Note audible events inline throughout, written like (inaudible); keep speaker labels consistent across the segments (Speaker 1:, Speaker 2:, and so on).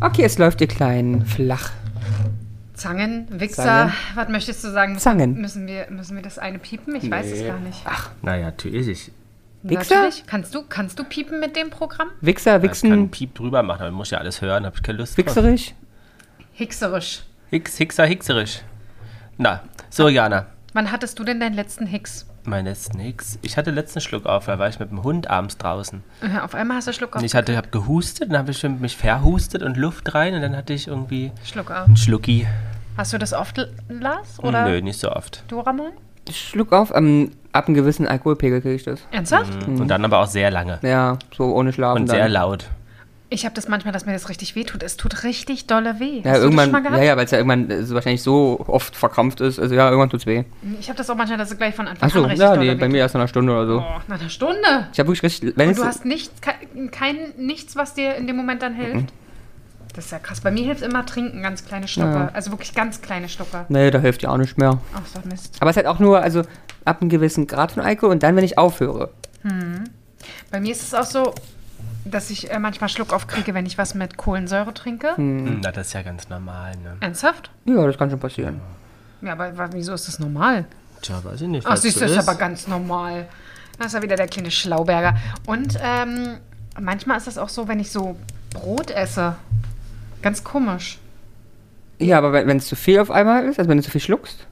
Speaker 1: Okay, es läuft, ihr Kleinen. Flach.
Speaker 2: Zangen, Wichser,
Speaker 1: Zangen.
Speaker 2: was möchtest du sagen? Müssen,
Speaker 1: Zangen.
Speaker 2: Müssen wir, müssen wir das eine piepen? Ich weiß es
Speaker 3: Nee.
Speaker 2: gar nicht.
Speaker 1: Ach,
Speaker 3: Naja, natürlich. Äh,
Speaker 1: Wichser?
Speaker 2: Natürlich. Kannst du, kannst du piepen mit dem Programm?
Speaker 1: Wichser,
Speaker 3: Ich kann einen
Speaker 1: Wichsen,
Speaker 3: Piep drüber machen, aber ich muss ja alles hören, hab ich keine Lust. drauf.
Speaker 1: Wichserich.
Speaker 2: Hickserisch.
Speaker 3: Hicks, Hickser, Hickserisch. Na, so Jana,
Speaker 2: Wann hattest du denn deinen letzten Hicks?
Speaker 3: mein letzten Hicks. Ich hatte letzten Schluck auf, da war ich mit dem Hund abends draußen.
Speaker 2: Ja, Äh, auf einmal hast du Schluck auf.
Speaker 3: Und ich hatte, hab gehustet, dann habe ich mich verhustet und Luft rein und dann hatte ich irgendwie
Speaker 2: Schluck auf.
Speaker 3: einen Schlucki.
Speaker 2: Hast du das oft, Lars? Oder
Speaker 3: Hm. Nö, nicht so oft.
Speaker 2: du, Ramon?
Speaker 1: Schluck auf, ähm, ab einem gewissen Alkoholpegel kriege ich das.
Speaker 2: Ernsthaft?
Speaker 3: Und dann aber auch sehr lange
Speaker 1: Ja, so ohne Schlafen
Speaker 3: und
Speaker 1: dann.
Speaker 3: sehr laut.
Speaker 2: Ich habe das manchmal, dass mir das richtig weh tut. Es tut richtig dolle weh.
Speaker 1: Ja,
Speaker 2: Hast
Speaker 1: irgendwann,
Speaker 2: du das schon mal
Speaker 1: ja,
Speaker 2: gehabt?
Speaker 1: ja, weil es ja irgendwann äh, so wahrscheinlich so oft verkrampft ist. Also ja, irgendwann tut's weh.
Speaker 2: Ich habe das auch manchmal, dass es gleich von Anfang
Speaker 1: Achso,
Speaker 2: an richtig
Speaker 1: ja,
Speaker 2: dolle
Speaker 1: nee,
Speaker 2: weh
Speaker 1: bei mir erst nach einer Stunde oder so.
Speaker 2: tut. Oh, nach einer Stunde.
Speaker 1: Ich habe wirklich richtig, wenn
Speaker 2: Und
Speaker 1: es, Mhm.
Speaker 2: du hast nichts, kein, kein, nichts, was dir in dem Moment dann hilft. Das ist ja krass. Bei mir hilft immer trinken, ganz kleine Schlucke.
Speaker 1: Ja.
Speaker 2: Also wirklich ganz kleine Schlucke.
Speaker 1: nee, da hilft ja auch nicht mehr.
Speaker 2: Ach so, Mist.
Speaker 1: Aber es ist halt auch nur, also ab einem gewissen Grad von Alkohol und dann, wenn ich aufhöre.
Speaker 2: Bei mir ist es auch so, dass ich äh, manchmal Schluck aufkriege, wenn ich was mit Kohlensäure trinke.
Speaker 1: Hm.
Speaker 3: Mhm, Na, das ist ja ganz normal, ne?
Speaker 2: Ernsthaft?
Speaker 1: Ja, das kann schon passieren.
Speaker 2: Ja, aber wa- wieso ist das normal?
Speaker 3: Tja, weiß ich nicht.
Speaker 2: Ach,
Speaker 3: was
Speaker 2: siehst
Speaker 3: so
Speaker 2: du, ist aber ganz normal. Das ist ja wieder der kleine Schlauberger. Und ähm, manchmal ist das auch so, wenn ich so Brot esse. Ganz komisch.
Speaker 1: Ja, aber wenn es zu viel auf einmal ist, also wenn du zu viel schluckst.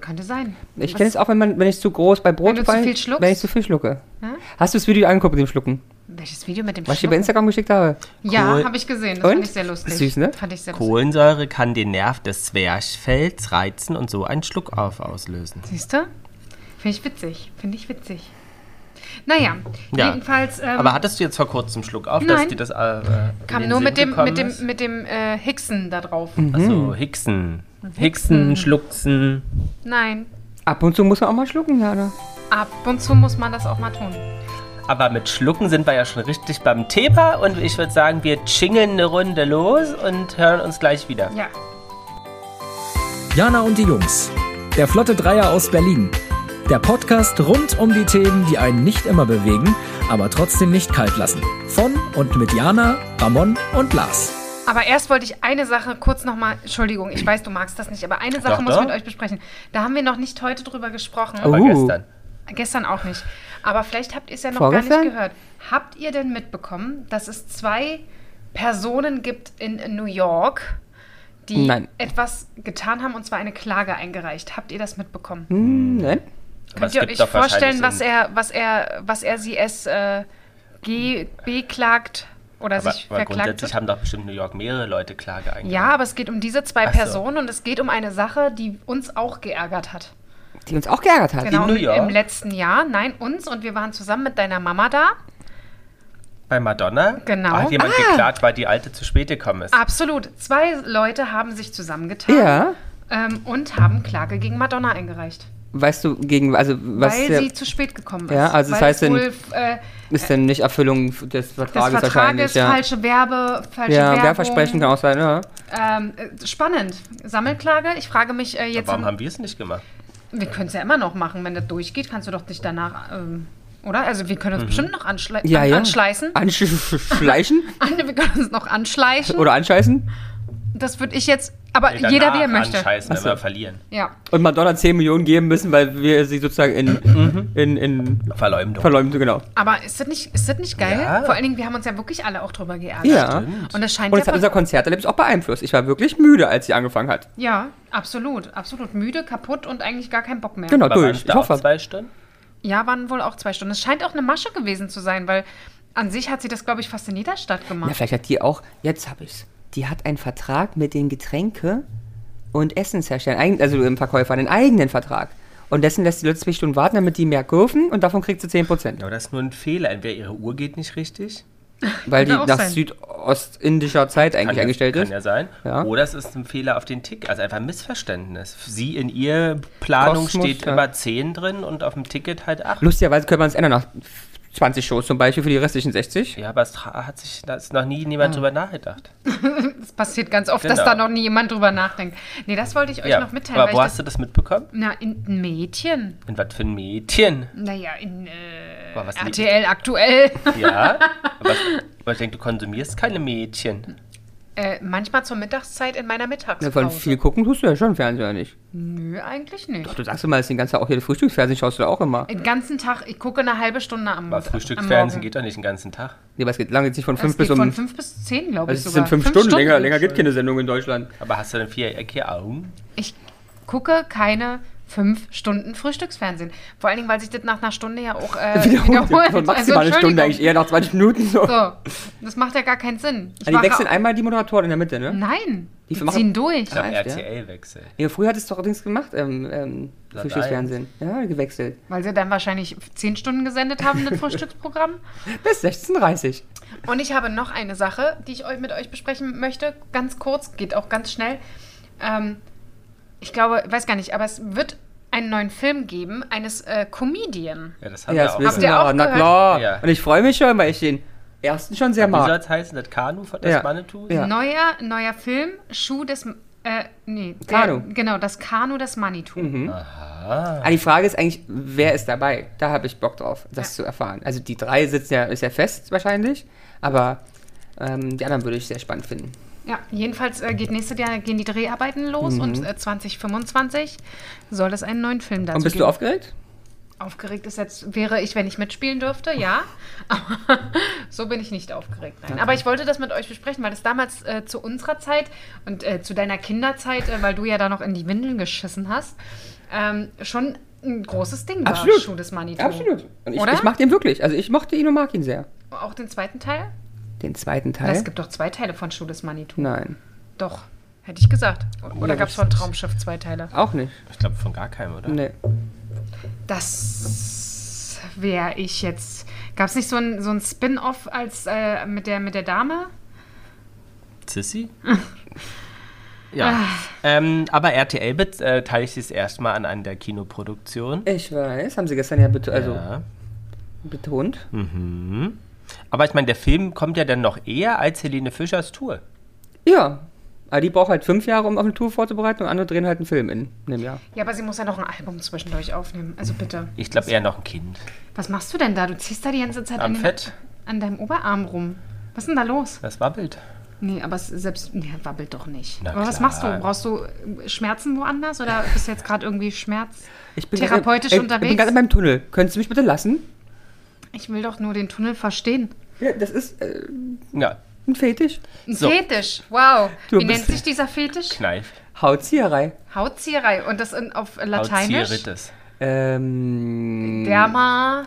Speaker 2: Könnte sein.
Speaker 1: Ich
Speaker 2: Was-
Speaker 1: kenne es auch, wenn, man, wenn ich zu groß bei Brot
Speaker 2: Wenn du zu
Speaker 1: fall-
Speaker 2: viel schluckst?
Speaker 1: wenn ich zu viel schlucke.
Speaker 2: Ja?
Speaker 1: Hast du das Video angeguckt mit dem Schlucken?
Speaker 2: Welches Video mit dem
Speaker 1: Was ich dir bei
Speaker 2: Schlucken?
Speaker 1: Instagram geschickt habe?
Speaker 2: Ja,
Speaker 3: Kohl-
Speaker 2: habe ich gesehen. Das
Speaker 1: Und?
Speaker 2: fand ich sehr lustig.
Speaker 1: Ist süß, ne?
Speaker 2: Fand ich sehr lustig.
Speaker 3: Kohlensäure kann den Nerv des Zwerchfells reizen und so einen Schluck auf auslösen.
Speaker 2: Siehst du? Finde ich witzig. Finde ich witzig. Naja,
Speaker 3: Ja.
Speaker 2: jedenfalls ähm,
Speaker 3: Aber hattest du jetzt vor kurzem Schluck auf, dass
Speaker 2: Nein.
Speaker 3: dir das äh, in
Speaker 2: kam
Speaker 3: den
Speaker 2: nur
Speaker 3: Sinn Hm.
Speaker 2: mit dem,
Speaker 3: gekommen
Speaker 2: mit
Speaker 3: ist?
Speaker 2: dem, mit dem äh, Hicksen da drauf.
Speaker 1: Mhm.
Speaker 3: Achso, Hixen. Hixen, Schlucksen.
Speaker 2: Nein,
Speaker 1: Ab und zu muss man auch mal schlucken, Jana.
Speaker 2: ab und zu muss man das auch mal tun.
Speaker 3: Aber mit Schlucken sind wir ja schon richtig beim Thema und ich würde sagen, wir chingeln eine Runde los und hören uns gleich wieder.
Speaker 2: Ja,
Speaker 4: Jana und die Jungs. Der Flotte Dreier aus Berlin. Der Podcast rund um die Themen, die einen nicht immer bewegen, aber trotzdem nicht kalt lassen. Von und mit Jana, Ramon und Lars.
Speaker 2: Aber erst wollte ich eine Sache kurz nochmal, Entschuldigung, ich weiß, du magst das nicht, aber eine Sache
Speaker 3: Doch,
Speaker 2: muss ich
Speaker 3: doch. Oh,
Speaker 2: mit euch besprechen. Da haben wir noch nicht heute drüber gesprochen,
Speaker 3: Aber
Speaker 1: Uh.
Speaker 3: gestern.
Speaker 2: gestern auch nicht. Aber vielleicht habt ihr es ja noch gar
Speaker 1: Vorgestern?
Speaker 2: nicht gehört. Habt ihr denn mitbekommen, dass es zwei Personen gibt in New York, die
Speaker 1: Nein.
Speaker 2: etwas getan haben und zwar eine Klage eingereicht? Habt ihr das mitbekommen?
Speaker 1: Hm, nein?
Speaker 3: Aber es
Speaker 2: Könnt ihr
Speaker 3: gibt
Speaker 2: euch
Speaker 3: doch wahrscheinlich
Speaker 2: vorstellen, was
Speaker 3: in-
Speaker 2: er, was er, was er sie es äh, ge- beklagt oder
Speaker 3: Aber,
Speaker 2: sich
Speaker 3: aber
Speaker 2: verklagt?
Speaker 3: grundsätzlich haben doch bestimmt in New York mehrere Leute Klage eingereicht.
Speaker 2: Ja, aber es geht um diese zwei
Speaker 3: Ach so.
Speaker 2: Personen und es geht um eine Sache, die uns auch geärgert hat.
Speaker 1: Die uns auch geärgert hat.
Speaker 2: Genau,
Speaker 3: New
Speaker 2: im-
Speaker 3: York?
Speaker 2: im letzten Jahr. Nein, uns und wir waren zusammen mit deiner Mama da.
Speaker 3: Bei Madonna
Speaker 2: Genau. Ah,
Speaker 3: hat jemand geklagt, weil die Alte zu spät gekommen ist.
Speaker 2: Absolut. Zwei Leute haben sich zusammengetan
Speaker 1: Ja.
Speaker 2: ähm, und haben Klage gegen Madonna eingereicht,
Speaker 1: Weißt du, gegen, also was
Speaker 2: weil
Speaker 1: der,
Speaker 2: sie zu spät gekommen ist.
Speaker 1: Ja, also das
Speaker 2: weil
Speaker 1: heißt
Speaker 2: es
Speaker 1: in-
Speaker 2: wohl, äh,
Speaker 1: ist denn nicht Erfüllung des
Speaker 2: des
Speaker 1: Vertrages wahrscheinlich,
Speaker 2: Vertrages,
Speaker 1: ja.
Speaker 2: falsche Werbe, falsche
Speaker 1: ja,
Speaker 2: Werbung.
Speaker 1: Werbversprechen kann auch sein, ja.
Speaker 2: Ähm, äh, spannend. Sammelklage. Ich frage mich äh, jetzt,
Speaker 3: Warum
Speaker 2: im-
Speaker 3: haben wir es nicht gemacht?
Speaker 2: wir können es ja immer noch machen, wenn das durchgeht, kannst du doch dich danach, ähm, oder? Also wir können
Speaker 3: Mhm.
Speaker 2: uns bestimmt noch anschle
Speaker 1: Ja,
Speaker 2: an
Speaker 1: ja.
Speaker 2: anschleißen. (laughs)
Speaker 1: Anschleichen?
Speaker 2: An (laughs) wir können uns noch anschleichen.
Speaker 1: Oder anscheißen?
Speaker 2: Das würde ich jetzt, aber
Speaker 3: Nee,
Speaker 2: jeder
Speaker 3: danach
Speaker 2: wie er möchte.
Speaker 3: anscheißen, wenn
Speaker 1: Ach so.
Speaker 3: wir verlieren.
Speaker 2: Ja.
Speaker 1: Und Madonna 10 Millionen geben müssen, weil wir sie sozusagen
Speaker 2: Mhm.
Speaker 1: in, in, in
Speaker 3: Verleumdung.
Speaker 1: verleumden, genau.
Speaker 2: Aber ist das nicht, ist das nicht geil?
Speaker 3: Ja.
Speaker 2: Vor allen Dingen, wir haben uns ja wirklich alle auch drüber geärgert.
Speaker 1: Ja.
Speaker 2: Und das scheint
Speaker 1: Und es
Speaker 2: ja,
Speaker 1: hat unser Konzerterlebnis auch beeinflusst. Ich war wirklich müde, als sie angefangen hat.
Speaker 2: ja, absolut, absolut müde, kaputt und eigentlich gar keinen Bock mehr.
Speaker 1: Genau,
Speaker 3: Aber waren
Speaker 1: durch.
Speaker 3: es
Speaker 1: Ich
Speaker 3: da auch
Speaker 1: hoffe.
Speaker 3: zwei Stunden?
Speaker 2: Ja, waren wohl auch zwei Stunden. Es scheint auch eine Masche gewesen zu sein, weil an sich hat sie das, glaube ich, fast in jeder Stadt
Speaker 1: Na,
Speaker 2: gemacht.
Speaker 1: vielleicht hat die auch, jetzt hab ich's. Die hat einen Vertrag mit den Getränke- und Essensherstellern, eigen- also im Verkäufer, einen eigenen Vertrag. Und dessen lässt die Leute zwei Stunden warten, damit die mehr dürfen und davon kriegt sie 10%.
Speaker 3: Ja, aber das ist nur ein Fehler. Entweder ihre Uhr geht nicht richtig.
Speaker 1: Weil die
Speaker 2: Kann auch
Speaker 1: nach
Speaker 2: sein.
Speaker 1: südostindischer Zeit eigentlich
Speaker 3: ja-
Speaker 1: eingestellt
Speaker 3: kann
Speaker 1: ist.
Speaker 3: ja sein.
Speaker 1: Ja.
Speaker 3: Oder es ist ein Fehler auf den Tick, also einfach ein Missverständnis. Sie in ihr Planung
Speaker 1: Kosmos,
Speaker 3: steht
Speaker 1: ja.
Speaker 3: immer 10 drin und auf dem Ticket halt 8.
Speaker 1: Lustigerweise könnte man es ändern nach 20 Shows zum Beispiel für die restlichen 60.
Speaker 3: Ja, aber es tra- hat sich da ist noch nie
Speaker 1: Mhm.
Speaker 3: niemand drüber nachgedacht.
Speaker 2: Das passiert ganz oft, dass
Speaker 3: Genau.
Speaker 2: da noch nie jemand drüber nachdenkt. Nee, das wollte ich euch
Speaker 3: Ja.
Speaker 2: noch mitteilen.
Speaker 3: aber
Speaker 2: weil
Speaker 3: wo
Speaker 2: ich
Speaker 3: hast du das mitbekommen?
Speaker 2: Na, in ein Mädchen.
Speaker 3: In was für ein Mädchen?
Speaker 2: Naja, in äh,
Speaker 3: Boah, was
Speaker 2: RTL aktuell. (laughs)
Speaker 3: Ja. aber, aber ich denke, du konsumierst keine Mädchen.
Speaker 2: Äh, manchmal zur Mittagszeit in meiner
Speaker 1: Na,
Speaker 2: Mittagspause.
Speaker 1: Von viel gucken tust du ja schon Fernseher nicht.
Speaker 2: Nö, eigentlich
Speaker 1: Doch,
Speaker 2: nicht.
Speaker 1: du sagst immer, dass den ganzen auch hier Frühstücksfernsehen schaust du da auch immer.
Speaker 2: Den ganzen Tag, ich gucke eine halbe Stunde am
Speaker 3: Aber
Speaker 2: am Morgen.
Speaker 3: Frühstücksfernsehen geht doch nicht den ganzen Tag.
Speaker 1: Nee, was geht lange jetzt nicht von
Speaker 2: Es
Speaker 1: fünf
Speaker 2: geht
Speaker 1: bis um.
Speaker 2: von fünf bis zehn, glaube ich
Speaker 1: also es
Speaker 2: sogar.
Speaker 1: sind fünf, Stunden, länger, länger geht keine Sendung in Deutschland.
Speaker 3: Aber hast du denn Viereck hier Augen?
Speaker 2: Ich gucke keine fünf Stunden Frühstücksfernsehen. Vor allen Dingen, weil sich das nach einer Stunde ja
Speaker 1: (laughs)
Speaker 2: auch äh, wiederholt.
Speaker 1: Von maximal eine Stunde eigentlich
Speaker 2: Entschuldigung.
Speaker 1: eher nach 20 Minuten so.
Speaker 2: So, das macht ja gar keinen Sinn. Ich
Speaker 1: Also die
Speaker 2: wache
Speaker 1: wechseln
Speaker 2: auf-
Speaker 1: einmal die Moderatoren in der Mitte, ne?
Speaker 2: Nein, die
Speaker 1: machen-
Speaker 2: ziehen durch.
Speaker 3: Ich habe
Speaker 1: Echt, ja?
Speaker 3: RTL-Wechsel.
Speaker 1: Ja, früher hat es doch allerdings gemacht, ähm, ähm,
Speaker 3: Sat.
Speaker 1: Frühstücksfernsehen. Ja, gewechselt.
Speaker 2: Weil sie dann wahrscheinlich zehn Stunden gesendet haben,
Speaker 1: (laughs)
Speaker 2: das Frühstücksprogramm.
Speaker 1: Bis 16.30
Speaker 2: Und ich habe noch eine Sache, die ich eu- mit euch besprechen möchte. Ganz kurz, geht auch ganz schnell. Ähm, ich glaube, weiß gar nicht, aber es wird einen neuen Film geben, eines äh, Comedian.
Speaker 3: Ja, das
Speaker 1: Ja,
Speaker 3: haben wir
Speaker 1: das
Speaker 3: auch.
Speaker 1: wissen
Speaker 2: ihr
Speaker 1: wir.
Speaker 2: auch
Speaker 1: Na
Speaker 2: gehört?
Speaker 1: klar.
Speaker 3: Ja.
Speaker 1: Und ich freue mich schon, weil ich den ersten schon sehr
Speaker 3: Wie soll
Speaker 1: mag.
Speaker 3: es heißen? Das Kanu von das
Speaker 1: Ja.
Speaker 3: Manitou?
Speaker 1: Ja.
Speaker 2: Neuer, neuer Film, Schuh des. Äh, nee,
Speaker 1: Kanu. Mhm.
Speaker 2: Der, genau, das Kanu des Manitou.
Speaker 1: Aber die Frage ist eigentlich, wer ist dabei? Da habe ich Bock drauf, das zu erfahren. Also die drei sitzen ja, ist ja fest wahrscheinlich, aber ähm, die anderen würde ich sehr spannend finden.
Speaker 2: Ja, jedenfalls äh, geht nächstes Jahr gehen die Dreharbeiten los und äh, 2025 soll es einen neuen Film dazu
Speaker 1: Mhm. Und bist
Speaker 2: geben.
Speaker 1: du aufgeregt?
Speaker 2: Aufgeregt ist jetzt, wäre ich, wenn ich mitspielen dürfte, ja. (laughs) Aber so bin ich nicht aufgeregt. Nein. Aber ich wollte das mit euch besprechen, weil das damals äh, zu unserer Zeit und äh, zu deiner Kinderzeit, äh, weil du ja da noch in die Windeln geschissen hast, ähm, schon ein großes Ding war.
Speaker 1: Absolut.
Speaker 2: Schuh des Manitou.
Speaker 1: Absolut. Und ich,
Speaker 2: Oder?
Speaker 1: ich mag den wirklich. Also ich mochte ihn und mag ihn sehr.
Speaker 2: Auch den zweiten Teil?
Speaker 1: Den zweiten
Speaker 2: Na,
Speaker 1: Teil?
Speaker 2: Es gibt doch zwei Teile von Schuh des Manitou.
Speaker 1: Nein,
Speaker 2: Doch, hätte ich gesagt. O- Oder
Speaker 1: Ja,
Speaker 2: gab es von Traumschiff zwei Teile?
Speaker 1: auch nicht.
Speaker 3: Ich glaube von gar keinem, oder?
Speaker 1: Nee.
Speaker 2: Das wäre ich jetzt. Gab es nicht so ein, so ein Spin-off als äh, mit, der, mit der Dame?
Speaker 1: (laughs)
Speaker 3: Sissy? ja.
Speaker 1: Ah.
Speaker 3: Ähm, aber RTL beteiligt ich sich äh, erstmal an einer der Kinoproduktion.
Speaker 1: Ich weiß, haben sie gestern ja, Hm. bet also
Speaker 3: Ja.
Speaker 1: betont.
Speaker 3: Aber ich meine, der Film kommt ja dann noch eher als Helene Fischers Tour.
Speaker 1: Ja. Aber die braucht halt fünf Jahre, um auf eine Tour vorzubereiten und andere drehen halt einen Film in einem Jahr.
Speaker 2: Ja, aber sie muss ja noch ein Album zwischendurch aufnehmen. Also bitte.
Speaker 3: Ich glaube eher noch ein Kind.
Speaker 2: Was machst du denn da? Du ziehst da die ganze Zeit
Speaker 3: Am
Speaker 2: an, den,
Speaker 3: Fett.
Speaker 2: an deinem Oberarm rum. Was ist denn da los?
Speaker 3: Das wabbelt.
Speaker 2: Nee, aber es selbst. Nee, wabbelt doch nicht.
Speaker 3: Na
Speaker 2: aber was
Speaker 3: klar.
Speaker 2: machst du? Brauchst du äh, Schmerzen woanders oder bist du jetzt gerade irgendwie Schmerz?
Speaker 1: Ich bin
Speaker 2: Therapeutisch
Speaker 1: grad, Ich
Speaker 2: unterwegs?
Speaker 1: bin gerade in meinem Tunnel. Könntest du mich bitte lassen?
Speaker 2: Ich will doch nur den Tunnel verstehen.
Speaker 1: Ja, das ist äh,
Speaker 3: Ja,
Speaker 1: ein Fetisch.
Speaker 2: Ein
Speaker 3: So.
Speaker 2: Fetisch. Wow.
Speaker 1: Du
Speaker 2: Wie
Speaker 1: bist-
Speaker 2: nennt sich dieser Fetisch?
Speaker 3: Kneif.
Speaker 1: Hautzieherei.
Speaker 2: Hautzierei. Und das in, auf Lateinisch?
Speaker 3: Hautzierritis.
Speaker 1: Ähm,
Speaker 2: Derma.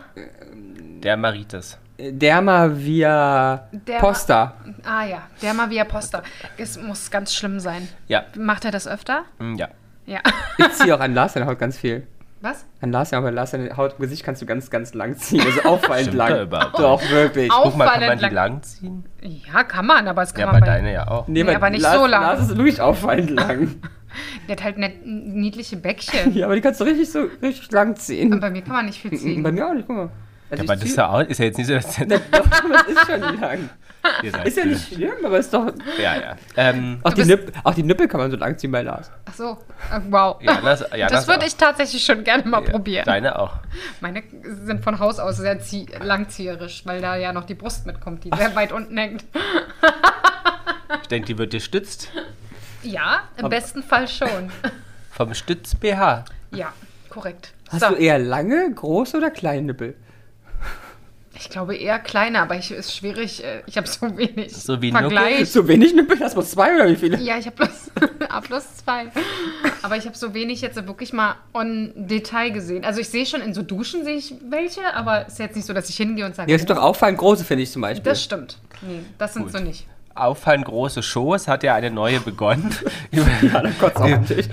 Speaker 3: Der Maritis.
Speaker 1: Derma via
Speaker 2: Derma-
Speaker 1: Posta.
Speaker 2: Ah ja, Derma via Posta. Es muss ganz schlimm sein.
Speaker 3: Ja.
Speaker 2: Macht er das öfter?
Speaker 3: Mm, Ja. (laughs)
Speaker 2: Ja.
Speaker 1: Ich ziehe auch an Lars seine Haut ganz viel.
Speaker 2: Was?
Speaker 1: An Lars, ja, aber Lars seine Haut im Gesicht kannst du ganz, ganz lang ziehen. (laughs) Also auffallend
Speaker 3: Stimmt da
Speaker 1: lang.
Speaker 3: überhaupt
Speaker 1: Doch, wirklich.
Speaker 2: Au-
Speaker 3: Guck mal, kann man
Speaker 2: Auffallend
Speaker 3: die
Speaker 2: lang.
Speaker 3: langziehen?
Speaker 2: Ja, kann man, aber es kann
Speaker 3: Ja,
Speaker 2: man
Speaker 3: bei deiner ja auch.
Speaker 1: Nee,
Speaker 2: Nee,
Speaker 1: weil
Speaker 2: aber nicht
Speaker 1: Lars,
Speaker 2: so lang.
Speaker 1: Lars ist wirklich auffallend lang.
Speaker 2: Der hat halt net, niedliche
Speaker 3: (laughs)
Speaker 2: Bäckchen.
Speaker 1: Ja, aber die kannst du richtig so richtig lang ziehen.
Speaker 2: Und bei mir kann man nicht viel
Speaker 1: Mhm,
Speaker 2: ziehen.
Speaker 1: Bei mir auch nicht, guck mal. Also
Speaker 3: Ja,
Speaker 1: ich
Speaker 3: aber das
Speaker 1: zieh-
Speaker 3: ist ja, auch, ist ja jetzt nicht so,
Speaker 1: (laughs)
Speaker 3: dass
Speaker 1: Doch, das ist schon lang.
Speaker 3: ihr seid
Speaker 1: Ist ja nicht schlimm, aber ist doch.
Speaker 3: Ja, ja. Ähm,
Speaker 1: Auch die,
Speaker 2: bist-
Speaker 1: Nipp, auch die Nippel kann man so lang ziehen bei Lars.
Speaker 2: Ach so, äh, wow.
Speaker 3: ja, das, ja,
Speaker 2: das
Speaker 3: auch.
Speaker 2: würde ich tatsächlich schon gerne mal
Speaker 3: Ja,
Speaker 2: probieren.
Speaker 3: Deine auch.
Speaker 2: Meine sind von Haus aus sehr zieh langzieherisch, weil da ja noch die Brust mitkommt, die sehr weit unten hängt.
Speaker 3: Ich denke, die wird gestützt
Speaker 2: Ja, im besten Fall schon.
Speaker 3: vom Stütz BH.
Speaker 2: Ja, korrekt.
Speaker 1: Hast
Speaker 2: So.
Speaker 1: du eher lange, große oder kleine Nippel?
Speaker 3: eh-
Speaker 2: Ich glaube eher kleiner, aber ich ist schwierig. äh, Ich habe so wenig
Speaker 3: So wie
Speaker 2: Vergleich.
Speaker 1: So wenig Nippel, hast du zwei oder wie viele?
Speaker 2: Ja, ich habe bloß (laughs) A plus zwei. Aber ich habe so wenig jetzt wirklich mal on Detail gesehen. Also ich sehe schon in so Duschen sehe ich welche, aber ist jetzt nicht so, dass ich hingehe und sage,
Speaker 1: Ja, ist doch auffallend große, finde ich zum Beispiel. (laughs)
Speaker 2: das stimmt. Nee, das sind
Speaker 3: Gut.
Speaker 2: so nicht.
Speaker 3: Auffallend große Shows hat ja eine
Speaker 1: (laughs)
Speaker 3: neue begonnen. ja,
Speaker 1: Gott sei Dank.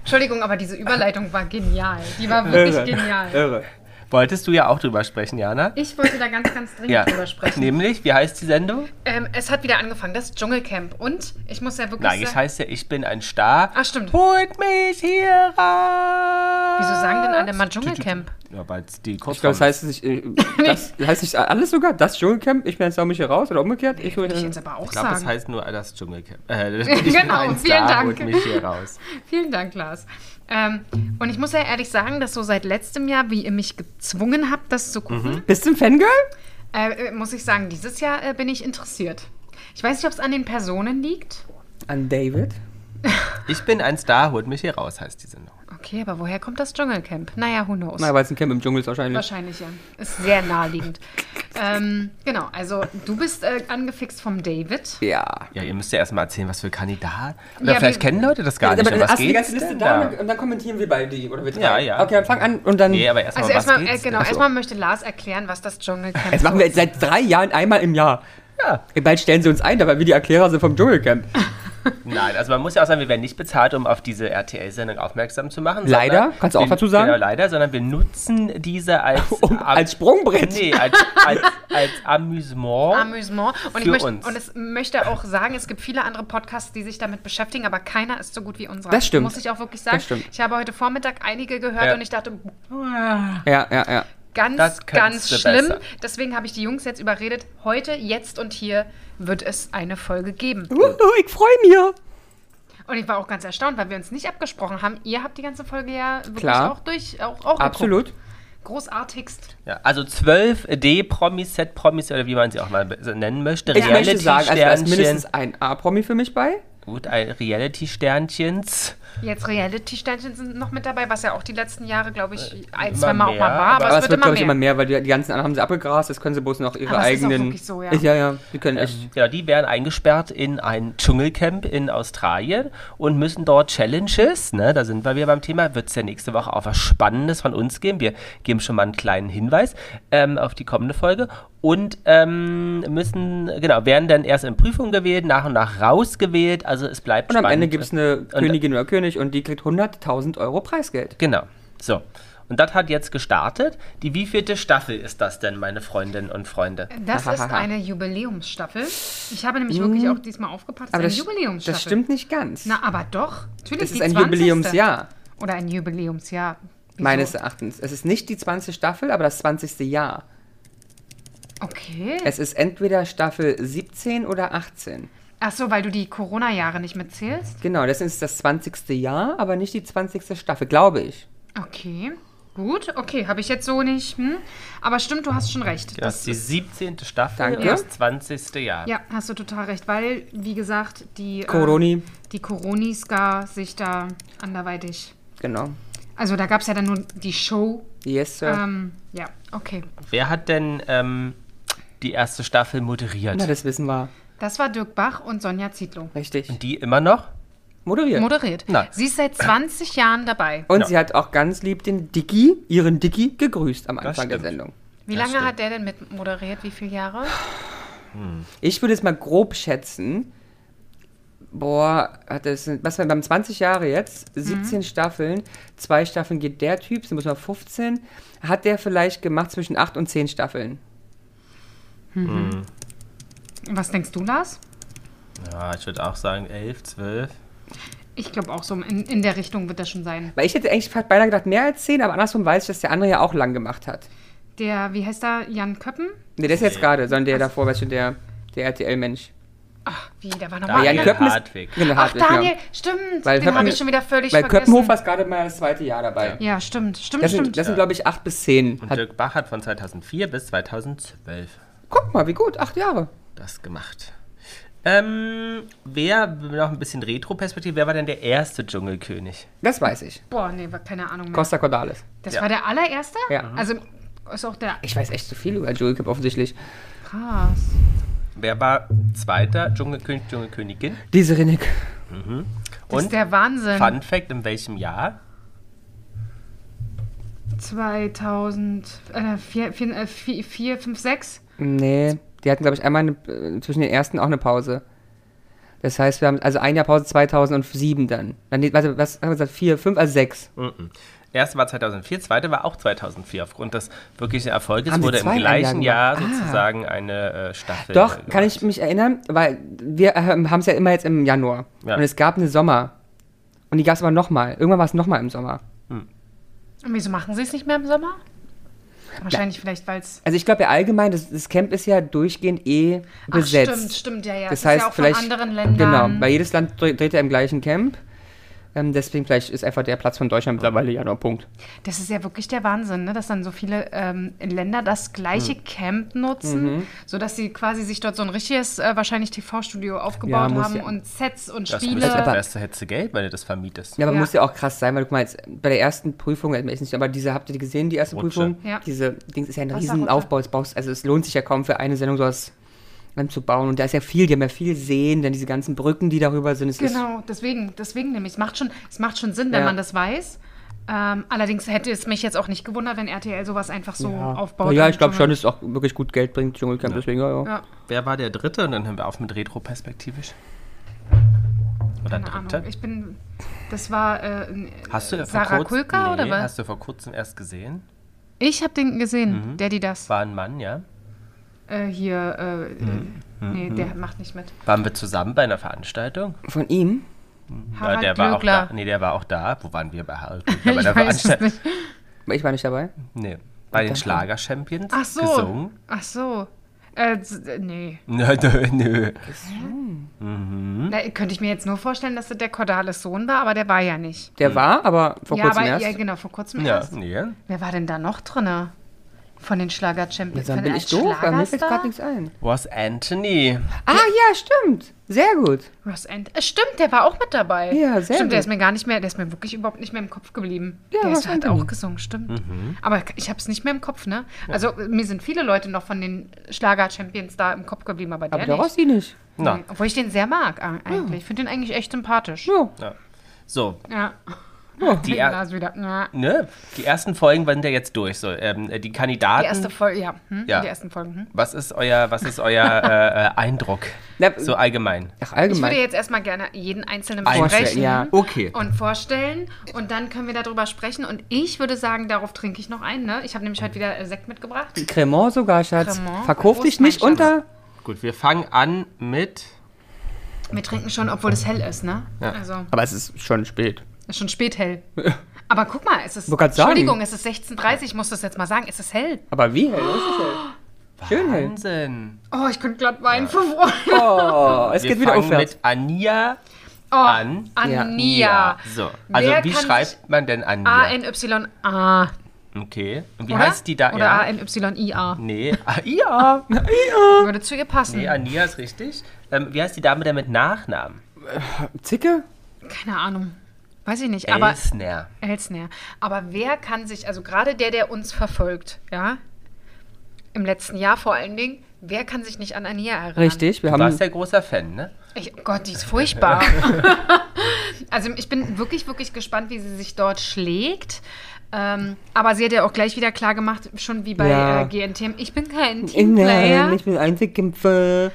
Speaker 2: Entschuldigung, aber diese Überleitung war genial. Die war
Speaker 3: Äh,
Speaker 2: wirklich genial.
Speaker 1: Irre.
Speaker 3: Wolltest du ja auch drüber sprechen, Jana?
Speaker 2: Ich wollte da ganz, ganz dringend
Speaker 3: Ja.
Speaker 2: drüber sprechen.
Speaker 3: Nämlich, wie heißt die Sendung?
Speaker 2: Ähm, es hat wieder angefangen, das Dschungelcamp. Und ich muss ja wirklich
Speaker 3: Nein,
Speaker 2: sagen,
Speaker 3: es heißt ja, ich halt- bin ein Star.
Speaker 2: Ach, stimmt.
Speaker 3: Holt mich hier raus.
Speaker 2: wieso sagen denn alle mal Dschungelcamp?
Speaker 3: Ja, weil es die
Speaker 1: Ich glaube,
Speaker 3: Kurzform
Speaker 1: das heißt nicht, äh, das heißt nicht alles sogar. Das Dschungelcamp, ich bin jetzt auch mich hier raus oder umgekehrt. Ich,
Speaker 2: Würde ich jetzt aber auch
Speaker 3: Äh, Ich glaube, das
Speaker 2: sagen.
Speaker 3: heißt nur ah, das Dschungelcamp.
Speaker 2: (laughs)
Speaker 3: Äh, ich bin
Speaker 2: Genau,
Speaker 3: ein
Speaker 2: vielen
Speaker 3: Star,
Speaker 2: Dank.
Speaker 3: Holt mich hier raus.
Speaker 2: Vielen Dank, Lars. Ähm, und ich muss ja ehrlich sagen, dass so seit letztem Jahr, wie ihr mich gezwungen
Speaker 3: Mhm.
Speaker 2: habt, das zu gucken,
Speaker 1: bist du ein Fangirl?
Speaker 2: äh, äh, muss ich sagen, dieses Jahr äh, bin ich interessiert. Ich weiß nicht, ob es an den Personen liegt.
Speaker 1: An David.
Speaker 3: Ich bin ein Star, holt mich hier raus, heißt die Sendung.
Speaker 2: Okay, aber woher kommt das Dschungelcamp? Naja, who knows.
Speaker 1: Na, weil es ein Camp im Dschungel ist wahrscheinlich.
Speaker 2: Wahrscheinlich ja. Ist sehr
Speaker 3: (laughs)
Speaker 2: naheliegend. ähm, genau, also du bist äh, angefixt vom David.
Speaker 1: Ja.
Speaker 3: Ja, ihr müsst ja erstmal erzählen, was für Kandidat. Oder
Speaker 2: Ja,
Speaker 3: vielleicht
Speaker 2: wir-
Speaker 3: kennen Leute das gar
Speaker 1: aber
Speaker 3: nicht.
Speaker 1: dann
Speaker 3: Aber was
Speaker 1: hast du die ganze
Speaker 3: geht's
Speaker 1: Liste
Speaker 3: denn
Speaker 1: da
Speaker 3: da?
Speaker 1: und dann kommentieren wir beide die. Oder wir drei.
Speaker 3: Ja, ja.
Speaker 1: Okay, dann fang an und dann.
Speaker 3: Nee, aber erstmal,
Speaker 2: Also
Speaker 3: um was
Speaker 2: erstmal, äh,
Speaker 3: geht's
Speaker 2: genau,
Speaker 3: denn?
Speaker 2: erstmal möchte Lars erklären, was das Dschungelcamp
Speaker 1: Das machen wir jetzt seit drei Jahren einmal im Jahr.
Speaker 3: Ja.
Speaker 1: Bald stellen sie uns ein, weil wir die Erklärer sind vom Dschungelcamp.
Speaker 3: Nein, also man muss ja auch sagen, wir werden nicht bezahlt, um auf diese RTL-Sendung aufmerksam zu machen.
Speaker 1: Leider,
Speaker 3: sondern
Speaker 1: kannst du auch
Speaker 3: wir-
Speaker 1: dazu sagen?
Speaker 3: Genau, leider, sondern wir nutzen diese als,
Speaker 1: (laughs) Um,
Speaker 3: am-
Speaker 1: als Sprungbrett.
Speaker 3: Nee, als, als, als Amüsement.
Speaker 2: Amüsement. Und, ich
Speaker 3: Für
Speaker 2: möchte,
Speaker 3: uns.
Speaker 2: und es möchte auch sagen, es gibt viele andere Podcasts, die sich damit beschäftigen, aber keiner ist so gut wie unserer.
Speaker 1: Das stimmt.
Speaker 2: Muss ich auch wirklich sagen.
Speaker 1: Das stimmt.
Speaker 2: Ich habe heute Vormittag einige gehört
Speaker 3: Ja.
Speaker 2: und ich dachte,
Speaker 1: Ja, ja, ja.
Speaker 2: ganz,
Speaker 3: Das könntest
Speaker 2: ganz
Speaker 3: du
Speaker 2: schlimm.
Speaker 3: besser.
Speaker 2: Deswegen habe ich die Jungs jetzt überredet, heute, jetzt und hier wird es eine Folge geben.
Speaker 1: Uhu, ich freue mich.
Speaker 2: Und ich war auch ganz erstaunt, weil wir uns nicht abgesprochen haben. Ihr habt die ganze Folge ja wirklich
Speaker 1: Klar.
Speaker 2: auch durch, auch, auch
Speaker 1: Absolut.
Speaker 2: Geguckt. Großartigst.
Speaker 3: Ja, also 12 D-Promis, Z-Promis oder wie man sie auch mal be- so nennen möchte.
Speaker 1: Ich möchte sagen, also da ist mindestens
Speaker 3: Reality-Sternchen.
Speaker 1: ein A-Promi für mich bei.
Speaker 3: Gut, ein Reality-Sternchens.
Speaker 2: Jetzt Reality-Sternchen sind noch mit dabei, was ja auch die letzten Jahre, glaube ich, ein,
Speaker 3: Immer
Speaker 2: zwei Mal auch
Speaker 3: mehr,
Speaker 2: mal war, aber,
Speaker 1: Aber
Speaker 2: es wird immer
Speaker 1: glaube ich,
Speaker 2: mehr.
Speaker 1: immer mehr, weil die, die ganzen anderen haben sie abgegrast. Jetzt können sie bloß noch ihre
Speaker 2: Aber es ist auch
Speaker 1: eigenen.
Speaker 2: wirklich so, ja.
Speaker 1: ja, ja. Die können echt.
Speaker 3: Genau, die werden eingesperrt in ein Dschungelcamp in Australien und müssen dort Challenges, ne, da sind wir wieder beim Thema, wird es ja nächste Woche auch was Spannendes von uns geben. Wir geben schon mal einen kleinen Hinweis ähm, auf die kommende Folge und ähm, müssen, genau, werden dann erst in Prüfung gewählt, nach und nach rausgewählt, also es bleibt
Speaker 1: Und äh, am
Speaker 3: spannend.
Speaker 1: Ende gibt es eine
Speaker 3: Und- äh,
Speaker 1: Königin oder König und die kriegt 100.000 Euro Preisgeld.
Speaker 3: Genau, so. Und das hat jetzt gestartet. Die wievielte Staffel ist das denn, meine Freundinnen und Freunde?
Speaker 2: Das ist
Speaker 1: Ahahaha.
Speaker 2: eine Jubiläumsstaffel. Ich habe nämlich wirklich auch diesmal aufgepasst.
Speaker 1: Mm.
Speaker 2: Es ist
Speaker 1: Aber
Speaker 2: eine
Speaker 1: das,
Speaker 2: Jubiläumsstaffel.
Speaker 1: das stimmt nicht ganz.
Speaker 2: Na, aber doch. Natürlich
Speaker 1: das ist
Speaker 2: die
Speaker 1: ein
Speaker 2: 20.
Speaker 1: Jubiläumsjahr,
Speaker 2: Oder ein Jubiläumsjahr. Wieso?
Speaker 1: meines Erachtens. Es ist nicht die 20. Staffel, aber das 20. Jahr.
Speaker 2: Okay.
Speaker 1: Es ist entweder Staffel 17 oder 18.
Speaker 2: Ach so, weil du die Corona-Jahre nicht mitzählst?
Speaker 1: Genau, das ist das 20. Jahr, aber nicht die 20. Staffel, glaube ich.
Speaker 2: Okay. Gut, okay, habe ich jetzt so nicht. Hm? Aber stimmt, du hast schon recht.
Speaker 3: Das ist die 17. Staffel
Speaker 1: Danke.
Speaker 3: und das 20. Jahr.
Speaker 2: Ja, hast du total recht, weil, wie gesagt, die, äh,
Speaker 1: Coroni,
Speaker 2: die Coronis gar sich da anderweitig.
Speaker 1: genau.
Speaker 2: Also da gab es ja dann nur die Show.
Speaker 1: Yes, Sir.
Speaker 2: Ähm, ja, okay.
Speaker 3: Wer hat denn ähm, die erste Staffel moderiert?
Speaker 1: Na, das wissen wir.
Speaker 2: Das war Dirk Bach und Sonja Zietlow.
Speaker 1: Richtig.
Speaker 3: die immer noch?
Speaker 1: Moderiert.
Speaker 2: Moderiert.
Speaker 3: Nein.
Speaker 2: Sie ist seit 20 Jahren dabei.
Speaker 1: Und
Speaker 3: Ja.
Speaker 1: sie hat auch ganz lieb den Dicky, ihren Dicky, gegrüßt am Anfang der
Speaker 3: stimmt.
Speaker 1: Sendung.
Speaker 2: Wie
Speaker 3: Das
Speaker 2: lange
Speaker 3: stimmt.
Speaker 2: hat der denn mit moderiert? Wie viele Jahre?
Speaker 1: Ich würde es mal grob schätzen. Boah, hat das, was wir beim 20 Jahre jetzt,
Speaker 2: Mhm.
Speaker 1: 17 Staffeln, zwei Staffeln geht der Typ, sind muss mal 15. Hat der vielleicht gemacht zwischen 8 und 10 Staffeln?
Speaker 2: Was denkst du, Lars?
Speaker 3: Ja, ich würde auch sagen 11, 12.
Speaker 2: Ich glaube auch so in, in der Richtung wird das schon sein.
Speaker 1: Weil ich hätte eigentlich fast beinahe gedacht, mehr als 10, aber andersrum weiß ich, dass der andere ja auch lang gemacht hat.
Speaker 2: Der, wie heißt er? Jan Köppen?
Speaker 1: Nee, das ist jetzt gerade, sondern der davor war schon der, der RTL-Mensch.
Speaker 2: Ach, wie, der war
Speaker 1: Aber
Speaker 2: nochmal.
Speaker 1: Jan
Speaker 3: Daniel
Speaker 1: Köppen ist-
Speaker 3: Hartwig.
Speaker 1: Genau,
Speaker 2: Ah, Ach,
Speaker 1: Hartwig, ja.
Speaker 2: Daniel, stimmt.
Speaker 1: Weil
Speaker 2: Den
Speaker 1: Köppen-
Speaker 2: habe ich schon wieder völlig
Speaker 1: Weil
Speaker 2: vergessen.
Speaker 1: Köppenhofer ist gerade mal das zweite Jahr dabei.
Speaker 2: ja, stimmt, stimmt,
Speaker 1: Das sind,
Speaker 2: stimmt.
Speaker 1: das sind glaube ich, 8 bis 10.
Speaker 3: Und
Speaker 1: Hat,
Speaker 3: Dirk Bach hat von 2004 bis 2012
Speaker 1: guck mal, wie gut, 8 Jahre.
Speaker 3: das gemacht. Ähm, wer, noch ein bisschen Retro-Perspektive, wer war denn der erste Dschungelkönig?
Speaker 1: Das weiß ich.
Speaker 2: Boah, nee, war keine Ahnung mehr.
Speaker 1: Costa Cordalis.
Speaker 2: das
Speaker 3: ja.
Speaker 2: war der allererste?
Speaker 1: Ja. Mhm.
Speaker 2: Also ist auch der
Speaker 1: Ich weiß echt zu viel über Joey Cup offensichtlich.
Speaker 2: krass.
Speaker 3: Wer war zweiter Dschungelkönig, Dschungelkönigin?
Speaker 1: Diese Rinnick.
Speaker 2: Das ist
Speaker 3: Und
Speaker 2: der Wahnsinn.
Speaker 3: Fun Fact, in welchem Jahr?
Speaker 2: 2000, äh, 4, 4, 4, 4, 5, 6.
Speaker 1: Nee, die hatten, glaube ich, einmal eine, äh, zwischen den ersten auch eine Pause. Das heißt, wir haben also ein Jahr Pause 2007 dann. dann nee, warte, was haben wir gesagt? Vier, fünf, also sechs.
Speaker 3: Erste war 2004, zweite war auch 2004. Aufgrund des wirklichen Erfolges
Speaker 1: Haben sie
Speaker 3: wurde im
Speaker 1: zwei
Speaker 3: gleichen
Speaker 1: Anlagen
Speaker 3: Jahr
Speaker 1: gemacht? Ah.
Speaker 3: sozusagen eine äh, Staffel.
Speaker 1: Doch,
Speaker 3: äh,
Speaker 1: kann ich mich erinnern, weil wir ähm, haben es ja immer jetzt im Januar.
Speaker 3: Ja.
Speaker 1: Und es gab eine Sommer. Und die gab es aber nochmal. Irgendwann war es nochmal im Sommer.
Speaker 2: Und wieso machen sie es nicht mehr im Sommer? Wahrscheinlich vielleicht, weil es.
Speaker 1: Also ich glaube ja allgemein, das, das Camp ist ja durchgehend eh
Speaker 2: Ach,
Speaker 1: besetzt.
Speaker 2: stimmt, stimmt, ja, ja.
Speaker 1: Das
Speaker 2: es
Speaker 1: heißt,
Speaker 2: ist ja auch
Speaker 1: vielleicht.
Speaker 2: von anderen Ländern.
Speaker 1: Genau, weil jedes Land dreht, dreht ja im gleichen Camp. Ähm, deswegen vielleicht ist einfach der Platz von Deutschland mittlerweile ja nur ein Punkt.
Speaker 2: Das ist ja wirklich der Wahnsinn, ne? dass dann so viele ähm, Länder das gleiche
Speaker 1: Hm.
Speaker 2: Camp nutzen,
Speaker 1: Mhm.
Speaker 2: sodass sie quasi sich dort so ein richtiges, äh, wahrscheinlich TV-Studio
Speaker 1: Ja,
Speaker 2: aufgebaut
Speaker 1: muss
Speaker 2: haben
Speaker 1: ja-
Speaker 2: und Sets und
Speaker 3: Das
Speaker 2: Spiele.
Speaker 3: müsste
Speaker 1: aber-
Speaker 3: das hättest du Geld, wenn du das vermietest.
Speaker 1: Ja, aber
Speaker 2: Ja.
Speaker 1: muss ja auch krass sein, weil guck mal, jetzt bei der ersten Prüfung, ich weiß nicht, aber diese, habt ihr die gesehen, die erste
Speaker 3: Rutsche.
Speaker 1: Prüfung?
Speaker 2: Ja.
Speaker 1: Diese Dings ist ja ein
Speaker 2: Wasserrutsche.
Speaker 1: Riesenaufbau, es brauchst, also es lohnt sich ja kaum für eine Sendung sowas ähm, zu bauen. Und da ist ja viel, die haben ja viel Seen, dann diese ganzen Brücken, die darüber sind. Es
Speaker 2: Genau, deswegen, deswegen nämlich. Es macht schon, es macht schon Sinn, wenn
Speaker 1: Ja.
Speaker 2: man das weiß. Ähm, allerdings hätte es mich jetzt auch nicht gewundert, wenn RTL sowas einfach so
Speaker 1: ist,
Speaker 2: aufbaut.
Speaker 1: Ja,
Speaker 2: und
Speaker 1: ich glaube
Speaker 2: so-
Speaker 1: schon, dass es auch wirklich gut Geld bringt, Dschungelcamp, deswegen, ja, ja.
Speaker 2: Ja,
Speaker 3: Wer war der Dritte? Und dann hören wir auf mit Retro-Perspektivisch. Oder
Speaker 2: keine Ahnung.
Speaker 3: Dritte?
Speaker 2: Ich bin, das war äh, n-
Speaker 3: Hast du vor
Speaker 2: Sarah
Speaker 3: kurzem,
Speaker 2: Kulka
Speaker 3: nee,
Speaker 2: oder was?
Speaker 3: Hast du vor kurzem erst gesehen?
Speaker 2: Ich habe den
Speaker 1: Mhm.
Speaker 2: gesehen, Daddy das.
Speaker 3: War ein Mann, ja.
Speaker 2: Äh, hier, äh, äh,
Speaker 1: Hm.
Speaker 2: nee, der macht nicht mit.
Speaker 3: Waren wir zusammen bei einer Veranstaltung?
Speaker 1: Von ihm?
Speaker 3: Ja,
Speaker 2: Harald
Speaker 3: der war auch
Speaker 2: Glöckler.
Speaker 3: da. Nee, der war auch da. Wo waren wir
Speaker 2: (laughs)
Speaker 3: bei Harald? Glöckler? Bei
Speaker 2: ich
Speaker 3: einer
Speaker 2: weiß es
Speaker 3: Veranstaltung.
Speaker 2: nicht.
Speaker 1: Ich war nicht dabei.
Speaker 3: Nee, bei den
Speaker 1: dann-
Speaker 3: Schlager-Champions
Speaker 2: Ach so.
Speaker 3: gesungen. (laughs)
Speaker 2: Ach so. Äh, z- äh, nee.
Speaker 3: Nö, nö, nö.
Speaker 1: Hm?
Speaker 2: Na, könnte ich mir jetzt nur vorstellen, dass das der Cordales Sohn war, aber der war ja nicht.
Speaker 1: Der war, aber vor
Speaker 2: ja,
Speaker 1: kurzem
Speaker 2: aber
Speaker 1: erst.
Speaker 2: ja, genau, vor kurzem
Speaker 3: Ja,
Speaker 2: erst.
Speaker 3: nee.
Speaker 2: Wer war denn da noch drinne? Von den Schlager-Champions.
Speaker 1: dann bin ich doof, weil mir fällt gerade nichts ein.
Speaker 3: Was Anthony.
Speaker 1: Ah, ja, stimmt. Sehr gut.
Speaker 2: Ross End. Äh, stimmt, der war auch mit dabei.
Speaker 1: Ja, sehr
Speaker 2: Stimmt, der
Speaker 1: gut.
Speaker 2: ist mir gar nicht mehr, der ist mir wirklich überhaupt nicht mehr im Kopf geblieben.
Speaker 1: Ja,
Speaker 2: der
Speaker 1: Ross
Speaker 2: ist, hat
Speaker 1: Anthony.
Speaker 2: auch gesungen, stimmt.
Speaker 3: Mhm.
Speaker 2: Aber ich habe es nicht mehr im Kopf, ne? Also äh, mir sind viele Leute noch von den Schlager-Champions da im Kopf geblieben, aber der
Speaker 1: Aber der
Speaker 2: nicht.
Speaker 1: Rossi nicht.
Speaker 3: Na.
Speaker 2: Nee, obwohl ich den sehr mag äh, eigentlich. Ich finde den eigentlich echt sympathisch.
Speaker 1: Ja.
Speaker 3: Ja. So,
Speaker 2: Ja. (laughs)
Speaker 3: die,
Speaker 2: Ja.
Speaker 3: er,
Speaker 2: ist wieder. Ja.
Speaker 3: ne, die ersten Folgen waren ja jetzt durch. So, ähm, die Kandidaten.
Speaker 2: Die erste Folge, ja. Hm?
Speaker 3: Ja.
Speaker 2: Die ersten Folgen. Hm?
Speaker 3: was ist euer, was ist euer äh, äh, Eindruck?
Speaker 1: Na,
Speaker 3: So allgemein.
Speaker 1: Ach,
Speaker 2: Ich würde
Speaker 1: allgemein.
Speaker 2: jetzt erstmal gerne jeden einzelnen
Speaker 3: Einzeln,
Speaker 2: besprechen
Speaker 1: ja.
Speaker 3: Okay.
Speaker 2: und vorstellen und dann können wir darüber sprechen und ich würde sagen, darauf trinke ich noch einen. Ne? Ich habe nämlich heute wieder äh, Sekt mitgebracht.
Speaker 1: Cremant sogar, Schatz.
Speaker 2: Cremant.
Speaker 1: Verkauf
Speaker 2: Prost,
Speaker 1: dich nicht
Speaker 2: mein Schatz.
Speaker 1: unter.
Speaker 3: Gut, wir fangen an mit.
Speaker 2: Wir trinken schon, obwohl es hell ist, ne?
Speaker 3: Ja.
Speaker 2: Also
Speaker 1: Aber es ist schon spät.
Speaker 2: ist schon spät
Speaker 3: (laughs)
Speaker 2: hell. Aber guck mal, es ist.
Speaker 1: Wollte grad sagen.
Speaker 2: Entschuldigung, es ist 16.30 ich muss das jetzt mal sagen, es ist hell.
Speaker 1: Aber wie hell? Ist es hell? Schön hell.
Speaker 3: Wahnsinn.
Speaker 2: Oh, ich könnte glatt weinen vor
Speaker 3: (laughs)
Speaker 2: Freude.
Speaker 1: Oh, es
Speaker 3: Wir
Speaker 1: geht wieder
Speaker 3: fangen
Speaker 1: aufwärts.
Speaker 3: mit Ania.
Speaker 2: Oh,
Speaker 3: An-
Speaker 2: Ania.
Speaker 3: So, also
Speaker 2: Wer
Speaker 3: wie
Speaker 2: kann sich-
Speaker 3: schreibt man denn Ania?
Speaker 2: A-N-Y-A.
Speaker 3: okay. Und wie
Speaker 2: Oder?
Speaker 3: heißt die da?
Speaker 2: Oder
Speaker 3: ja.
Speaker 2: A-N-Y-I-A.
Speaker 3: Nee, ah,
Speaker 2: (laughs)
Speaker 3: ja.
Speaker 2: Würde zu ihr passen.
Speaker 3: Nee, Ania ist richtig. Ähm, wie heißt die Dame denn mit Nachnamen?
Speaker 1: Zicke?
Speaker 2: Keine Ahnung. Weiß ich nicht, aber
Speaker 3: Elsner.
Speaker 2: Elsner. Aber wer kann sich, also gerade der, der uns verfolgt, ja, im letzten Jahr vor allen Dingen, wer kann sich nicht an Ania erinnern?
Speaker 1: Richtig, wir
Speaker 3: Du
Speaker 1: haben.
Speaker 3: warst ja großer Fan, ne?
Speaker 2: Ich, oh Gott, die
Speaker 1: (laughs)
Speaker 2: ist furchtbar. also ich bin wirklich, wirklich gespannt, wie sie sich dort schlägt. Ähm, aber sie hat ja auch gleich wieder klar gemacht, schon wie bei
Speaker 1: Ja.
Speaker 2: äh, GNTM, ich bin kein Teamplayer.
Speaker 1: Nein, ich bin Einzelkämpfer.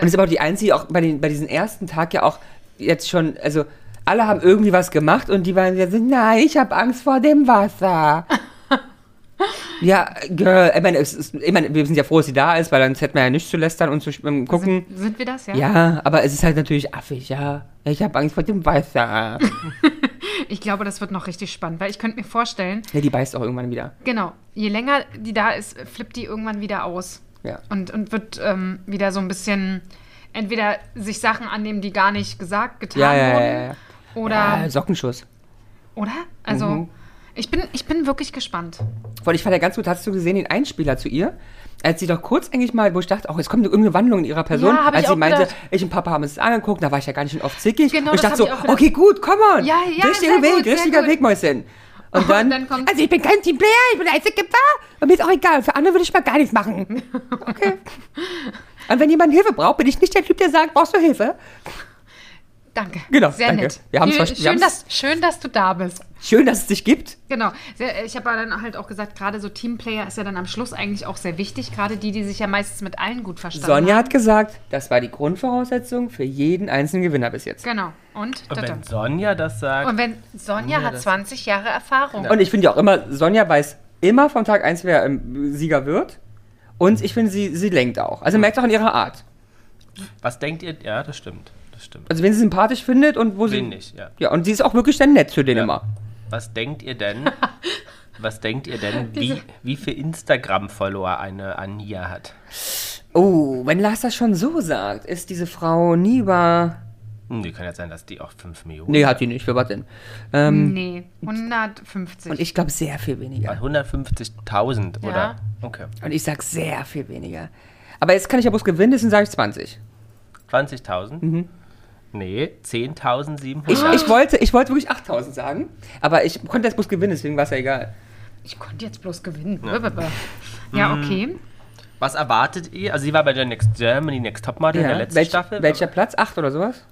Speaker 1: Und ist aber auch die einzige, auch bei, den, bei diesem ersten Tag ja auch jetzt schon, also alle haben irgendwie was gemacht und die waren jetzt so, nein, ich habe Angst vor dem Wasser. ja, Girl, ich meine, es ist, ich meine, wir sind ja froh, dass sie da ist, weil sonst hätten wir ja nichts zu lästern und zu sch- ähm, gucken.
Speaker 2: sind, sind wir das, ja?
Speaker 1: Ja, aber es ist halt natürlich affig, ja. Ich habe Angst vor dem Wasser.
Speaker 2: Ich glaube, das wird noch richtig spannend, weil ich könnte mir vorstellen,
Speaker 1: Ja, die beißt auch irgendwann wieder.
Speaker 2: genau, je länger die da ist, flippt die irgendwann wieder aus.
Speaker 1: Ja.
Speaker 2: Und, und wird ähm, wieder so ein bisschen entweder sich Sachen annehmen, die gar nicht gesagt, getan
Speaker 1: Ja, ja,
Speaker 2: wurden.
Speaker 1: ja, ja.
Speaker 2: Oder,
Speaker 1: Ah, Sockenschuss.
Speaker 2: oder? Also,
Speaker 1: Mhm.
Speaker 2: ich, bin, ich bin wirklich gespannt.
Speaker 1: Weil ich fand ja ganz gut, hast du gesehen den Einspieler zu ihr? Als sie doch kurz eigentlich mal, wo ich dachte, oh, jetzt kommt irgendeine Wandlung in ihrer Person,
Speaker 2: Ja, hab
Speaker 1: als
Speaker 2: ich
Speaker 1: sie
Speaker 2: auch
Speaker 1: meinte,
Speaker 2: gedacht.
Speaker 1: ich und Papa haben es angeguckt, da war ich ja gar nicht schon oft zickig.
Speaker 2: Genau,
Speaker 1: und ich dachte
Speaker 2: das hab
Speaker 1: so,
Speaker 2: ich auch gedacht.
Speaker 1: okay, gut, come on.
Speaker 2: Ja, ja,
Speaker 1: richtiger
Speaker 2: sehr
Speaker 1: Weg,
Speaker 2: gut, sehr
Speaker 1: richtiger
Speaker 2: gut. Oh,
Speaker 1: Weg, Mäuschen. Und dann,
Speaker 2: dann kommt-
Speaker 1: also ich bin kein Teamplayer, ich bin Einzelkämpfer und mir ist auch egal, für andere würde ich mal gar nichts
Speaker 2: (laughs)
Speaker 1: machen. Okay. und wenn jemand Hilfe braucht, bin ich nicht der Typ, der sagt, brauchst du Hilfe?
Speaker 2: Danke.
Speaker 1: Genau,
Speaker 2: Sehr
Speaker 1: danke.
Speaker 2: nett.
Speaker 1: Wir haben's
Speaker 2: schön,
Speaker 1: vers- wir
Speaker 2: schön,
Speaker 1: haben's-
Speaker 2: dass, schön, dass du da bist.
Speaker 1: Schön, dass es dich gibt.
Speaker 2: Genau. Sehr, ich habe aber dann halt auch gesagt, gerade so Teamplayer ist ja dann am Schluss eigentlich auch sehr wichtig, gerade die, die sich ja meistens mit allen gut verstanden
Speaker 1: Sonja
Speaker 2: haben.
Speaker 1: hat gesagt, das war die Grundvoraussetzung für jeden einzelnen Gewinner bis jetzt.
Speaker 2: Genau. Und,
Speaker 3: Und wenn
Speaker 2: und,
Speaker 3: Sonja das sagt,
Speaker 2: und wenn Sonja hat 20 Jahre Erfahrung.
Speaker 1: Und ich finde ja auch immer, Sonja weiß immer vom Tag eins, wer ähm, Sieger wird. Und ich finde, sie, sie lenkt auch. Also merkt auch in ihrer Art.
Speaker 3: was denkt ihr? Ja, das stimmt. Das stimmt.
Speaker 1: Also wenn sie sympathisch findet und wo sie.
Speaker 3: Wen nicht, ja.
Speaker 1: Ja, und sie ist auch wirklich dann nett zu denen immer.
Speaker 3: Was denkt
Speaker 1: (laughs)
Speaker 3: ihr denn? was denkt ihr denn, wie, wie viele Instagram-Follower eine Ania hat?
Speaker 1: Oh, wenn Lars das schon so sagt, ist diese Frau nie über
Speaker 3: Hm, die kann ja sein, dass die auch 5 Millionen.
Speaker 1: Nee, hat die nicht. Für was denn? Ähm,
Speaker 2: Nee,
Speaker 3: Hm.
Speaker 2: 150.
Speaker 1: Und ich glaube, sehr viel weniger.
Speaker 3: 150.000,
Speaker 2: Ja.
Speaker 3: oder? Okay.
Speaker 1: Und ich sag sehr viel weniger. Aber jetzt kann ich ja bloß gewinnen, deswegen sage ich 20.
Speaker 3: 20.000? Nee, 10.700.
Speaker 1: Mhm. Ich, ich, wollte, ich wollte wirklich 8000 sagen, aber ich konnte jetzt bloß gewinnen, deswegen war es ja egal.
Speaker 2: Ich konnte jetzt bloß gewinnen. Ja, ja
Speaker 1: Mhm.
Speaker 2: okay.
Speaker 3: Was erwartet ihr? Also sie war bei der Next Germany Next Topmodel in der letzten
Speaker 1: Welch,
Speaker 3: Staffel.
Speaker 1: Welcher Platz? 8 oder sowas?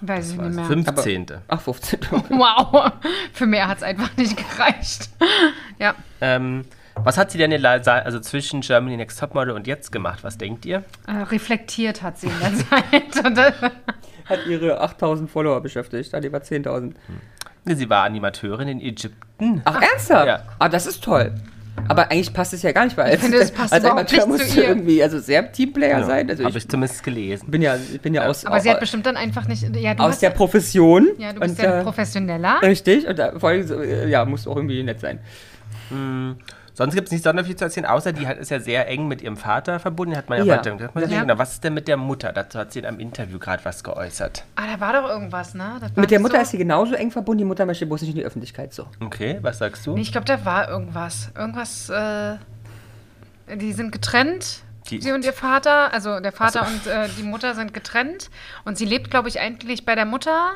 Speaker 2: Weiß ich nicht mehr.
Speaker 3: 15.
Speaker 1: Ach, 15.
Speaker 2: Wow. (laughs) Für mehr hat es einfach nicht gereicht. (laughs) Ja.
Speaker 3: Ähm, was hat sie denn in der- also zwischen Germany Next Topmodel und jetzt gemacht? Was denkt ihr?
Speaker 2: Äh, reflektiert hat sie in
Speaker 1: (laughs)
Speaker 2: der Zeit. Und, äh,
Speaker 1: Hat ihre 8000 Follower beschäftigt, hat über 10.000.
Speaker 3: Sie war Animateurin in Ägypten.
Speaker 1: Ach, ernsthaft?
Speaker 3: Ja.
Speaker 1: Ah, das ist toll. Aber eigentlich passt es ja gar nicht, weil also als,
Speaker 2: finde, es passt
Speaker 1: als
Speaker 2: überhaupt
Speaker 1: Amateur
Speaker 2: nicht zu
Speaker 1: musst du
Speaker 2: ihr.
Speaker 1: irgendwie also sehr Teamplayer sein. Also
Speaker 3: Habe
Speaker 1: ich
Speaker 3: ich zumindest gelesen.
Speaker 1: bin ja, ich bin ja, aus,
Speaker 2: aber sie hat
Speaker 1: aus,
Speaker 2: bestimmt dann einfach nicht. Ja, du,
Speaker 1: äh, aus
Speaker 2: hast,
Speaker 1: der Profession.
Speaker 2: ja, du bist
Speaker 1: und,
Speaker 2: ja
Speaker 1: äh,
Speaker 2: professioneller.
Speaker 1: Richtig, und da, vor allem, so, äh, ja, musst du auch irgendwie nett sein.
Speaker 3: Sonst gibt es nicht sonderlich viel zu erzählen, außer die hat, ist ja sehr eng mit ihrem Vater verbunden. Hat man ja,
Speaker 1: Ja.
Speaker 3: heute gesagt. Man
Speaker 2: Ja.
Speaker 3: genau, was ist denn mit der Mutter? Dazu hat sie in einem Interview gerade was geäußert.
Speaker 2: Ah, da war doch irgendwas, ne? Das war
Speaker 1: Mit der
Speaker 2: nicht
Speaker 1: Mutter
Speaker 2: so.
Speaker 1: ist sie genauso eng verbunden, die Mutter möchte bloß nicht in die Öffentlichkeit so.
Speaker 3: Okay, was sagst du?
Speaker 2: Nee, ich glaube, da war irgendwas. Irgendwas, äh, die sind getrennt.
Speaker 3: Die-
Speaker 2: sie und ihr Vater, also der Vater und äh, die Mutter sind getrennt. Und sie lebt, glaube ich, eigentlich bei der Mutter.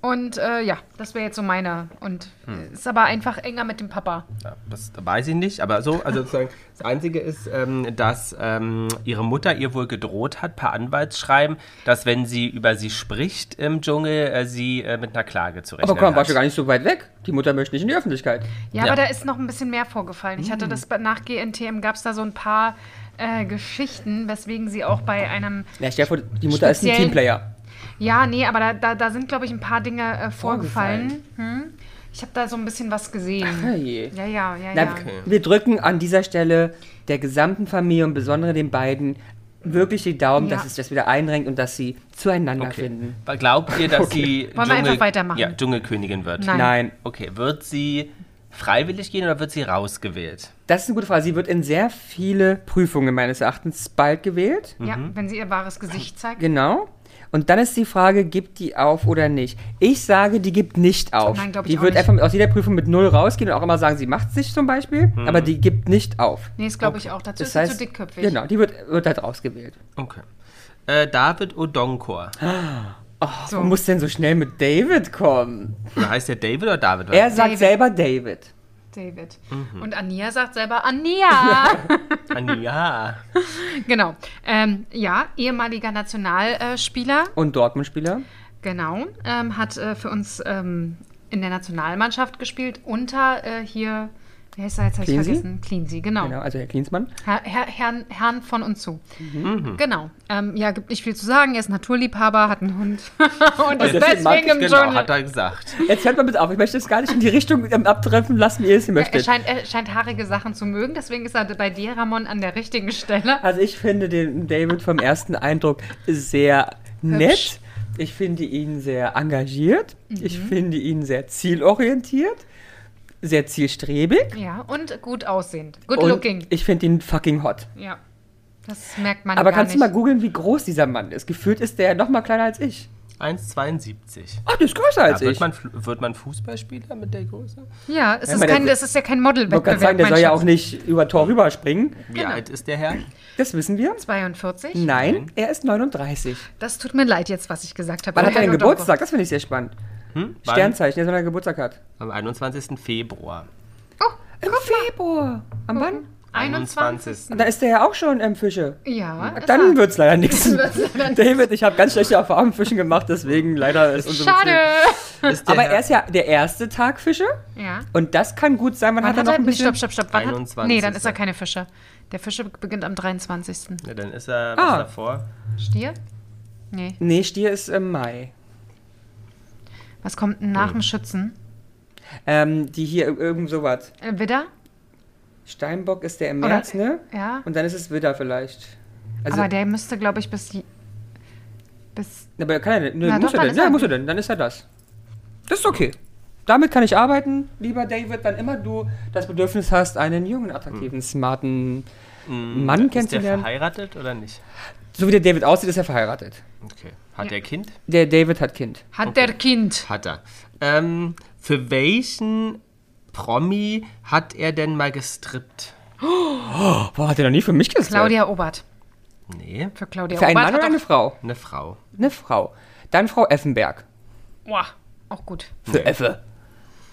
Speaker 2: Und äh, ja, das wäre jetzt so meine. Und
Speaker 3: Hm.
Speaker 2: äh, ist aber einfach enger mit dem Papa.
Speaker 3: Ja, das weiß ich nicht, aber so, also sozusagen, das Einzige ist, ähm, dass ähm, ihre Mutter ihr wohl gedroht hat, per Anwaltsschreiben, dass wenn sie über sie spricht im Dschungel, äh, sie äh, mit einer Klage zu rechnen
Speaker 1: Aber komm,
Speaker 3: hat.
Speaker 1: warst du gar nicht so weit weg. Die Mutter möchte nicht in die Öffentlichkeit.
Speaker 2: Ja,
Speaker 3: Ja. Hm.
Speaker 2: aber da ist noch ein bisschen mehr vorgefallen. Ich hatte das bei- nach GNTM gab es da so ein paar äh, Geschichten, weswegen sie auch bei einem.
Speaker 1: Ja, stell dir vor, die Mutter ist ein
Speaker 2: Speziell-
Speaker 1: Teamplayer.
Speaker 2: Ja, nee, aber da, da, da sind, glaube ich, ein paar Dinge äh, vorgefallen. Hm? Ich habe da so ein bisschen was gesehen.
Speaker 1: Herrje.
Speaker 2: Ja, ja, ja,
Speaker 1: Na,
Speaker 2: ja.
Speaker 1: Wir drücken an dieser Stelle der gesamten Familie und besonders den beiden wirklich die Daumen,
Speaker 2: Ja.
Speaker 1: dass es das wieder einrenkt und dass sie zueinander
Speaker 3: Okay.
Speaker 1: finden.
Speaker 3: Weil Glaubt ihr, dass sie
Speaker 2: Wollen wir einfach weitermachen?
Speaker 3: Ja, Dschungelkönigin wird?
Speaker 2: Nein.
Speaker 1: Nein.
Speaker 3: Okay, wird sie freiwillig gehen oder wird sie rausgewählt?
Speaker 1: das ist eine gute Frage. Sie wird in sehr viele Prüfungen meines Erachtens bald gewählt.
Speaker 2: Ja,
Speaker 3: Mhm.
Speaker 2: wenn sie ihr wahres Gesicht zeigt.
Speaker 1: Genau. Und dann ist die Frage, gibt die auf oder nicht? Ich sage, die gibt nicht auf.
Speaker 2: Nein, glaub ich
Speaker 1: die
Speaker 2: auch
Speaker 1: wird
Speaker 2: nicht.
Speaker 1: einfach aus jeder Prüfung mit null rausgehen und auch immer sagen, sie macht sich zum Beispiel, aber die gibt nicht auf.
Speaker 2: Nee, das glaube ich auch. Dazu
Speaker 1: Das
Speaker 2: ist sie
Speaker 1: heißt,
Speaker 2: zu dickköpfig.
Speaker 1: genau, die wird, wird halt rausgewählt.
Speaker 3: Okay. Äh, David Odonkor.
Speaker 2: So.
Speaker 1: Man Oh, muss denn so schnell mit David kommen?
Speaker 3: Oder heißt der David oder David?
Speaker 1: Er sagt
Speaker 2: David.
Speaker 1: selber David.
Speaker 2: David.
Speaker 3: Mhm.
Speaker 2: Und Ania sagt selber Ania.
Speaker 1: (laughs)
Speaker 3: Ja.
Speaker 2: genau. Ähm, ja, ehemaliger Nationalspieler.
Speaker 1: Und Dortmund-Spieler.
Speaker 2: Genau, ähm, hat äh, für uns ähm, in der Nationalmannschaft gespielt unter äh, hier, wie heißt er jetzt, habe ich
Speaker 1: Cleansy?
Speaker 2: vergessen, Cleansy, genau,
Speaker 1: Genau, also Herr Klinsmann.
Speaker 2: Herr, Herr, Herrn, Herrn von und zu.
Speaker 3: Mhm.
Speaker 2: Genau, ähm, ja, gibt nicht viel zu sagen, er ist Naturliebhaber, hat einen Hund (laughs) und ist
Speaker 1: deswegen mag
Speaker 2: deswegen im
Speaker 3: Genau,
Speaker 2: Dschungel.
Speaker 3: hat er gesagt.
Speaker 1: Jetzt hört mal bitte auf, ich möchte es gar nicht in die Richtung ähm, abtreffen lassen, wie ihr es hier
Speaker 2: Er
Speaker 1: möchtet.
Speaker 2: scheint, er scheint haarige Sachen zu mögen, deswegen ist er bei dir, Ramon, an der richtigen Stelle.
Speaker 1: Also ich finde den David vom ersten Eindruck sehr nett. Ich finde ihn sehr engagiert. Ich
Speaker 2: Mhm.
Speaker 1: finde ihn sehr zielorientiert, sehr zielstrebig.
Speaker 2: Ja, und gut aussehend, good
Speaker 1: und
Speaker 2: looking.
Speaker 1: Ich finde ihn fucking hot.
Speaker 2: Ja, das merkt man
Speaker 1: Aber
Speaker 2: gar
Speaker 1: kannst
Speaker 2: nicht.
Speaker 1: du mal googeln, wie groß dieser Mann ist? Gefühlt ist der noch mal kleiner als ich.
Speaker 3: 1,72.
Speaker 1: Ach, der ist größer
Speaker 3: Da
Speaker 1: als ich.
Speaker 3: wird, man, Fl- wird man Fußballspieler mit der Größe?
Speaker 2: ja, es
Speaker 1: Ja,
Speaker 2: ist,
Speaker 1: aber der-
Speaker 2: kein, das ist ja kein
Speaker 1: Ich wollte
Speaker 2: Modelwettbewerb.
Speaker 1: gerade sagen, der
Speaker 2: mein
Speaker 1: soll ja
Speaker 2: Schatz.
Speaker 1: auch nicht über Tor rüberspringen.
Speaker 3: Wie alt ist der Herr?
Speaker 1: Das wissen wir.
Speaker 2: 42?
Speaker 1: Nein, er ist 39.
Speaker 2: Das tut mir leid jetzt, was ich gesagt habe.
Speaker 1: Wann hat er
Speaker 2: Herr
Speaker 1: denn
Speaker 2: Nodonko.
Speaker 1: Geburtstag? Das finde ich sehr spannend.
Speaker 3: Wann?
Speaker 1: Sternzeichen, der soll er Geburtstag hat.
Speaker 3: Am 21. Februar.
Speaker 2: Oh,
Speaker 1: Im Februar. Am wann?
Speaker 2: 21.
Speaker 1: Und da ist der ja auch schon im Fische.
Speaker 2: Ja, ist
Speaker 1: Dann
Speaker 2: er.
Speaker 1: wird's (laughs) leider nichts.
Speaker 2: wird's leider nix.
Speaker 1: David, ich habe ganz schlechte Erfahrungen mit Fischen gemacht, deswegen leider ist unsere Beziehung-
Speaker 2: Schade.
Speaker 3: Ist der
Speaker 1: Aber
Speaker 3: Herr
Speaker 1: er ist ja der erste Tag Fische
Speaker 2: Ja.
Speaker 1: und das kann gut sein. Man
Speaker 2: Wann
Speaker 1: hat er noch ein bisschen.
Speaker 2: Stopp, stopp, stopp. Wann Hat,
Speaker 3: 21..
Speaker 2: nee, dann ist er keine Fische. Der Fische beginnt am 23.
Speaker 3: Ja, dann ist er was
Speaker 1: Ah.
Speaker 3: davor.
Speaker 2: Stier? Nee.
Speaker 1: Nee, Stier ist im Mai.
Speaker 2: Was kommt denn nach dem Schützen?
Speaker 1: Ähm, die hier irgend sowas.
Speaker 2: Äh, Widder?
Speaker 1: Steinbock ist der im
Speaker 2: Oder-
Speaker 1: März, ne?
Speaker 2: Ja.
Speaker 1: Und dann ist es Widder vielleicht. Also,
Speaker 2: aber
Speaker 1: aber,
Speaker 2: der müsste, glaube ich, bis. die- bis
Speaker 1: kann er denn? Nö,
Speaker 2: Na
Speaker 1: muss
Speaker 2: doch,
Speaker 1: er
Speaker 2: dann
Speaker 1: denn?
Speaker 2: ist
Speaker 1: Ja,
Speaker 2: er-
Speaker 1: muss er denn? Dann ist er das. Das ist okay. Damit kann ich arbeiten, lieber David, wann immer du das Bedürfnis hast, einen jungen, attraktiven, smarten Mann
Speaker 3: Hm. Ist der
Speaker 1: kennenzulernen.
Speaker 3: verheiratet oder nicht?
Speaker 1: So wie der David aussieht, ist er verheiratet.
Speaker 3: Okay. Hat er Kind?
Speaker 1: Der David hat Kind.
Speaker 2: Hat der Kind.
Speaker 3: Hat er. Ähm, für welchen Promi hat er denn mal gestrippt?
Speaker 1: Boah, hat er noch nie für mich gesagt.
Speaker 2: Claudia Obert.
Speaker 3: Nee,
Speaker 2: Für Claudia
Speaker 1: Für einen
Speaker 2: Obert.
Speaker 1: Mann oder
Speaker 2: hat
Speaker 1: eine Frau?
Speaker 3: eine Frau.
Speaker 1: Eine Frau. Dann Frau Effenberg.
Speaker 2: doch- Boah, auch gut.
Speaker 1: Für Effe.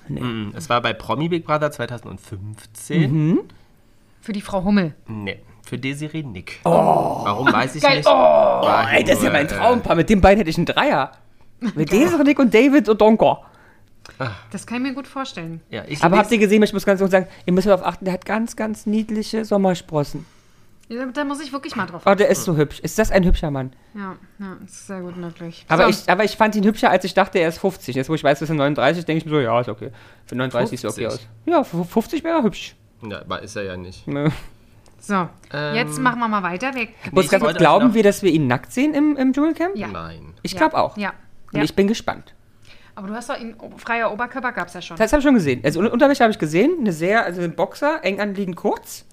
Speaker 3: Hm, Es war bei Promi Big Brother
Speaker 1: Mhm.
Speaker 3: 2015.
Speaker 2: Für die Frau Hummel.
Speaker 3: Nee, für Desiree Nick. Warum weiß ich
Speaker 2: Geil.
Speaker 3: nicht.
Speaker 2: Oh,
Speaker 3: War
Speaker 1: Oh. Ey, das ist ja
Speaker 3: nur,
Speaker 1: mein
Speaker 3: äh,
Speaker 1: Traumpaar. Mit den beiden hätte ich einen Dreier. Mit
Speaker 2: Genau.
Speaker 1: Desiree Nick und David und Donko.
Speaker 2: Das kann ich mir gut vorstellen.
Speaker 3: Ja, ich
Speaker 1: Aber
Speaker 3: lese-
Speaker 1: habt ihr gesehen, ich muss ganz kurz sagen, ihr müsst darauf achten, der hat ganz, ganz niedliche Sommersprossen.
Speaker 2: Ja, da muss ich wirklich mal drauf.
Speaker 1: Oh,
Speaker 3: Hm.
Speaker 1: der ist so hübsch. Ist das ein hübscher Mann?
Speaker 2: Ja, ja, ist sehr gut möglich.
Speaker 1: Aber,
Speaker 3: Also,
Speaker 2: so,
Speaker 1: ich, aber ich fand ihn hübscher, als ich dachte, er ist 50. Jetzt, wo ich weiß, dass er 39 ist, denke ich mir so, ja, ist okay. Für 39 sieht er okay
Speaker 3: 50?
Speaker 1: aus. Ja, für 50 wäre er hübsch.
Speaker 3: Ja, war- ist er ja nicht.
Speaker 1: Ne.
Speaker 2: so
Speaker 1: Ähm,
Speaker 2: jetzt machen wir mal weiter. Wer,
Speaker 1: Muss ganz kurz
Speaker 3: wollte euch
Speaker 1: glauben
Speaker 3: noch-
Speaker 1: wir, dass wir ihn nackt sehen im, im Dschungelcamp?
Speaker 2: ja.
Speaker 3: Nein.
Speaker 1: Ich glaube auch.
Speaker 2: Ja.
Speaker 1: Und
Speaker 2: ja.
Speaker 1: ich bin gespannt.
Speaker 2: Aber du hast doch ihn, oh, freier Oberkörper gab es ja schon.
Speaker 1: Das habe ich schon gesehen. Also Un- Unterwäsche habe ich gesehen. Eine sehr, also ein Boxer, eng anliegend kurz.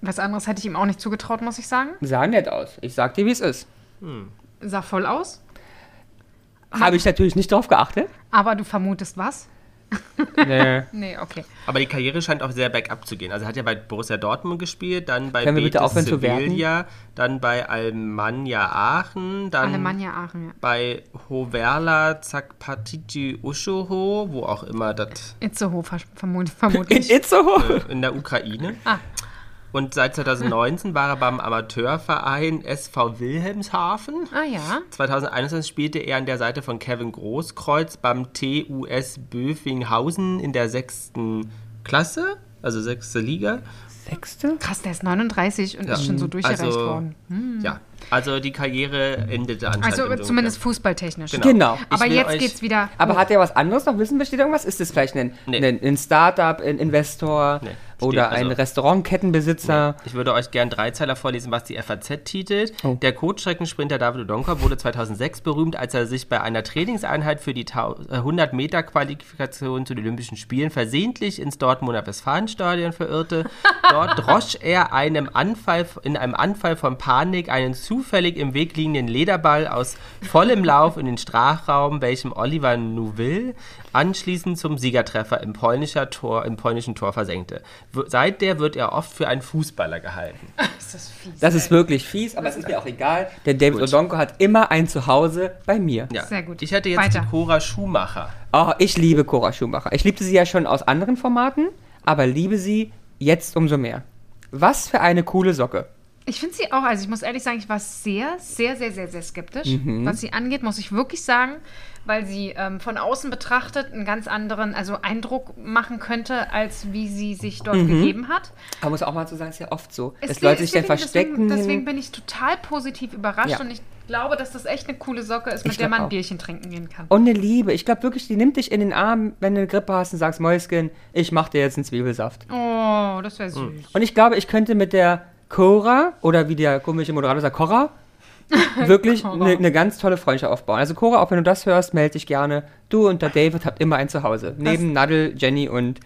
Speaker 2: Was anderes hätte ich ihm auch nicht zugetraut, muss ich sagen.
Speaker 1: Sah nett aus. Ich sag dir, wie es ist.
Speaker 2: Sah voll aus. Ah.
Speaker 1: Habe ich natürlich nicht drauf geachtet.
Speaker 2: Aber du vermutest was?
Speaker 1: Nee.
Speaker 2: Nee, okay.
Speaker 3: Aber die Karriere scheint auch sehr bergab zu gehen. Also er hat ja bei Borussia Dortmund gespielt, dann bei
Speaker 1: Können wir bitte
Speaker 3: Betis
Speaker 1: aufhören zu werten?
Speaker 3: Sevilla, dann bei Alemannia Aachen, dann
Speaker 2: Alemannia Aachen, ja.
Speaker 3: bei Hoverla Zakpatiti Ushoho, wo auch immer das
Speaker 2: Itzehoe ver
Speaker 1: (laughs)
Speaker 2: vermut
Speaker 1: In
Speaker 2: vermutlich.
Speaker 1: Itzehoe?
Speaker 3: in der Ukraine.
Speaker 2: Ah.
Speaker 3: Und seit 2019 war er beim Amateurverein SV Wilhelmshaven.
Speaker 2: ah ja.
Speaker 3: 2021 spielte er an der Seite von Kevin Großkreuz beim TUS Böfinghausen in der sechsten Klasse, also sechste Liga.
Speaker 1: Sechste?
Speaker 2: Krass, der ist 39 und
Speaker 3: Ja.
Speaker 2: ist schon
Speaker 1: Mhm.
Speaker 2: so durchgereicht
Speaker 3: Also,
Speaker 2: worden. Hm.
Speaker 3: Ja, also die Karriere endete anscheinend. im
Speaker 2: Also
Speaker 3: Dunkeln.
Speaker 2: zumindest fußballtechnisch.
Speaker 3: Genau.
Speaker 1: Genau.
Speaker 2: Aber
Speaker 3: Ich will
Speaker 2: jetzt
Speaker 3: euch-
Speaker 2: geht's wieder.
Speaker 1: Aber hat er was anderes noch? Wissen wir, steht da irgendwas? Ist das vielleicht ein,
Speaker 3: Nee.
Speaker 1: ein, ein Startup, ein Investor
Speaker 3: Nee,
Speaker 1: oder
Speaker 3: steht- also-
Speaker 1: ein Restaurantkettenbesitzer?
Speaker 3: Ich würde euch gern Dreizeiler vorlesen, was die FAZ titelt. Der Kurzstreckensprinter David Odonka wurde 2006 berühmt, als er sich bei einer Trainingseinheit für die 100 Meter Qualifikation zu den Olympischen Spielen versehentlich ins Dortmunder Westfalenstadion verirrte. Dort drosch er einem Anfall, in einem Anfall von Panik einen zufällig im Weg liegenden Lederball aus vollem Lauf in den Strafraum, welchem Oliver Nouville anschließend zum Siegertreffer im, polnischer Tor, im polnischen Tor versenkte. W- Seit der wird er oft für einen Fußballer gehalten.
Speaker 2: Ist das fies.
Speaker 1: Das ist wirklich fies, aber es ist mir auch egal, denn David Odonko hat immer ein Zuhause bei mir.
Speaker 3: Ja.
Speaker 2: Sehr gut.
Speaker 3: Ich hätte jetzt
Speaker 2: Weiter.
Speaker 3: die Cora Schumacher.
Speaker 1: Oh, ich liebe Cora Schumacher. Ich liebte sie ja schon aus anderen Formaten, aber liebe sie jetzt umso mehr. Was für eine coole Socke.
Speaker 2: Ich finde sie auch, also ich muss ehrlich sagen, ich war sehr, sehr, sehr, sehr, sehr skeptisch.
Speaker 1: Mhm.
Speaker 2: Was sie angeht, muss ich wirklich sagen, weil sie ähm, von außen betrachtet einen ganz anderen, also Eindruck machen könnte, als wie sie sich dort gegeben hat.
Speaker 1: Man muss auch mal so sagen, ist ja oft so. Mhm. Es dass
Speaker 2: Es-
Speaker 1: Leute sich dann
Speaker 2: deswegen-
Speaker 1: verstecken.
Speaker 2: Deswegen, deswegen bin ich total positiv überrascht
Speaker 1: Ja.
Speaker 2: und ich glaube, dass das echt eine coole Socke ist, mit
Speaker 1: Ich
Speaker 2: der
Speaker 1: glaub
Speaker 2: man
Speaker 1: auch.
Speaker 2: ein Bierchen trinken gehen kann.
Speaker 1: und eine Liebe. Ich glaube wirklich, die nimmt dich in den Arm, wenn du eine Grippe hast und sagst, Mäuschen, ich mach dir jetzt einen Zwiebelsaft.
Speaker 2: Oh, das wäre
Speaker 3: Hm.
Speaker 2: süß.
Speaker 1: Und ich glaube, ich könnte mit der Cora oder wie der komische Moderator sagt,
Speaker 2: (laughs)
Speaker 1: Cora, wirklich
Speaker 2: Cora.
Speaker 1: eine eine ganz tolle Freundschaft aufbauen. Also Cora, auch wenn du das hörst, melde dich gerne. Du und der David habt immer ein Zuhause. Neben Nadel, Jenny und...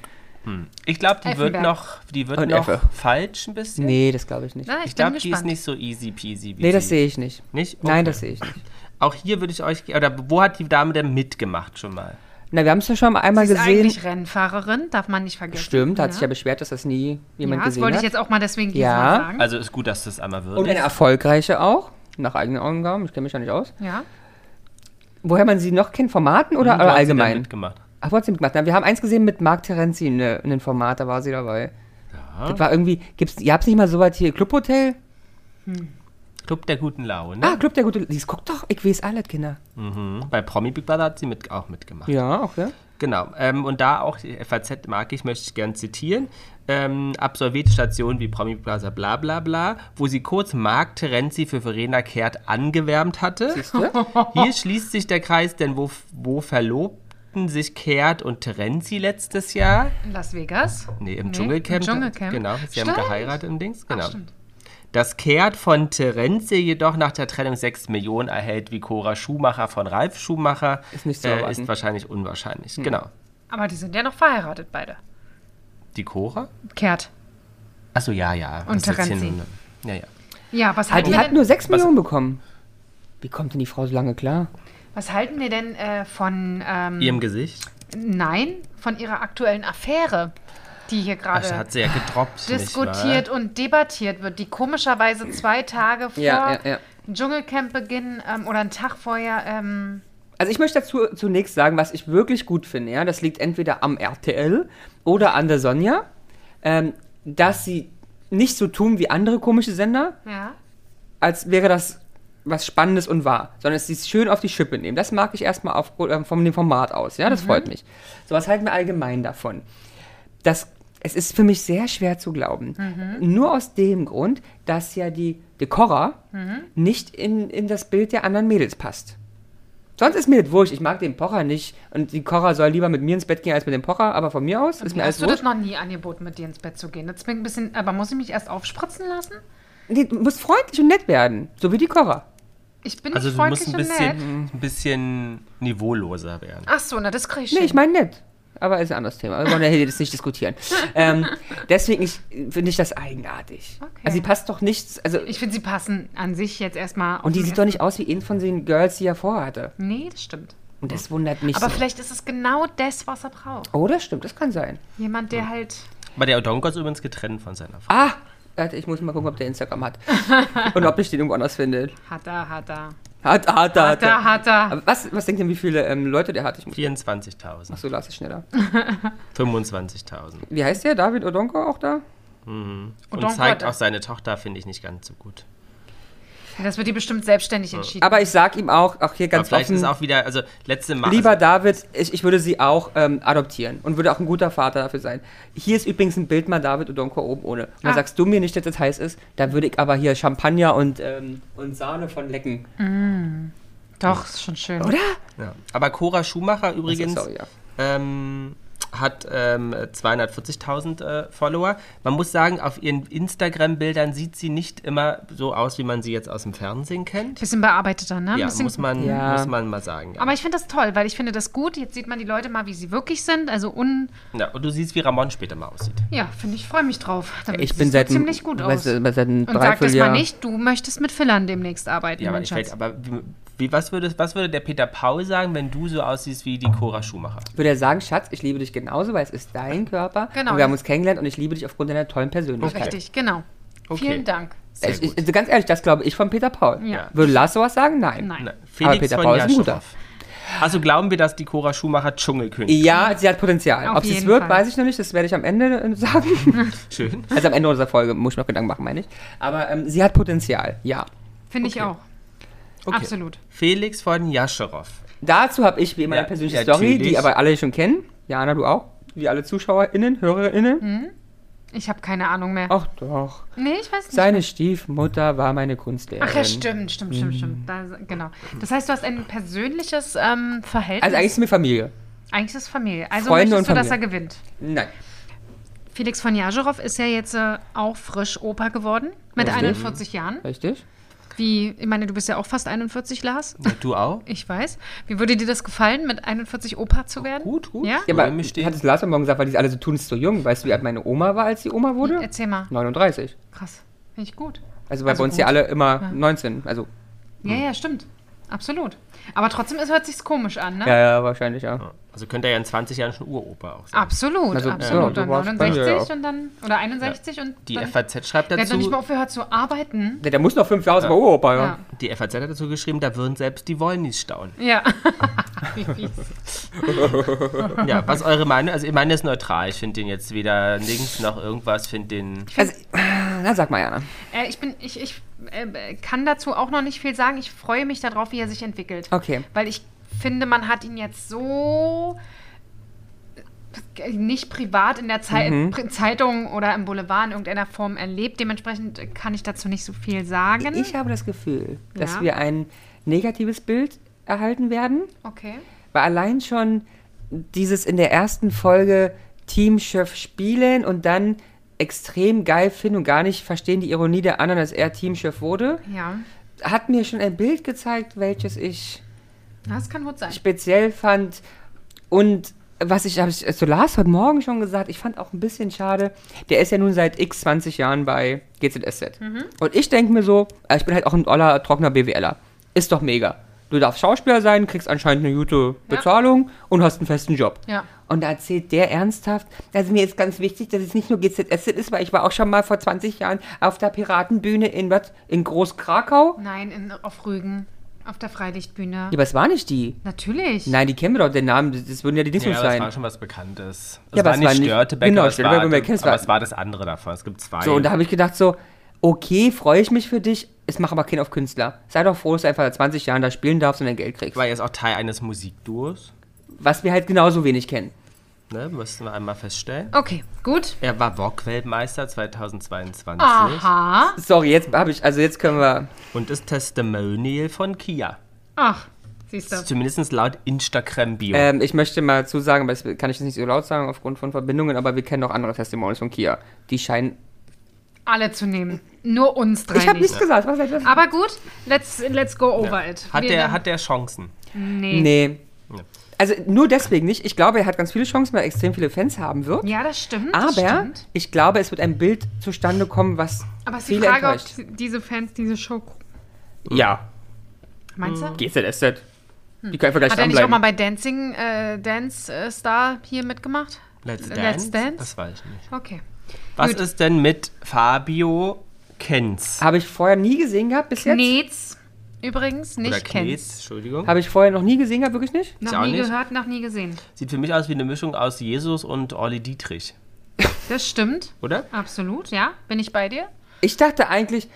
Speaker 3: Ich glaube, die wird
Speaker 2: Effenberg.
Speaker 3: noch, die wird
Speaker 1: Und
Speaker 3: noch
Speaker 1: Effe.
Speaker 3: falsch ein bisschen.
Speaker 1: Nee, das glaube ich nicht.
Speaker 2: Na, ich, bin
Speaker 3: Ich glaube, die ist
Speaker 2: gespannt.
Speaker 3: nicht so easy peasy wie
Speaker 1: Nee, das
Speaker 3: sie.
Speaker 1: sehe ich nicht.
Speaker 3: Nicht?
Speaker 1: Nein,
Speaker 3: Okay.
Speaker 1: das sehe ich nicht.
Speaker 3: Auch hier würde ich euch, oder wo hat die Dame denn mitgemacht schon mal?
Speaker 1: Na, wir haben es ja schon einmal
Speaker 2: Sie ist
Speaker 1: gesehen.
Speaker 2: eigentlich Rennfahrerin, darf man nicht vergessen.
Speaker 1: Stimmt, hat
Speaker 2: ja.
Speaker 1: sich ja beschwert, dass das nie jemand
Speaker 2: ja, das
Speaker 1: gesehen
Speaker 2: wollte
Speaker 1: hat.
Speaker 2: ich jetzt auch mal deswegen diesmal
Speaker 1: Ja.
Speaker 2: sagen.
Speaker 3: Also ist gut, dass das einmal wird.
Speaker 1: Und eine erfolgreiche auch, nach eigenen Augengaben, ich kenne mich ja nicht aus.
Speaker 2: Ja.
Speaker 1: Woher man sie noch kennt, Formaten oder,
Speaker 3: Wo
Speaker 1: oder
Speaker 3: hat sie denn
Speaker 1: allgemein?
Speaker 3: Mitgemacht.
Speaker 1: Ach, wo hat sie mitgemacht? Na, wir haben eins gesehen mit Marc Terenzi in, ne- in einem Format, da war sie dabei. Das war irgendwie, gibt's, ihr habt nicht mal so weit hier, Clubhotel?
Speaker 3: Club der guten Laune.
Speaker 1: Ah, Club der Gute, dies guckt doch, ich weiß alles, Kinder. Ah.
Speaker 3: Mhm. Bei Promi Big Brother hat sie mit, auch mitgemacht.
Speaker 1: Ja, auch, ja.
Speaker 3: Genau. Ähm, und da auch die FAZ mag ich, möchte ich gern zitieren. Ähm, absolvierte Stationen wie Promi Big Brother bla bla bla, wo sie kurz Marc Terenzi für Verena Kehrt angewärmt hatte. (laughs) Hier schließt sich der Kreis, denn wo, wo verlobten sich Kehrt und Terenzi letztes Jahr?
Speaker 2: In Las Vegas.
Speaker 3: Nee, im
Speaker 2: Nee,
Speaker 3: Dschungelcamp.
Speaker 2: im Dschungelcamp.
Speaker 3: Genau, sie
Speaker 2: Stimmt.
Speaker 3: haben geheiratet und Dings. Genau.
Speaker 2: stimmt.
Speaker 3: das Kehrt von Terenzi jedoch nach der Trennung 6 Millionen erhält, wie Cora Schumacher von Ralf Schumacher, äh,
Speaker 1: Ist nicht zu erwarten.
Speaker 3: ist wahrscheinlich unwahrscheinlich. Genau.
Speaker 2: Aber die sind ja noch verheiratet beide.
Speaker 3: Die Cora?
Speaker 2: Kehrt.
Speaker 3: Achso, ja, ja.
Speaker 2: Und
Speaker 3: Das ist jetzt
Speaker 2: Terenzi.
Speaker 3: hin- Ja, ja.
Speaker 2: Ja,
Speaker 1: (laughs)
Speaker 2: was
Speaker 1: Ah,
Speaker 2: halten,
Speaker 1: die
Speaker 2: wir
Speaker 1: hat
Speaker 2: denn,
Speaker 1: nur 6 Millionen bekommen. Wie kommt denn die Frau so lange klar?
Speaker 2: was halten wir denn äh, von,
Speaker 1: Hm.
Speaker 2: ähm,
Speaker 3: Ihrem Gesicht?
Speaker 2: nein, von ihrer aktuellen Affäre, die hier
Speaker 3: Das
Speaker 2: gerade
Speaker 3: hat sie ja gedroppt.
Speaker 2: diskutiert und debattiert wird, die komischerweise zwei Tage vor
Speaker 1: Ja, ja, ja.
Speaker 2: Dschungelcamp Beginn ähm, oder einen Tag vorher ähm,
Speaker 1: Also ich möchte dazu zunächst sagen, was ich wirklich gut finde. Ja, das liegt entweder am RTL oder an der Sonja, ähm, dass sie nicht so tun wie andere komische Sender,
Speaker 2: ja,
Speaker 1: als wäre das was Spannendes und wahr, sondern es ist schön auf die Schippe nehmen. Das mag ich erstmal auf, äh, von dem Format aus, ja,
Speaker 2: Mhm.
Speaker 1: das freut mich. So was halten wir allgemein davon. Das, es ist für mich sehr schwer zu glauben.
Speaker 2: Mhm.
Speaker 1: Nur aus dem Grund, dass ja die Decora
Speaker 2: Mhm.
Speaker 1: nicht in, in das Bild der anderen Mädels passt. Sonst ist mir das wurscht, ich mag den Pocher nicht und die Cora soll lieber mit mir ins Bett gehen als mit dem Pocher, aber von mir aus ist mir
Speaker 2: Hast
Speaker 1: alles
Speaker 2: du das
Speaker 1: wurscht.
Speaker 2: noch nie angeboten, mit dir ins Bett zu gehen? Das klingt ein bisschen, aber muss ich mich erst aufspritzen lassen?
Speaker 1: Nee, du musst freundlich und nett werden, so wie die Cora.
Speaker 2: Ich bin
Speaker 3: Also
Speaker 2: nicht
Speaker 3: du musst
Speaker 2: freundlich
Speaker 3: ein
Speaker 2: und nett.
Speaker 3: bisschen, ein bisschen niveauloser werden.
Speaker 2: Ach so, na das kriege ich
Speaker 1: Nee,
Speaker 2: hin.
Speaker 1: ich meine nicht. Aber ist ein anderes Thema. Wir wollen ja hier das nicht diskutieren. ähm, deswegen ich- finde ich das eigenartig.
Speaker 2: Okay.
Speaker 1: Also sie passt doch nicht. Also,
Speaker 2: ich finde, sie passen an sich jetzt erstmal.
Speaker 1: und die sieht doch nicht aus wie einen von den Girls, die er vorhatte.
Speaker 2: Nee, das stimmt.
Speaker 1: Und das wundert mich.
Speaker 2: Aber
Speaker 1: so.
Speaker 2: vielleicht ist es genau das, was er braucht.
Speaker 1: Oh, das stimmt, das kann sein.
Speaker 2: Jemand, der halt.
Speaker 3: Aber der Odonko ist übrigens getrennt von seiner Frau.
Speaker 1: Ah! Warte, ich muss mal gucken, ob der Instagram hat. und ob ich den irgendwo anders finde.
Speaker 2: Hat er, hat er.
Speaker 1: Hat, hat,
Speaker 2: Hat
Speaker 1: hat.
Speaker 2: er, hat er.
Speaker 1: Aber was, was denkt denn, wie viele ähm, Leute der hat? Ich muss.
Speaker 3: 24.000,
Speaker 1: So, las ich schneller.
Speaker 3: 25.000.
Speaker 1: Wie heißt der? David Odonko auch da?
Speaker 3: Und
Speaker 1: Oh
Speaker 2: Odonko
Speaker 3: zeigt
Speaker 2: hat-
Speaker 3: auch seine Tochter, finde ich nicht ganz so gut.
Speaker 2: Das wird die bestimmt selbstständig entschieden.
Speaker 1: Aber ich sag ihm auch, auch hier
Speaker 3: Aber
Speaker 1: ganz
Speaker 3: vielleicht
Speaker 1: offen.
Speaker 3: ist auch wieder, also letzte Mal.
Speaker 1: Lieber
Speaker 3: also,
Speaker 1: David, ich, ich würde sie auch ähm, adoptieren und würde auch ein guter Vater dafür sein. Hier ist übrigens ein Bild mal David Odonko oben ohne. Und da
Speaker 2: Ah.
Speaker 1: sagst du mir nicht, dass das heiß ist, da würde ich aber hier Champagner und, ähm, und Sahne von lecken.
Speaker 2: Doch, ist schon schön.
Speaker 1: Oder?
Speaker 3: ja. Aber Cora Schumacher übrigens
Speaker 1: Also, sorry, ja.
Speaker 2: äh,
Speaker 3: ähm, hat ähm, 240.000 äh, Follower. Man muss sagen, auf ihren Instagram-Bildern sieht sie nicht immer so aus, wie man sie jetzt aus dem Fernsehen kennt.
Speaker 2: Bisschen bearbeiteter, ne? Ein
Speaker 3: Ja,
Speaker 2: bisschen,
Speaker 3: muss man,
Speaker 1: Ja.
Speaker 3: muss man mal sagen. Ja.
Speaker 2: aber ich finde das toll, weil ich finde das gut. Jetzt sieht man die Leute mal, wie sie wirklich sind. Also un.
Speaker 3: ja, und du siehst, wie Ramon später mal aussieht.
Speaker 2: Ja, finde ich, freue mich drauf. Damit
Speaker 1: Ich
Speaker 2: siehst
Speaker 1: bin
Speaker 2: du
Speaker 1: seit,
Speaker 2: ziemlich gut aus.
Speaker 1: weißt du, seit einem
Speaker 2: Und sag das mal
Speaker 1: Dreivierteljahr.
Speaker 2: nicht, du möchtest mit Fillern demnächst arbeiten,
Speaker 3: Ja, aber,
Speaker 2: mein
Speaker 3: ich fällt,
Speaker 2: Schatz.
Speaker 3: aber wie, wie, was, würde, was würde der Peter Paul sagen, wenn du so aussiehst wie die Cora Schumacher?
Speaker 1: Würde er sagen, Schatz, ich liebe dich genauso, weil es ist dein Körper.
Speaker 2: Genau.
Speaker 1: Und wir haben uns kennengelernt und ich liebe dich aufgrund deiner tollen Persönlichkeit.
Speaker 2: Richtig, genau.
Speaker 3: Okay.
Speaker 2: Vielen Dank.
Speaker 3: Sehr
Speaker 1: Ich, ich,
Speaker 3: gut.
Speaker 1: also ganz ehrlich, das glaube ich von Peter Paul.
Speaker 2: Ja.
Speaker 1: Würde Lars sowas sagen? Nein.
Speaker 2: Nein.
Speaker 3: Nein, Felix
Speaker 1: Aber Peter
Speaker 3: von
Speaker 1: Paul ist ein guter.
Speaker 3: Jaschow. Also glauben wir, dass die Cora Schumacher Dschungelkönigin
Speaker 1: Ja, sie hat Potenzial.
Speaker 2: Auf
Speaker 1: Ob sie es
Speaker 2: jeden
Speaker 1: wird,
Speaker 2: Fall.
Speaker 1: weiß ich noch nicht. Das werde ich am Ende äh, sagen.
Speaker 3: Schön.
Speaker 1: Also am Ende unserer Folge muss ich mir noch Gedanken machen, meine ich. Aber ähm, sie hat Potenzial, ja.
Speaker 2: Finde ich auch.
Speaker 3: Okay.
Speaker 2: Absolut.
Speaker 3: Felix von Jaschow.
Speaker 1: Dazu habe ich wie immer
Speaker 3: Ja,
Speaker 1: eine persönliche
Speaker 3: natürlich.
Speaker 1: Story, die aber alle schon kennen. Jana, du auch. Wie alle ZuschauerInnen, HörerInnen.
Speaker 2: Mhm. Ich habe keine Ahnung mehr.
Speaker 3: Oh.
Speaker 1: Ach doch.
Speaker 2: Nee, ich weiß nicht.
Speaker 1: Seine Stiefmutter war meine Kunstlehrerin.
Speaker 2: Ach ja, stimmt, stimmt, stimmt,
Speaker 3: Mhm.
Speaker 2: stimmt. Da, genau. Das heißt, du hast ein persönliches ähm, Verhältnis.
Speaker 1: Also eigentlich ist es mir Familie.
Speaker 2: Eigentlich ist es Familie. Also
Speaker 1: Freunde
Speaker 2: möchtest
Speaker 1: und
Speaker 2: du, dass er
Speaker 1: Familie.
Speaker 2: gewinnt.
Speaker 1: Nein.
Speaker 2: Felix von Jagerow ist ja jetzt äh, auch frisch Opa geworden. Mit
Speaker 1: Richtig.
Speaker 2: 41 Jahren.
Speaker 1: Richtig?
Speaker 2: Wie, ich meine, du bist ja auch fast 41, Lars.
Speaker 3: Du auch?
Speaker 2: Ich weiß. Wie würde dir das gefallen, mit 41 Opa zu werden?
Speaker 3: Gut, gut.
Speaker 2: Ja?
Speaker 1: Ja, aber
Speaker 3: Würde mich stehen.
Speaker 1: hat es Lars am Morgen gesagt, weil die alle so tun, es so jung. Weißt du, wie alt meine Oma war, als sie Oma wurde?
Speaker 2: Erzähl mal.
Speaker 1: 39.
Speaker 2: Krass. Finde ich gut.
Speaker 1: Also weil
Speaker 2: Also
Speaker 1: bei uns
Speaker 2: gut.
Speaker 1: ja alle immer 19. Also,
Speaker 2: Ja, ja, stimmt. Absolut. Aber trotzdem ist, hört sich's komisch an, ne?
Speaker 1: ja, ja, wahrscheinlich, ja.
Speaker 3: Also könnte er ja in 20 Jahren schon Uropa auch sein.
Speaker 2: Absolut,
Speaker 1: Also, ja,
Speaker 2: absolut.
Speaker 1: du
Speaker 2: dann
Speaker 1: warst bei mir,
Speaker 2: 69
Speaker 1: ja.
Speaker 2: und dann, oder 61 und
Speaker 3: Die
Speaker 2: dann,
Speaker 3: FAZ schreibt
Speaker 2: der hat noch nicht
Speaker 3: dazu,
Speaker 2: mal aufgehört zu arbeiten.
Speaker 1: Der, der muss noch fünf Jahre bei Opa, ja.
Speaker 2: Ja.
Speaker 3: die FAZ hat dazu geschrieben, da würden selbst die Wollnis staunen.
Speaker 1: (laughs)
Speaker 2: Ja. (laughs) Wie fies.
Speaker 3: Ja, was eure Meinung, also ich meine, der ist neutral. Ich finde den jetzt weder links noch irgendwas, finde den...
Speaker 1: Also, na sag mal, Jana.
Speaker 2: äh, ich bin, ich, ich äh, kann dazu auch noch nicht viel sagen. Ich freue mich darauf, wie er sich entwickelt.
Speaker 1: Okay.
Speaker 2: Weil ich finde, man hat ihn jetzt so äh, nicht privat in der Zei
Speaker 1: Mhm.
Speaker 2: Pri- Zeitung oder im Boulevard in irgendeiner Form erlebt. Dementsprechend kann ich dazu nicht so viel sagen.
Speaker 1: Ich habe das Gefühl, dass
Speaker 2: Mhm. Ja.
Speaker 1: wir ein negatives Bild erhalten werden,
Speaker 2: okay.
Speaker 1: weil allein schon dieses in der ersten Folge Teamchef spielen und dann extrem geil finden und gar nicht verstehen die Ironie der anderen, dass er Teamchef wurde,
Speaker 2: Ja.
Speaker 1: hat mir schon ein Bild gezeigt, welches ich
Speaker 2: Das kann gut sein.
Speaker 1: speziell fand und was ich, habe ich zu Lars heute Morgen schon gesagt, ich fand auch ein bisschen schade, der ist ja nun seit x 20 Jahren bei GZSZ.
Speaker 2: Mhm.
Speaker 1: Und ich denke mir so, äh, ich bin halt auch ein oller, trockener BWLer. Ist doch mega. Du darfst Schauspieler sein, kriegst anscheinend eine gute
Speaker 2: Ja.
Speaker 1: Bezahlung und hast einen festen Job.
Speaker 2: Ja.
Speaker 1: Und da erzählt der ernsthaft, also mir ist ganz wichtig, dass es nicht nur GZSZ ist, weil ich war auch schon mal vor 20 Jahren auf der Piratenbühne in, was, in Groß-Krakau.
Speaker 2: Nein, in, auf Rügen. Auf der Freilichtbühne.
Speaker 1: Ja, aber es war nicht die.
Speaker 2: Natürlich.
Speaker 1: Nein, die kennen wir doch, den Namen, das- das würden ja die Dings
Speaker 3: Ja, aber es
Speaker 1: sein.
Speaker 3: war schon was Bekanntes. Es
Speaker 1: Ja, aber
Speaker 3: war
Speaker 1: es war
Speaker 3: nicht
Speaker 1: nicht-
Speaker 3: Störtebeck,
Speaker 1: genau,
Speaker 3: aber, es war,
Speaker 1: Störtebeck, es
Speaker 3: aber
Speaker 1: war-
Speaker 3: es war das andere davon. Es gibt zwei.
Speaker 1: So, und da habe ich gedacht so, okay, freue ich mich für dich, es macht aber keinen auf Künstler. Sei doch froh, dass du einfach seit 20 Jahren da spielen darfst und dein Geld kriegst.
Speaker 3: war jetzt auch Teil eines Musikduos.
Speaker 1: Was wir halt genauso wenig kennen.
Speaker 3: Ne, müssen wir einmal feststellen.
Speaker 2: Okay, gut.
Speaker 3: Er war Vogue-Weltmeister 2022
Speaker 2: Aha.
Speaker 1: Sorry, jetzt habe ich, also jetzt können wir,
Speaker 3: und ist Testimonial von Kia.
Speaker 2: Ach, siehst du.
Speaker 3: Zumindest laut Instagram-Bio.
Speaker 1: ähm, ich möchte mal zusagen, aber das kann ich jetzt nicht so laut sagen aufgrund von Verbindungen, aber wir kennen auch andere Testimonials von Kia. Die scheinen,
Speaker 2: Alle zu nehmen. Nur uns drei
Speaker 1: ich habe
Speaker 2: nicht.
Speaker 1: nichts gesagt, was heißt das?
Speaker 2: Aber gut, let's, let's go
Speaker 3: Ja.
Speaker 2: over it.
Speaker 3: Hat
Speaker 2: Wir
Speaker 3: der,
Speaker 2: werden-
Speaker 3: hat der Chancen?
Speaker 2: nee.
Speaker 1: Nee. Also nur deswegen nicht. Ich glaube, er hat ganz viele Chancen, weil er extrem viele Fans haben wird.
Speaker 2: Ja, das stimmt. das
Speaker 1: Aber
Speaker 2: stimmt.
Speaker 1: ich glaube, es wird ein Bild zustande kommen, was
Speaker 2: Aber es ist die
Speaker 1: viele
Speaker 2: Frage, ob
Speaker 1: enttäuscht.
Speaker 2: sie- diese Fans diese Show gucken.
Speaker 1: Ja,
Speaker 2: Meinst du?
Speaker 1: GZSZ. Die können einfach gleich
Speaker 2: Hm. Hat er nicht auch mal
Speaker 1: dranbleiben.
Speaker 2: bei Dancing äh, Dance äh, Star hier mitgemacht?
Speaker 3: Let's Dance?
Speaker 2: Let's Dance?
Speaker 3: Das weiß ich nicht.
Speaker 2: Okay.
Speaker 3: Was
Speaker 2: Gut. Ah,
Speaker 3: ist denn mit Fabio Kenz?
Speaker 1: Habe ich vorher nie gesehen gehabt bis jetzt?
Speaker 2: Knetz übrigens nicht
Speaker 3: Knetz,
Speaker 2: kennst.
Speaker 3: Entschuldigung.
Speaker 1: Habe ich vorher noch nie gesehen gehabt, wirklich nicht?
Speaker 2: Noch
Speaker 3: auch
Speaker 2: nie
Speaker 3: nicht.
Speaker 2: gehört, noch nie gesehen.
Speaker 3: Sieht für mich aus wie eine Mischung aus Jesus und Olli Dietrich,
Speaker 2: Das stimmt.
Speaker 3: oder?
Speaker 2: Absolut, ja. Bin ich bei dir?
Speaker 1: Ich dachte eigentlich,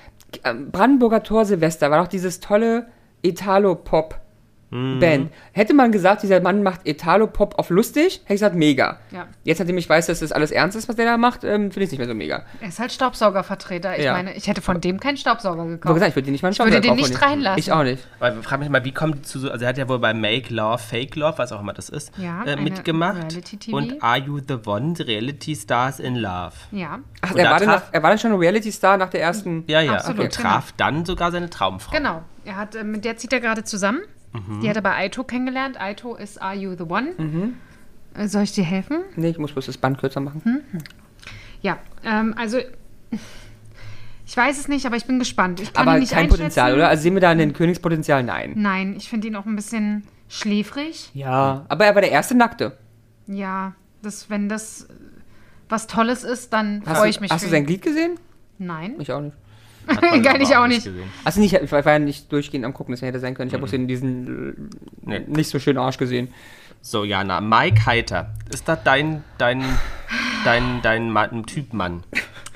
Speaker 1: ähm, Brandenburger Tor Silvester war doch dieses tolle Italo-Pop-Band. Hätte man gesagt, dieser Mann macht Italo-Pop auf lustig, hätte ich gesagt, mega.
Speaker 2: Ja.
Speaker 1: Jetzt, nachdem ich weiß, dass das alles ernst ist, was der da macht, ähm, finde ich es nicht mehr so mega.
Speaker 2: Er ist halt Staubsaugervertreter. Ich
Speaker 1: Ja.
Speaker 2: meine, ich hätte von dem keinen Staubsauger
Speaker 1: Ich wollte
Speaker 2: gekauft.
Speaker 1: gesagt, ich würde den nicht mal einen
Speaker 2: Ich würde
Speaker 1: Staubsauger
Speaker 2: den nicht
Speaker 1: kaufen.
Speaker 2: reinlassen.
Speaker 1: Ich auch nicht.
Speaker 3: Weil frag mich mal, wie kommt die zu so, also er hat ja wohl bei Make Love, Fake Love, was auch immer das ist,
Speaker 2: Ja,
Speaker 3: äh,
Speaker 2: eine
Speaker 3: mitgemacht.
Speaker 2: Reality-TV.
Speaker 3: Und Are You the One? Reality Stars in Love.
Speaker 2: Ja,
Speaker 1: Ach,
Speaker 3: Und
Speaker 1: er
Speaker 3: da
Speaker 1: war, dann
Speaker 3: traf-
Speaker 1: nach, er war dann schon ein Reality-Star nach der ersten.
Speaker 3: Ja, ja.
Speaker 2: Absolut,
Speaker 3: und traf dann sogar seine Traumfrau.
Speaker 2: genau. Er hat, äh, mit der zieht er gerade zusammen.
Speaker 1: Mhm.
Speaker 2: Die hat er bei Aito kennengelernt. Aito ist Are You the One? Äh, Soll ich dir helfen?
Speaker 1: Nee, ich muss bloß das Band kürzer machen.
Speaker 2: Ja, ähm, also ich weiß es nicht, aber ich bin gespannt. Ich kann
Speaker 1: Aber
Speaker 2: ihn nicht
Speaker 1: kein
Speaker 2: einschätzen.
Speaker 1: Potenzial, oder? Also sehen wir da einen Königspotenzial? Nein.
Speaker 2: Nein, ich finde ihn auch ein bisschen schläfrig.
Speaker 1: Ja. Aber er war der erste Nackte.
Speaker 2: Ja, das, wenn das äh, was Tolles ist, dann
Speaker 1: Hast
Speaker 2: freue
Speaker 1: du,
Speaker 2: ich mich.
Speaker 1: hast du
Speaker 2: für
Speaker 1: sein
Speaker 2: ihn.
Speaker 1: Glied gesehen?
Speaker 2: Nein.
Speaker 1: Ich auch nicht.
Speaker 2: (laughs)
Speaker 3: Hat man
Speaker 2: Geil,
Speaker 3: aber
Speaker 2: ich auch nicht.
Speaker 3: gesehen.
Speaker 1: Also nicht, ich war ja nicht durchgehend am Gucken, das hätte sein können. Ich habe bloß den- diesen äh,
Speaker 3: Mhm. Nee.
Speaker 1: nicht so schönen Arsch gesehen.
Speaker 3: So, Jana, Mike Heiter. Ist das dein, dein, dein, dein Mann, Typ Mann?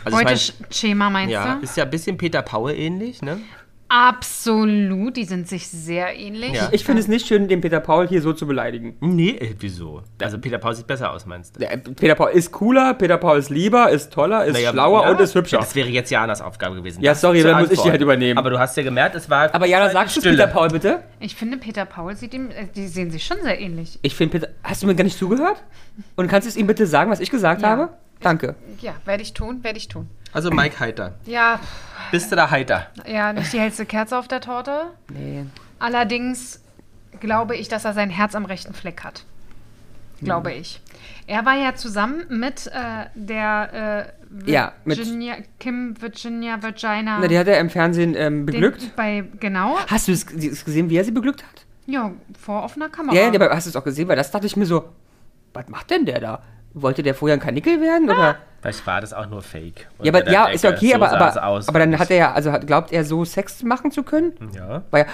Speaker 3: Also
Speaker 2: Heute
Speaker 3: ich
Speaker 2: Schema meinst
Speaker 3: mein, ja,
Speaker 2: du?
Speaker 3: ist ja ein bisschen Peter Paul ähnlich, ne?
Speaker 2: Absolut, die sind sich sehr ähnlich.
Speaker 3: Ja.
Speaker 1: Ich finde es nicht schön, den Peter Paul hier so zu beleidigen.
Speaker 3: Nee, äh, wieso? Also Peter Paul sieht besser aus, meinst du?
Speaker 1: Der, äh, Peter Paul ist cooler, Peter Paul ist lieber, ist toller, ist
Speaker 3: Naja, ne?
Speaker 1: schlauer
Speaker 3: ja,
Speaker 1: und ist hübscher.
Speaker 3: Das wäre jetzt Janas Aufgabe gewesen.
Speaker 1: Ja,
Speaker 3: das
Speaker 1: sorry,
Speaker 3: zu
Speaker 1: dann muss ich die
Speaker 3: antworten.
Speaker 1: halt übernehmen.
Speaker 3: Aber du hast ja gemerkt, es war.
Speaker 1: Aber Jana, sagst du es
Speaker 3: Stille.
Speaker 1: Peter Paul bitte?
Speaker 2: Ich finde, Peter Paul sieht ihm, äh, die sehen sich schon sehr ähnlich.
Speaker 1: Ich finde Peter. Hast du mir gar nicht zugehört? Und kannst du es ihm bitte sagen, was ich gesagt
Speaker 2: Ja.
Speaker 1: habe? Danke.
Speaker 2: Ja, werde ich tun, werde ich tun.
Speaker 3: Also Mike Heiter.
Speaker 2: Ja,
Speaker 3: Bist du da heiter?
Speaker 2: ja, nicht die hellste Kerze auf der Torte.
Speaker 1: Nee.
Speaker 2: Allerdings glaube ich, dass er sein Herz am rechten Fleck hat. Glaube
Speaker 3: Mhm.
Speaker 2: ich. Er war ja zusammen mit äh, der äh,
Speaker 1: Ja, mit-
Speaker 2: Virginia, Kim Virginia Virginia.
Speaker 1: Na, die hat er im Fernsehen ähm,
Speaker 2: den-
Speaker 1: beglückt.
Speaker 2: Bei, genau,
Speaker 1: Hast du es sie- es gesehen, wie er sie beglückt hat?
Speaker 2: ja, vor offener Kamera.
Speaker 1: Ja, ja, aber hast du es auch gesehen? Weil das dachte ich mir so, was macht denn der da? Wollte der vorher ein Kanickel werden? Oder?
Speaker 3: Vielleicht war das auch nur Fake.
Speaker 1: Ja, aber
Speaker 3: Unter der
Speaker 1: ja,
Speaker 3: Decke.
Speaker 1: ist ja okay,
Speaker 3: So
Speaker 1: aber,
Speaker 3: sah es
Speaker 1: aber,
Speaker 3: aus, Hm.
Speaker 1: aber dann
Speaker 3: wirklich.
Speaker 1: hat er ja, also hat, glaubt er so Sex machen zu können?
Speaker 3: Ja.
Speaker 1: Weil er,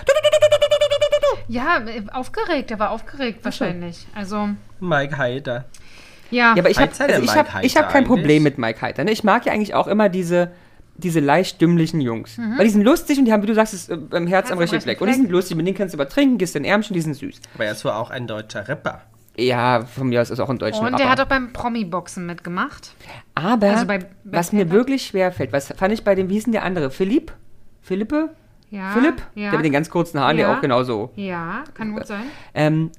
Speaker 2: Ja, äh, aufgeregt, er war aufgeregt wahrscheinlich. Also,
Speaker 3: Mike Heiter.
Speaker 2: ja.
Speaker 1: ja, aber ich habe
Speaker 3: Heizt er
Speaker 1: also
Speaker 3: denn
Speaker 1: ich
Speaker 3: Mike
Speaker 1: hab, ich hab
Speaker 3: Heiter
Speaker 1: kein
Speaker 3: eigentlich?
Speaker 1: Problem mit Mike Heiter. Ne? Ich mag ja eigentlich auch immer diese, diese leicht dümmlichen Jungs.
Speaker 2: Mhm.
Speaker 1: Weil die sind lustig und die haben, wie du sagst, das, äh, im Herz am rechten Fleck. Und die sind lustig, mit denen kannst du übertrinken, gehst in den Ärmchen, die sind süß.
Speaker 3: Aber er ist wohl auch ein deutscher Rapper.
Speaker 1: Ja, von mir aus ist auch ein deutscher
Speaker 2: und der hat
Speaker 1: Rapper.
Speaker 2: auch beim Promi-Boxen mitgemacht.
Speaker 1: Aber
Speaker 2: also bei- bei
Speaker 1: was mir
Speaker 2: Pepper.
Speaker 1: wirklich schwer fällt, was fand ich bei dem, wie hieß denn der andere? Philipp? Philippe?
Speaker 2: Ja,
Speaker 1: Philipp,
Speaker 2: Ah, ja.
Speaker 1: der mit den ganz kurzen Haaren,
Speaker 2: Ja.
Speaker 1: der auch genauso.
Speaker 2: Ja, kann gut sein.
Speaker 1: Ähm,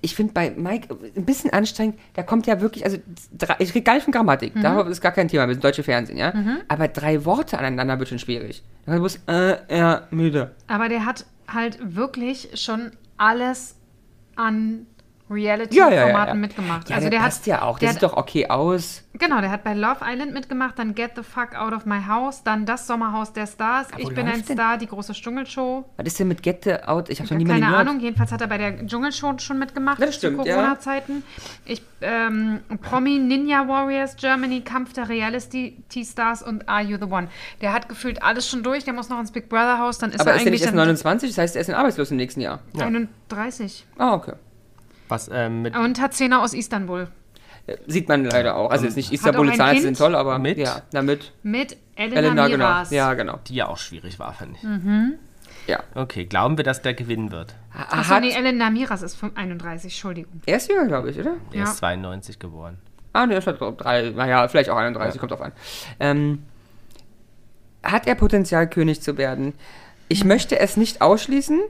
Speaker 1: ich finde bei Mike ein bisschen anstrengend, da kommt ja wirklich, also drei, ich rede gar nicht von Grammatik,
Speaker 2: Mhm.
Speaker 1: darüber ist gar kein Thema, wir sind deutsche Fernsehen, ja. Aber drei Worte aneinander wird schon schwierig. Da muss äh, ja, müde.
Speaker 2: Aber der hat halt wirklich schon alles an Reality-Formaten
Speaker 1: Ja, ja, ja, ja.
Speaker 2: mitgemacht.
Speaker 1: Ja,
Speaker 2: also
Speaker 1: der,
Speaker 2: der hat
Speaker 1: passt ja auch. Der,
Speaker 2: der
Speaker 1: sieht
Speaker 2: hat-
Speaker 1: doch okay aus.
Speaker 2: Genau, der hat bei Love Island mitgemacht, dann Get the Fuck Out of My House, dann Das Sommerhaus der Stars,
Speaker 1: wo
Speaker 2: Ich bin ein
Speaker 1: läuft denn-
Speaker 2: Star, die große Dschungelshow.
Speaker 1: Was ist denn mit Get the Out? Ich habe schon nie mal
Speaker 2: Keine
Speaker 1: gehört.
Speaker 2: Ahnung, jedenfalls hat er bei der Dschungelshow schon mitgemacht
Speaker 1: Das stimmt,
Speaker 2: zu
Speaker 1: ja.
Speaker 2: Corona-Zeiten. Ich ähm, Promi, Ninja Warriors, Germany, Kampf der Reality-Stars und Are You the One. Der hat gefühlt alles schon durch, der muss noch ins Big Brother Haus, dann ist
Speaker 1: Aber
Speaker 2: er
Speaker 1: ist er
Speaker 2: eigentlich
Speaker 1: nicht erst
Speaker 2: dann
Speaker 1: 29? Das heißt, er ist dann arbeitslos im nächsten Jahr.
Speaker 2: 31.
Speaker 1: Ah, okay.
Speaker 3: Was ähm, mit,
Speaker 2: Und hat Zehner aus Istanbul.
Speaker 1: Äh, Sieht man leider auch. Also jetzt nicht Istanbul,
Speaker 2: Ähm, auch ein
Speaker 1: die Zahlen
Speaker 2: Kind
Speaker 1: sind toll, aber
Speaker 3: mit?
Speaker 1: ja, damit
Speaker 2: Mit Elena,
Speaker 1: Elena, genau.
Speaker 2: Miras.
Speaker 1: Ja, genau.
Speaker 3: die ja auch schwierig war, fand ich.
Speaker 1: Mhm. Ja.
Speaker 3: Okay, glauben wir, dass der gewinnen wird?
Speaker 1: Er
Speaker 2: Achso,
Speaker 1: Hat,
Speaker 2: nee, Elena Miras ist 31, Entschuldigung.
Speaker 1: er ist jünger, glaube ich, oder?
Speaker 3: Er
Speaker 2: Ja.
Speaker 3: ist 92 geboren.
Speaker 1: Ah, ne, ist halt so drei, naja, vielleicht auch 31, kommt drauf an. Ähm, hat er Potenzial, König zu werden?
Speaker 3: Hm.
Speaker 1: Ich möchte es nicht ausschließen,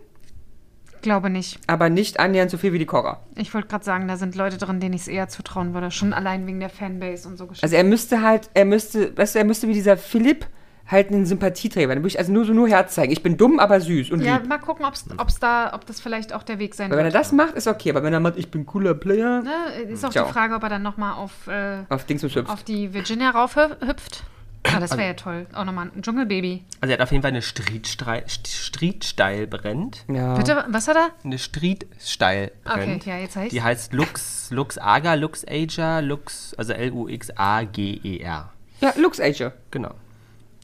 Speaker 2: Glaube nicht.
Speaker 1: aber nicht annähernd so viel wie die Cora.
Speaker 2: Ich wollte gerade sagen, da sind Leute drin, denen ich es eher zutrauen würde. Schon allein wegen der Fanbase und so Geschichten.
Speaker 1: Also er müsste halt, er müsste, weißt du, er müsste wie dieser Philipp halt einen Sympathieträger werden. Da würde ich also nur so nur Herz zeigen. Ich bin dumm, aber süß und
Speaker 2: ja,
Speaker 1: lieb.
Speaker 2: mal gucken, ob's, ob's da, ob das vielleicht auch der Weg sein
Speaker 1: Weil wenn er
Speaker 2: wird.
Speaker 1: das macht, ist okay. Aber wenn er macht, ich bin cooler Player,
Speaker 2: Ne? Ist auch
Speaker 1: Ciao.
Speaker 2: die Frage, ob er dann nochmal auf, äh,
Speaker 1: auf Dings und
Speaker 2: auf die Virginia raufhüpft. Ah, das wäre ja toll. Auch nochmal ein Dschungelbaby.
Speaker 3: Also er hat auf jeden Fall eine Streetsteil brennt.
Speaker 1: Ja.
Speaker 2: Bitte, was hat er?
Speaker 3: Eine Streetsteil brennt.
Speaker 2: ja, jetzt hab ich's.
Speaker 3: Die heißt Lux, Lux Ager, Lux Ager, Lux, also L-U-X-A-G-E-R.
Speaker 1: Ja, Lux Ager.
Speaker 3: E Genau.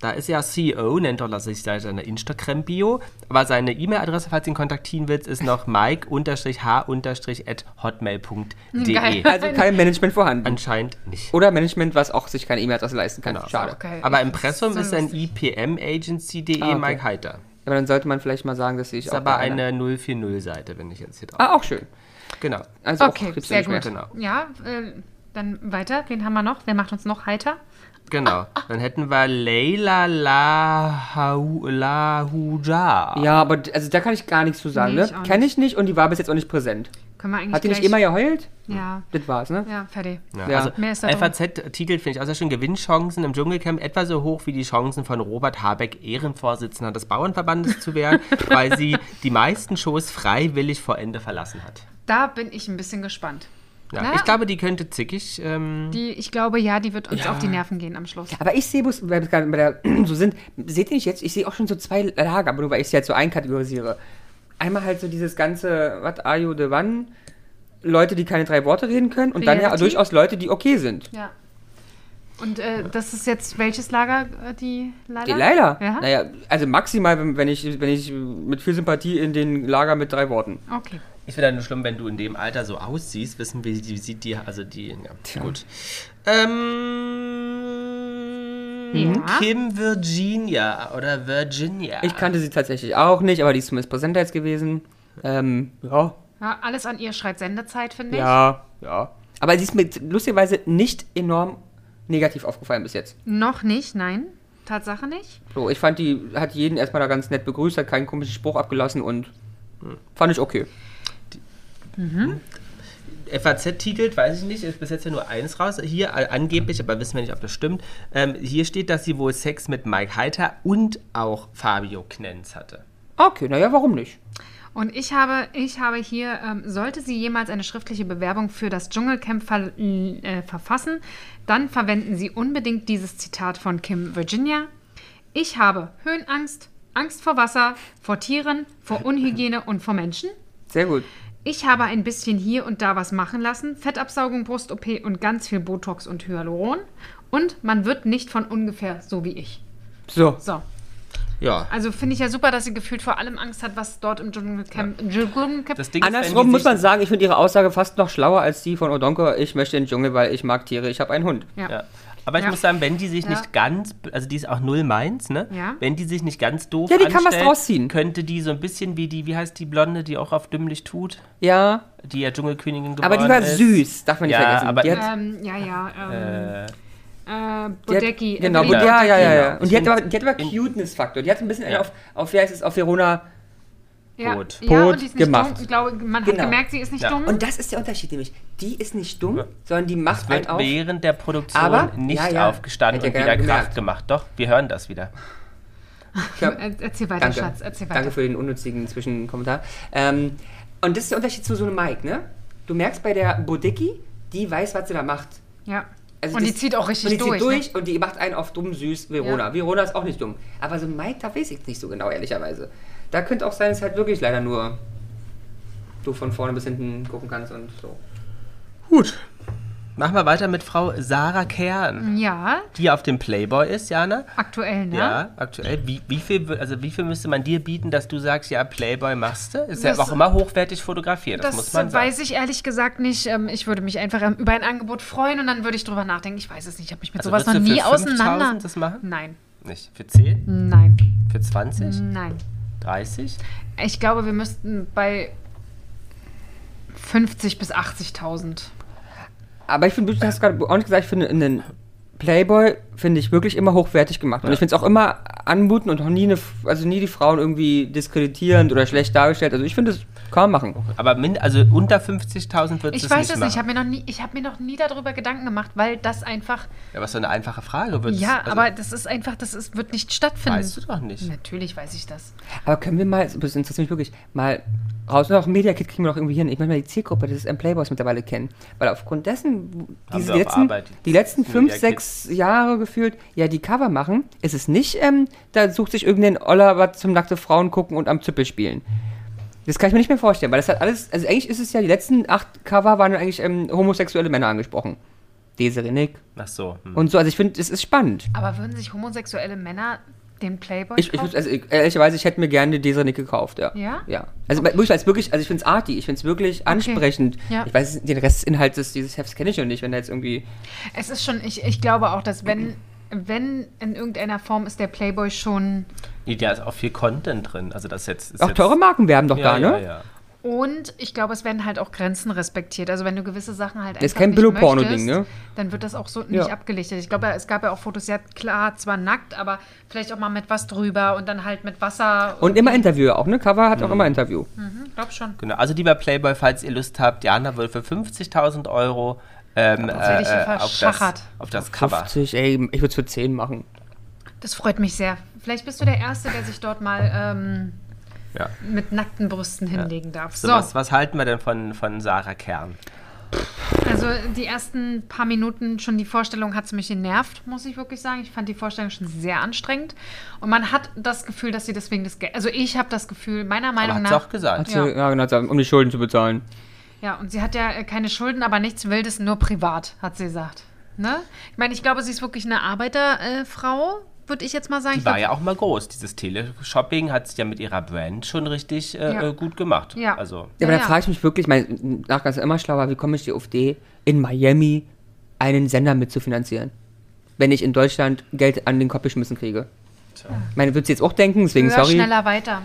Speaker 3: Da ist ja CEO, nennt er sich da seine Instagram-Bio. Aber seine E-Mail-Adresse, falls du ihn kontaktieren willst, ist noch mike-h-hotmail.de.
Speaker 2: Geil.
Speaker 1: Also kein Management vorhanden.
Speaker 3: Anscheinend nicht.
Speaker 1: Oder Management, was auch sich keine E-Mail-Adresse leisten kann.
Speaker 3: Genau.
Speaker 1: Oh, Schade.
Speaker 2: Geil.
Speaker 3: Aber
Speaker 2: Ich-
Speaker 3: Impressum
Speaker 2: so
Speaker 3: ist ein
Speaker 2: lustig.
Speaker 3: ipmagency.de
Speaker 1: Ah, okay.
Speaker 3: E Mike Heiter.
Speaker 1: Aber dann sollte man vielleicht mal sagen, dass ich
Speaker 3: Ist
Speaker 1: auch
Speaker 3: aber
Speaker 1: bei einer-
Speaker 3: eine 040-Seite, wenn ich jetzt hier drauf.
Speaker 1: Ah, auch schön.
Speaker 3: Genau.
Speaker 1: Also
Speaker 2: Okay,
Speaker 1: auch gibt's ja
Speaker 2: sehr
Speaker 1: nicht mehr.
Speaker 2: gut.
Speaker 3: Genau.
Speaker 2: Ja, äh, dann weiter. Wen haben wir noch? Wer macht uns noch heiter?
Speaker 3: Genau. Dann hätten wir Leila Lahau- Lahuja.
Speaker 1: Ja, aber d- also da kann ich gar nichts zu sagen,
Speaker 2: Nee, ich
Speaker 1: ne?
Speaker 2: auch
Speaker 1: Kenne ich nicht und die war bis jetzt auch nicht präsent.
Speaker 2: Können wir eigentlich
Speaker 1: Hat die
Speaker 2: gleich...
Speaker 1: nicht immer geheult?
Speaker 2: Ja,
Speaker 1: Das war's, ne?
Speaker 2: ja, fertig.
Speaker 3: Ja,
Speaker 1: Ja.
Speaker 3: Also
Speaker 2: Mehr ist da drin.
Speaker 3: FAZ-Titel finde ich auch sehr schön. Gewinnchancen im Dschungelcamp etwa so hoch wie die Chancen von Robert Habeck, Ehrenvorsitzender des Bauernverbandes zu werden, weil sie die meisten Shows freiwillig vor Ende verlassen hat.
Speaker 2: Da bin ich ein bisschen gespannt.
Speaker 3: Ja,
Speaker 2: Na,
Speaker 3: ich glaube, die könnte zickig. Ähm,
Speaker 2: Die, ich glaube, ja, die wird uns auf die Nerven gehen am Schluss.
Speaker 1: Aber ich sehe, bloß, weil wir gerade bei der (clears throat) so sind, seht ihr nicht jetzt, ich sehe auch schon so zwei Lager, aber nur weil ich sie halt so einkategorisiere. Einmal halt so dieses ganze, what are you the one? Leute, die keine drei Worte reden können und dann ja
Speaker 2: Reality?
Speaker 1: durchaus Leute, die okay sind.
Speaker 2: Ja. Und äh, das ist jetzt welches Lager, äh, die Leila?
Speaker 1: Die leider.
Speaker 2: Ja?
Speaker 1: Naja, also maximal, wenn, wenn, ich, wenn ich mit viel Sympathie in den Lager mit drei Worten.
Speaker 2: Okay.
Speaker 3: ist wieder nur schlimm, wenn du in dem Alter so aussiehst, wissen wir, die sieht die, also die, ja,
Speaker 1: Tja.
Speaker 3: gut. Ähm,
Speaker 2: Ja.
Speaker 3: Kim Virginia oder Virginia.
Speaker 2: Ah.
Speaker 1: Ich kannte sie tatsächlich auch nicht, aber die ist zumindest präsenter jetzt gewesen. Ähm, ja,
Speaker 2: Ja, alles an ihr schreit Sendezeit, finde ich.
Speaker 1: ja, ja. Aber sie ist mir lustigerweise nicht enorm negativ aufgefallen bis jetzt.
Speaker 2: Noch nicht, nein. Tatsache nicht.
Speaker 1: So, ich fand, die hat jeden erstmal da ganz nett begrüßt, hat keinen komischen Spruch abgelassen und fand ich okay.
Speaker 3: FAZ titelt, weiß ich nicht, ist bis jetzt ja nur eins raus. Hier äh, angeblich, aber wissen wir nicht, ob das stimmt. Ähm, hier steht, dass sie wohl Sex mit Mike Heiter und auch Fabio Knenz hatte.
Speaker 1: Okay, naja, warum nicht?
Speaker 2: Und ich habe, ich habe hier, ähm, sollte sie jemals eine schriftliche Bewerbung für das Dschungelcamp ver äh, verfassen, dann verwenden Sie unbedingt dieses Zitat von Kim Virginia. Ich habe Höhenangst, Angst vor Wasser, vor Tieren, vor Unhygiene und vor Menschen.
Speaker 1: Sehr gut.
Speaker 2: Ich habe ein bisschen hier und da was machen lassen. Fettabsaugung, Brust-OP und ganz viel Botox und Hyaluron. Und man wird nicht von ungefähr so wie ich.
Speaker 1: So,
Speaker 2: So,
Speaker 3: Ja.
Speaker 2: also finde ich ja super, dass sie gefühlt vor allem Angst hat, was dort im Dschungelcamp... im Dschungelcamp
Speaker 3: Das Ding ist, wenn
Speaker 1: andersrum
Speaker 3: die
Speaker 1: muss
Speaker 3: sich-
Speaker 1: man sagen, ich finde ihre Aussage fast noch schlauer als die von Odonko. Ich möchte in den Dschungel, weil ich mag Tiere, ich habe einen Hund.
Speaker 2: ja.
Speaker 3: Ja. Aber ich
Speaker 2: Ja.
Speaker 3: muss sagen, wenn die sich
Speaker 2: Ja.
Speaker 3: nicht ganz, also die ist auch null meins, ne?
Speaker 2: Ja.
Speaker 3: Wenn die sich nicht ganz doof
Speaker 1: Ja, die kann was
Speaker 3: anstellt,
Speaker 1: draus ziehen.
Speaker 3: könnte die so ein bisschen wie die, wie heißt die Blonde, die auch auf Dümmlich tut,
Speaker 1: Ja,
Speaker 3: die ja Dschungelkönigin geworden
Speaker 1: aber die war
Speaker 3: ist.
Speaker 1: süß, darf man nicht
Speaker 3: Ja,
Speaker 1: vergessen.
Speaker 3: aber-
Speaker 1: die hat,
Speaker 2: Ähm, ja, ja. Ähm,
Speaker 3: Äh,
Speaker 2: äh,
Speaker 1: die hat,
Speaker 2: Bodecki.
Speaker 1: Genau,
Speaker 2: Evelyn
Speaker 1: ja, ja, ja, ja,
Speaker 3: Genau.
Speaker 1: Und die hat
Speaker 3: Ich
Speaker 1: aber,
Speaker 3: find-
Speaker 1: die hat aber
Speaker 3: in-
Speaker 1: Cuteness-Faktor. Die hat ein bisschen
Speaker 3: Ja.
Speaker 1: auf, auf, wie heißt es, auf Verona.
Speaker 2: ja.
Speaker 3: Brot.
Speaker 2: Ja,
Speaker 1: Brot
Speaker 2: und die ist nicht
Speaker 1: gemacht.
Speaker 2: dumm. Ich glaube, man
Speaker 1: Genau.
Speaker 2: hat gemerkt, sie ist nicht
Speaker 3: Ja.
Speaker 2: dumm.
Speaker 1: Und das ist der Unterschied nämlich. Die ist nicht dumm, sondern die macht einen
Speaker 2: Halt
Speaker 3: wird
Speaker 1: auf.
Speaker 3: während der Produktion
Speaker 1: Aber-
Speaker 3: nicht
Speaker 1: Ja, ja.
Speaker 3: aufgestanden
Speaker 1: Hätte
Speaker 3: und
Speaker 1: ja
Speaker 3: wieder
Speaker 1: gerne gemerkt.
Speaker 3: Kraft gemacht. Doch, wir hören das wieder.
Speaker 2: Er- Ähm, äh, Erzähl weiter,
Speaker 1: Danke.
Speaker 2: Schatz. Erzähl weiter.
Speaker 1: Danke für den unnützigen Zwischenkommentar. Ähm, und das ist der Unterschied zu so einem Mike, ne? du merkst bei der Bodicki, die weiß, was sie da macht.
Speaker 2: Ja.
Speaker 1: Also
Speaker 2: und die
Speaker 1: das-
Speaker 2: zieht auch
Speaker 1: und
Speaker 2: richtig
Speaker 1: die
Speaker 2: durch. ne?
Speaker 1: Zieht durch und die macht einen auf dumm, süß, Verona.
Speaker 2: Ja.
Speaker 1: Verona ist auch nicht dumm. Aber so Mike, da weiß ich nicht so genau, ehrlicherweise. Da könnte auch sein, dass halt wirklich leider nur du von vorne bis hinten gucken kannst und so.
Speaker 3: Gut. Machen wir weiter mit Frau Sarah Kern,
Speaker 2: Ne? Ja,
Speaker 3: die auf dem Playboy ist, Jana.
Speaker 2: aktuell, ne?
Speaker 3: Ja, aktuell. Wie, wie, viel, wür- also wie viel müsste man dir bieten, dass du sagst, ja, Playboy machst du? Ist
Speaker 2: Das-
Speaker 3: ja auch immer hochwertig fotografiert, das,
Speaker 2: Das
Speaker 3: muss man sagen.
Speaker 2: weiß ich ehrlich gesagt nicht. Ähm, Ich würde mich einfach ähm, über ein Angebot freuen und dann würde ich drüber nachdenken. Ich weiß es nicht. Ich habe mich mit
Speaker 3: Also
Speaker 2: sowas noch
Speaker 3: würdest du
Speaker 2: nie
Speaker 3: für 5000
Speaker 2: auseinander.
Speaker 3: das machen?
Speaker 2: Nein,
Speaker 3: Nicht. Für 10?
Speaker 2: nein,
Speaker 3: Für 20?
Speaker 2: nein.
Speaker 3: 30?
Speaker 2: Ich glaube, wir müssten bei 50 bis 80.000.
Speaker 1: Aber ich finde, du hast gerade auch gesagt, ich finde einen Playboy finde ich wirklich immer hochwertig gemacht. Und ich finde es auch immer anmuten und auch nie, eine, also nie die Frauen irgendwie diskreditierend oder schlecht dargestellt. Also ich finde, das kann man machen.
Speaker 3: Aber min, also unter 50.000 würdest
Speaker 2: Ich
Speaker 3: du es
Speaker 2: weiß
Speaker 3: nicht
Speaker 2: es
Speaker 3: machen.
Speaker 2: nicht. Ich habe mir noch nie, ich habe mir noch nie darüber Gedanken gemacht, weil das einfach.
Speaker 3: Ja, aber so eine einfache Frage. Würdest,
Speaker 2: Ja,
Speaker 3: also,
Speaker 2: aber das ist einfach, das ist, wird nicht stattfinden.
Speaker 3: Weißt du doch nicht.
Speaker 2: Natürlich weiß ich das.
Speaker 1: Aber können wir mal, das interessiert mich wirklich, mal raus und auch ein Media-Kit kriegen wir doch irgendwie hin. Ich möchte mal die Zielgruppe des M Playboys mittlerweile kennen. Weil aufgrund dessen,
Speaker 3: Haben
Speaker 1: diese
Speaker 3: wir auf
Speaker 1: letzten,
Speaker 3: Arbeit
Speaker 1: die letzten
Speaker 3: das
Speaker 1: fünf,
Speaker 3: Media-Kit.
Speaker 1: sechs Jahre gefühlt, ja, die Cover machen, ist es nicht, ähm, da sucht sich irgendein Oller was zum nackte Frauen gucken und am Züppel spielen. Das kann ich mir nicht mehr vorstellen, weil das hat alles, also eigentlich ist es ja, die letzten acht Cover waren eigentlich ähm, homosexuelle Männer angesprochen. Desiree Nick
Speaker 3: Ach so. Hm.
Speaker 1: und so, also ich finde, es ist spannend.
Speaker 2: Aber würden sich homosexuelle Männer den Playboy
Speaker 1: Ich, ich,
Speaker 2: kaufen?
Speaker 1: muss- also, ich, ehrlicherweise, ich hätte mir gerne die Sonic gekauft, ja.
Speaker 2: Ja?
Speaker 1: Ja. Also, weil- wirklich, weil es wirklich, also ich finde es arty, ich finde es wirklich ansprechend.
Speaker 2: Ja.
Speaker 1: Ich weiß, den Restinhalt des, dieses Hefts kenne ich noch nicht, wenn da jetzt irgendwie.
Speaker 2: Es ist schon, ich, ich glaube auch, dass wenn, wenn in irgendeiner Form ist der Playboy schon
Speaker 3: Nee, da ist auch viel Content drin. Also das jetzt ist
Speaker 1: Auch
Speaker 3: jetzt,
Speaker 1: teure Marken werben doch
Speaker 3: ja,
Speaker 1: da,
Speaker 3: ja,
Speaker 1: ne?
Speaker 3: Ja,
Speaker 2: und ich glaube, es werden halt auch Grenzen respektiert. Also wenn du gewisse Sachen halt einfach
Speaker 1: ist kein
Speaker 2: nicht
Speaker 1: Billo-Porno-Ding,
Speaker 2: möchtest,
Speaker 1: ne?
Speaker 2: dann wird das auch so
Speaker 1: Ja.
Speaker 2: nicht abgelichtet. Ich glaube, es gab ja auch Fotos, ja klar, zwar nackt, aber vielleicht auch mal mit was drüber und dann halt mit Wasser.
Speaker 1: Und immer Interview auch, ne? Cover
Speaker 3: Mhm.
Speaker 1: hat auch immer Interview.
Speaker 2: ich glaube schon.
Speaker 3: Genau. Also lieber Playboy, falls ihr Lust habt, Jana würde für 50.000 Euro ähm,
Speaker 2: werd ich hier
Speaker 3: äh, auf,
Speaker 2: verschachert.
Speaker 3: das, auf das Cover.
Speaker 1: 50, ey, ich würde es für 10 machen.
Speaker 2: Das freut mich sehr. Vielleicht bist du der Erste, der sich dort mal ähm,
Speaker 3: Ja.
Speaker 2: mit nackten Brüsten hinlegen darf.
Speaker 3: So,
Speaker 2: So,
Speaker 3: Was, was halten wir denn von, von Sarah Kern?
Speaker 2: also die ersten paar Minuten schon die Vorstellung hat es mich genervt, muss ich wirklich sagen. Ich fand die Vorstellung schon sehr anstrengend. Und man hat das Gefühl, dass sie deswegen das Geld. Also ich habe das Gefühl, meiner
Speaker 3: Aber
Speaker 2: Meinung
Speaker 3: hat's
Speaker 2: nach.
Speaker 3: auch gesagt.
Speaker 1: Hat sie, ja, genau, so, um die Schulden zu bezahlen.
Speaker 2: Ja, und sie hat ja äh, keine Schulden, aber nichts Wildes, nur privat, hat sie gesagt. Ne? Ich meine, ich glaube, sie ist wirklich eine Arbeiterfrau, äh, Frau, würde ich jetzt mal sagen.
Speaker 3: Die
Speaker 2: Ich
Speaker 3: war
Speaker 2: glaub,
Speaker 3: ja auch mal groß. Dieses Teleshopping hat sie ja mit ihrer Brand schon richtig äh,
Speaker 2: Ja.
Speaker 3: äh, gut gemacht.
Speaker 2: Ja.
Speaker 3: Also,
Speaker 1: Ja, aber
Speaker 2: Ja,
Speaker 1: da
Speaker 2: ja.
Speaker 1: frage ich mich wirklich, mein Nachgang ist immer schlauer, wie komme ich die auf die, in Miami einen Sender mitzufinanzieren? Wenn ich in Deutschland Geld an den Kopf geschmissen kriege. Ich meine, würdest du jetzt auch denken, deswegen,
Speaker 2: höher,
Speaker 1: sorry.
Speaker 2: schneller weiter.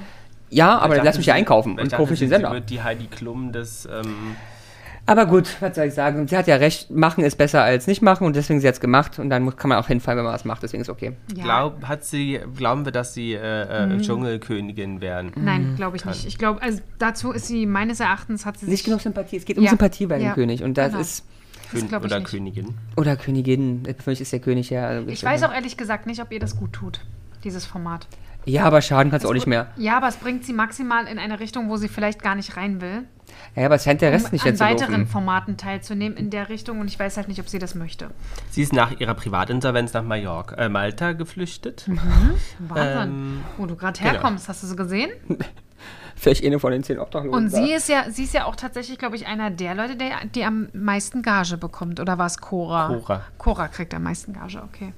Speaker 1: Ja, aber dann lass mich ja
Speaker 3: Vielleicht
Speaker 1: einkaufen
Speaker 3: dachten
Speaker 1: und kaufe ich
Speaker 3: sie,
Speaker 1: den
Speaker 3: Sie
Speaker 1: Sender.
Speaker 3: wird die Heidi Klum des. Ähm,
Speaker 1: Aber gut, was soll ich sagen? Sie hat ja recht, machen ist besser als nicht machen und deswegen sie hat es gemacht und dann muss, kann man auch hinfallen, wenn man was macht, deswegen ist okay.
Speaker 2: Ja. Mhm.
Speaker 3: glaub, hat sie, glauben wir, dass sie äh, äh, Dschungelkönigin werden?
Speaker 1: Hm.
Speaker 2: Nein, glaube ich nicht. Ich glaube, also dazu ist sie meines Erachtens hat sie sich
Speaker 1: Nicht genug Sympathie, es geht um
Speaker 2: Ja.
Speaker 1: Sympathie bei dem
Speaker 2: Ja.
Speaker 1: König und das
Speaker 2: Genau.
Speaker 1: ist,
Speaker 2: Das
Speaker 3: Kön
Speaker 2: glaube ich
Speaker 3: oder
Speaker 2: nicht.
Speaker 3: Königin?
Speaker 1: oder Königin, für mich ist der König ja. also
Speaker 2: Ich weiß auch ehrlich gesagt nicht, ob ihr das gut tut, dieses Format.
Speaker 1: Ja, aber schaden kannst du auch nicht
Speaker 2: Es br-
Speaker 1: mehr.
Speaker 2: Ja, aber es bringt sie maximal in eine Richtung, wo sie vielleicht gar nicht rein will,
Speaker 1: Ja, aber es scheint der Rest
Speaker 2: um
Speaker 1: nicht
Speaker 2: an
Speaker 1: jetzt zu
Speaker 2: weiteren
Speaker 1: laufen.
Speaker 2: Formaten teilzunehmen in der Richtung. Und ich weiß halt nicht, ob sie das möchte.
Speaker 3: Sie ist nach ihrer Privatinsolvenz nach Mallorca, äh, Malta geflüchtet.
Speaker 2: Wahnsinn. Wo du gerade
Speaker 3: genau.
Speaker 2: herkommst, hast du so gesehen?
Speaker 1: Vielleicht eine von den zehn Obdachlosen.
Speaker 2: Und
Speaker 1: da.
Speaker 2: sie ist ja, sie ist ja auch tatsächlich, glaube ich, einer der Leute, der, die am meisten Gage bekommt. Oder war es Cora?
Speaker 3: Cora.
Speaker 2: Cora kriegt am meisten Gage, okay.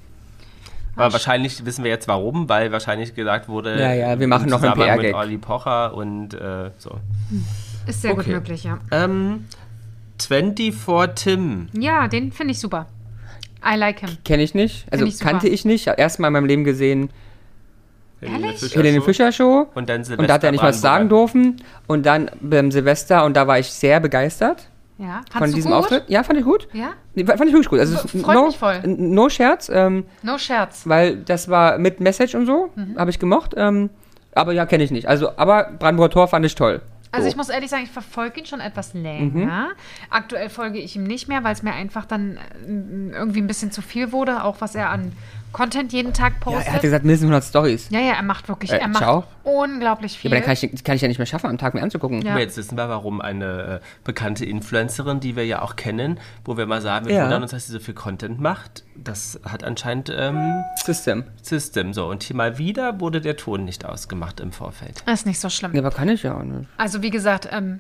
Speaker 3: Aber wahrscheinlich wissen wir jetzt warum, weil wahrscheinlich gesagt wurde,
Speaker 1: Ja, ja, wir
Speaker 3: im
Speaker 1: machen noch einen
Speaker 3: Zusammenhang mit
Speaker 1: PR-Gag.
Speaker 3: Olli Pocher und äh, so.
Speaker 2: Ist sehr
Speaker 3: Okay.
Speaker 2: gut möglich, ja.
Speaker 3: Ähm, 24 Tim.
Speaker 2: Ja, den finde ich super. I like him.
Speaker 1: Kenne ich nicht, also
Speaker 2: ich super.
Speaker 1: kannte ich nicht, erstmal in meinem Leben gesehen,
Speaker 2: Ehrlich?
Speaker 1: Helene
Speaker 3: Show.
Speaker 1: Fischer Show.
Speaker 3: Und dann Silvester
Speaker 1: Und da hat er nicht was sagen
Speaker 3: Warnburger.
Speaker 1: dürfen. Und dann beim Silvester, und da war ich sehr begeistert
Speaker 2: Ja. Fandst
Speaker 1: von
Speaker 2: du
Speaker 1: diesem
Speaker 2: gut?
Speaker 1: Auftritt. Ja, fand ich gut.
Speaker 2: Ja?
Speaker 1: Nee, Fand ich wirklich gut. Also, es ist
Speaker 2: Freut
Speaker 1: no,
Speaker 2: mich voll.
Speaker 1: No Scherz, ähm,
Speaker 2: No Scherz.
Speaker 1: weil das war mit Message und so,
Speaker 2: Mhm.
Speaker 1: habe ich gemocht. Ähm, aber ja, kenne ich nicht. Also, aber Brandenburger Tor fand ich toll.
Speaker 2: Also
Speaker 1: so. Mhm.
Speaker 2: ich muss ehrlich sagen, ich verfolge ihn schon etwas länger. Aktuell folge ich ihm nicht mehr, weil es mir einfach dann äh, irgendwie ein bisschen zu viel wurde, auch was er an Content jeden Tag
Speaker 1: Ja,
Speaker 2: postet.
Speaker 1: er hat gesagt, mindestens 100 Stories.
Speaker 2: Ja, ja, er macht wirklich,
Speaker 1: Äh,
Speaker 2: er macht
Speaker 1: ciao.
Speaker 2: unglaublich
Speaker 1: Ja,
Speaker 2: viel.
Speaker 1: aber dann kann ich, kann ich ja nicht mehr schaffen, am Tag mir anzugucken.
Speaker 2: Ja.
Speaker 3: Aber jetzt wissen wir, warum eine äh, bekannte Influencerin, die wir ja auch kennen, wo wir mal sagen, wir
Speaker 1: Ja.
Speaker 3: wundern uns, dass sie so viel Content macht, das hat anscheinend ähm,
Speaker 1: System.
Speaker 3: System so. Und hier mal wieder wurde der Ton nicht ausgemacht im Vorfeld.
Speaker 2: Das ist nicht so schlimm.
Speaker 1: Ja, aber kann ich ja auch nicht.
Speaker 2: Also wie gesagt, ähm,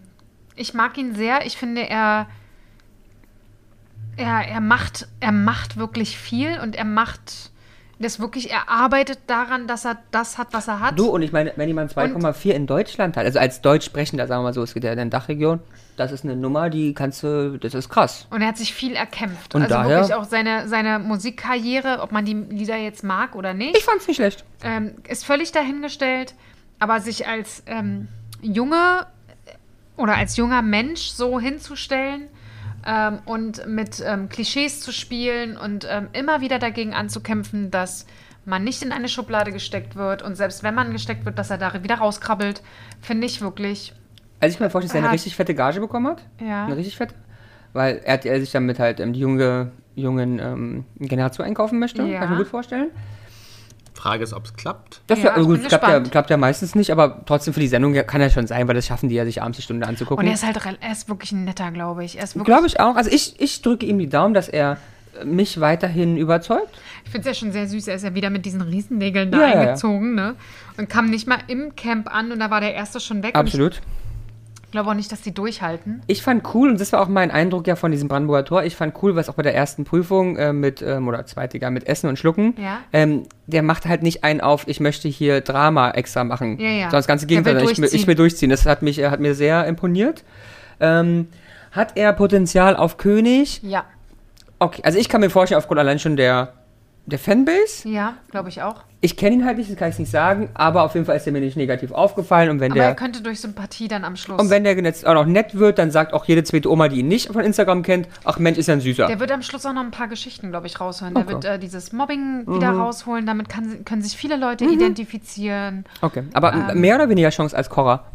Speaker 2: ich mag ihn sehr. Ich finde, er, er, er, macht, er macht wirklich viel und er macht das wirklich, er arbeitet daran, dass er das hat, was er hat.
Speaker 1: Du, und ich meine, wenn jemand 2,4 in Deutschland hat, also als Deutsch sprechender, sagen wir mal so, es geht ja in der Dachregion, das ist eine Nummer, die kannst du, das ist krass.
Speaker 2: Und er hat sich viel erkämpft.
Speaker 1: Und
Speaker 2: also
Speaker 1: daher-
Speaker 2: wirklich auch seine, seine Musikkarriere, ob man die Lieder jetzt mag oder nicht.
Speaker 1: Ich fand's nicht schlecht.
Speaker 2: ähm, ist völlig dahingestellt, aber sich als ähm, junge oder als junger Mensch so hinzustellen ähm, und mit ähm, Klischees zu spielen und ähm, immer wieder dagegen anzukämpfen, dass man nicht in eine Schublade gesteckt wird und selbst wenn man gesteckt wird, dass er da wieder rauskrabbelt, finde ich wirklich.
Speaker 1: Also ich kann mir vorstellen, dass er
Speaker 2: Hat-
Speaker 1: eine richtig fette Gage bekommen hat.
Speaker 2: Ja.
Speaker 1: Eine richtig fette. Weil RTL sich damit halt ähm, die junge, jungen ähm, Generation einkaufen möchte.
Speaker 2: Ja.
Speaker 1: Kann ich mir gut vorstellen.
Speaker 3: Frage ist, ob es klappt.
Speaker 1: Das
Speaker 2: Ja,
Speaker 1: ja, also
Speaker 2: ich
Speaker 1: gut,
Speaker 2: bin
Speaker 1: es klappt ja,
Speaker 2: gespannt.
Speaker 1: klappt ja meistens nicht, aber trotzdem für die Sendung ja- kann ja schon sein, weil das schaffen die ja, sich abends die Stunde
Speaker 2: Und
Speaker 1: anzugucken.
Speaker 2: er ist halt rel- er ist wirklich ein netter, glaube ich. Er ist wirklich,
Speaker 1: Glaube ich auch. Also ich, ich drücke ihm die Daumen, dass er äh, mich weiterhin überzeugt.
Speaker 2: ich finde es ja schon sehr süß. Er ist ja wieder mit diesen Riesennägeln da
Speaker 1: Ja, ja, ja.
Speaker 2: eingezogen, ne? Und kam nicht mal im Camp an und da war der erste schon weg. Und ich
Speaker 1: Absolut.
Speaker 2: Ich glaube auch nicht, dass die durchhalten.
Speaker 1: Ich fand cool, und das war auch mein Eindruck ja von diesem Brandenburger Tor, ich fand cool, was auch bei der ersten Prüfung äh, mit, ähm, oder zweitiger, mit Essen und Schlucken,
Speaker 2: Ja.
Speaker 1: ähm, der macht halt nicht einen auf, ich möchte hier Drama extra machen.
Speaker 2: Ja, ja.
Speaker 1: Sondern das ganze
Speaker 2: Der will
Speaker 1: Gegenteil, ich, mir- ich
Speaker 2: durchziehen.
Speaker 1: will durchziehen. Das hat, mich, äh, hat mir sehr imponiert. Ähm, hat er Potenzial auf König?
Speaker 2: Ja.
Speaker 1: Okay, also ich kann mir vorstellen, aufgrund allein schon der, der Fanbase.
Speaker 2: Ja, glaube ich auch.
Speaker 1: Ich kenne ihn halt nicht, das kann ich nicht sagen, aber auf jeden Fall ist er mir nicht negativ aufgefallen. Und wenn
Speaker 2: Aber
Speaker 1: der
Speaker 2: er könnte durch Sympathie dann am Schluss.
Speaker 1: Und wenn der jetzt auch noch nett wird, dann sagt auch jede zweite Oma, die ihn nicht von Instagram kennt, ach Mensch, ist ja ein Süßer.
Speaker 2: der wird am Schluss auch noch ein paar Geschichten, glaube ich, raushören. Der
Speaker 1: Okay. Mhm.
Speaker 2: wird äh, dieses Mobbing wieder rausholen. Damit kann, können sich viele Leute identifizieren.
Speaker 1: okay, aber
Speaker 2: Ähm,
Speaker 1: mehr oder weniger Chance als Cora.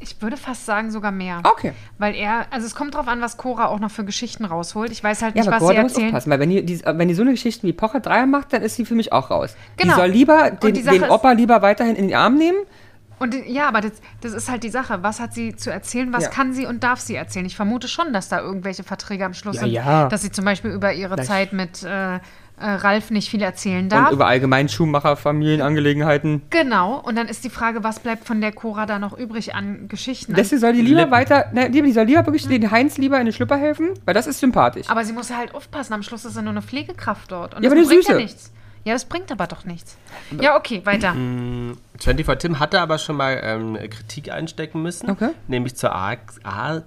Speaker 2: Ich würde fast sagen, sogar mehr.
Speaker 1: Okay.
Speaker 2: Weil er, also es kommt drauf an, was Cora auch noch für Geschichten rausholt. Ich weiß halt
Speaker 1: Ja,
Speaker 2: nicht,
Speaker 1: aber
Speaker 2: was
Speaker 1: Cora,
Speaker 2: sie
Speaker 1: da muss
Speaker 2: erzählen.
Speaker 1: aufpassen, weil wenn die, die, wenn die so eine Geschichten wie Pocher 3 macht, dann ist sie für mich auch raus.
Speaker 2: Genau.
Speaker 1: Die soll lieber den,
Speaker 2: die Sache
Speaker 1: den
Speaker 2: ist-
Speaker 1: Opa lieber weiterhin in den Arm nehmen.
Speaker 2: Und die- ja, aber das, das ist halt die Sache. Was hat sie zu erzählen? Was
Speaker 1: Ja.
Speaker 2: kann sie und darf sie erzählen? Ich vermute schon, dass da irgendwelche Verträge am Schluss
Speaker 1: Ja,
Speaker 2: sind,
Speaker 1: ja.
Speaker 2: dass sie zum Beispiel über ihre
Speaker 1: Vielleicht-
Speaker 2: Zeit mit äh, äh, Ralf nicht viel erzählen darf.
Speaker 1: Und über allgemein Schuhmacher-Familienangelegenheiten.
Speaker 2: Genau, und dann ist die Frage, was bleibt von der Cora da noch übrig an Geschichten?
Speaker 1: Deswegen soll die lieber
Speaker 3: Lippen.
Speaker 1: weiter, ne, die, die soll lieber wirklich den Heinz lieber in den Schlüpper helfen, weil das ist sympathisch.
Speaker 2: aber sie muss halt aufpassen, am Schluss ist ja nur eine Pflegekraft dort. Und
Speaker 1: Ja,
Speaker 2: das
Speaker 1: aber die
Speaker 2: bringt ja
Speaker 1: Süße.
Speaker 2: nichts. Ja, das bringt aber doch nichts. Ja, okay, weiter.
Speaker 1: Mhm.
Speaker 3: 24 Tim hatte aber schon mal ähm, Kritik einstecken müssen,
Speaker 1: Okay.
Speaker 3: nämlich zur Ar-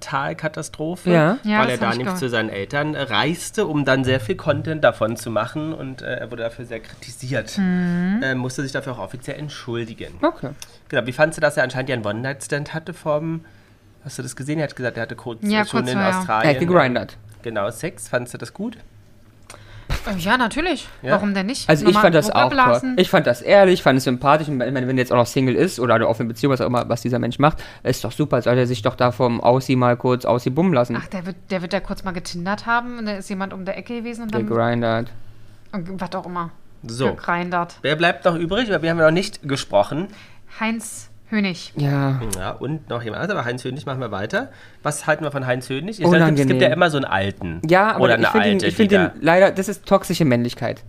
Speaker 3: Ahrtal-Katastrophe,
Speaker 1: Ja.
Speaker 2: Ja, das
Speaker 3: weil er
Speaker 2: hab
Speaker 3: da
Speaker 2: ich
Speaker 3: nicht
Speaker 2: gehört.
Speaker 3: zu seinen Eltern reiste, um dann sehr viel Content davon zu machen und äh, er wurde dafür sehr kritisiert.
Speaker 2: Mhm.
Speaker 3: Äh, musste sich dafür auch offiziell entschuldigen.
Speaker 1: Okay.
Speaker 3: Genau, wie fandst du, dass er anscheinend ja einen One-Night-Stand hatte vom, hast du das gesehen? Er hat gesagt, er hatte kurz
Speaker 2: Ja,
Speaker 3: äh, schon
Speaker 2: kurz
Speaker 3: in
Speaker 2: vorher.
Speaker 1: Er
Speaker 3: Australien.
Speaker 1: hat gegrindert.
Speaker 3: Genau, Sex, fandst du das gut?
Speaker 2: Äh, Ja, natürlich.
Speaker 3: Ja.
Speaker 2: Warum denn nicht?
Speaker 1: Also ich
Speaker 2: Nochmal
Speaker 1: fand das auch toll.
Speaker 2: runterblasen.
Speaker 1: Ich fand das ehrlich, fand es sympathisch. Und ich meine, wenn er jetzt auch noch Single ist oder eine offene Beziehung, was auch immer, was dieser Mensch macht, ist doch super. Soll er sich doch da vom Aussie mal kurz Aussie bummen lassen?
Speaker 2: Ach, der wird, der wird da kurz mal getindert haben und da ist jemand um der Ecke gewesen und dann.
Speaker 1: Gegrindert.
Speaker 2: und was auch immer.
Speaker 3: So.
Speaker 2: Gegrindert.
Speaker 3: Wer bleibt noch übrig? Über wen haben wir noch nicht gesprochen?
Speaker 2: Heinz Hönig.
Speaker 1: Ja.
Speaker 3: Ja, und noch jemand anderes, aber Heinz Hönig machen wir weiter. Was halten wir von Heinz Hönig? Ich dachte, es gibt
Speaker 1: Unangenehm.
Speaker 3: ja immer so einen alten.
Speaker 1: Ja, aber
Speaker 3: Oder
Speaker 1: ich
Speaker 3: eine
Speaker 1: finde ihn,
Speaker 3: alte,
Speaker 1: ich find
Speaker 3: die
Speaker 1: ihn leider, das ist toxische Männlichkeit.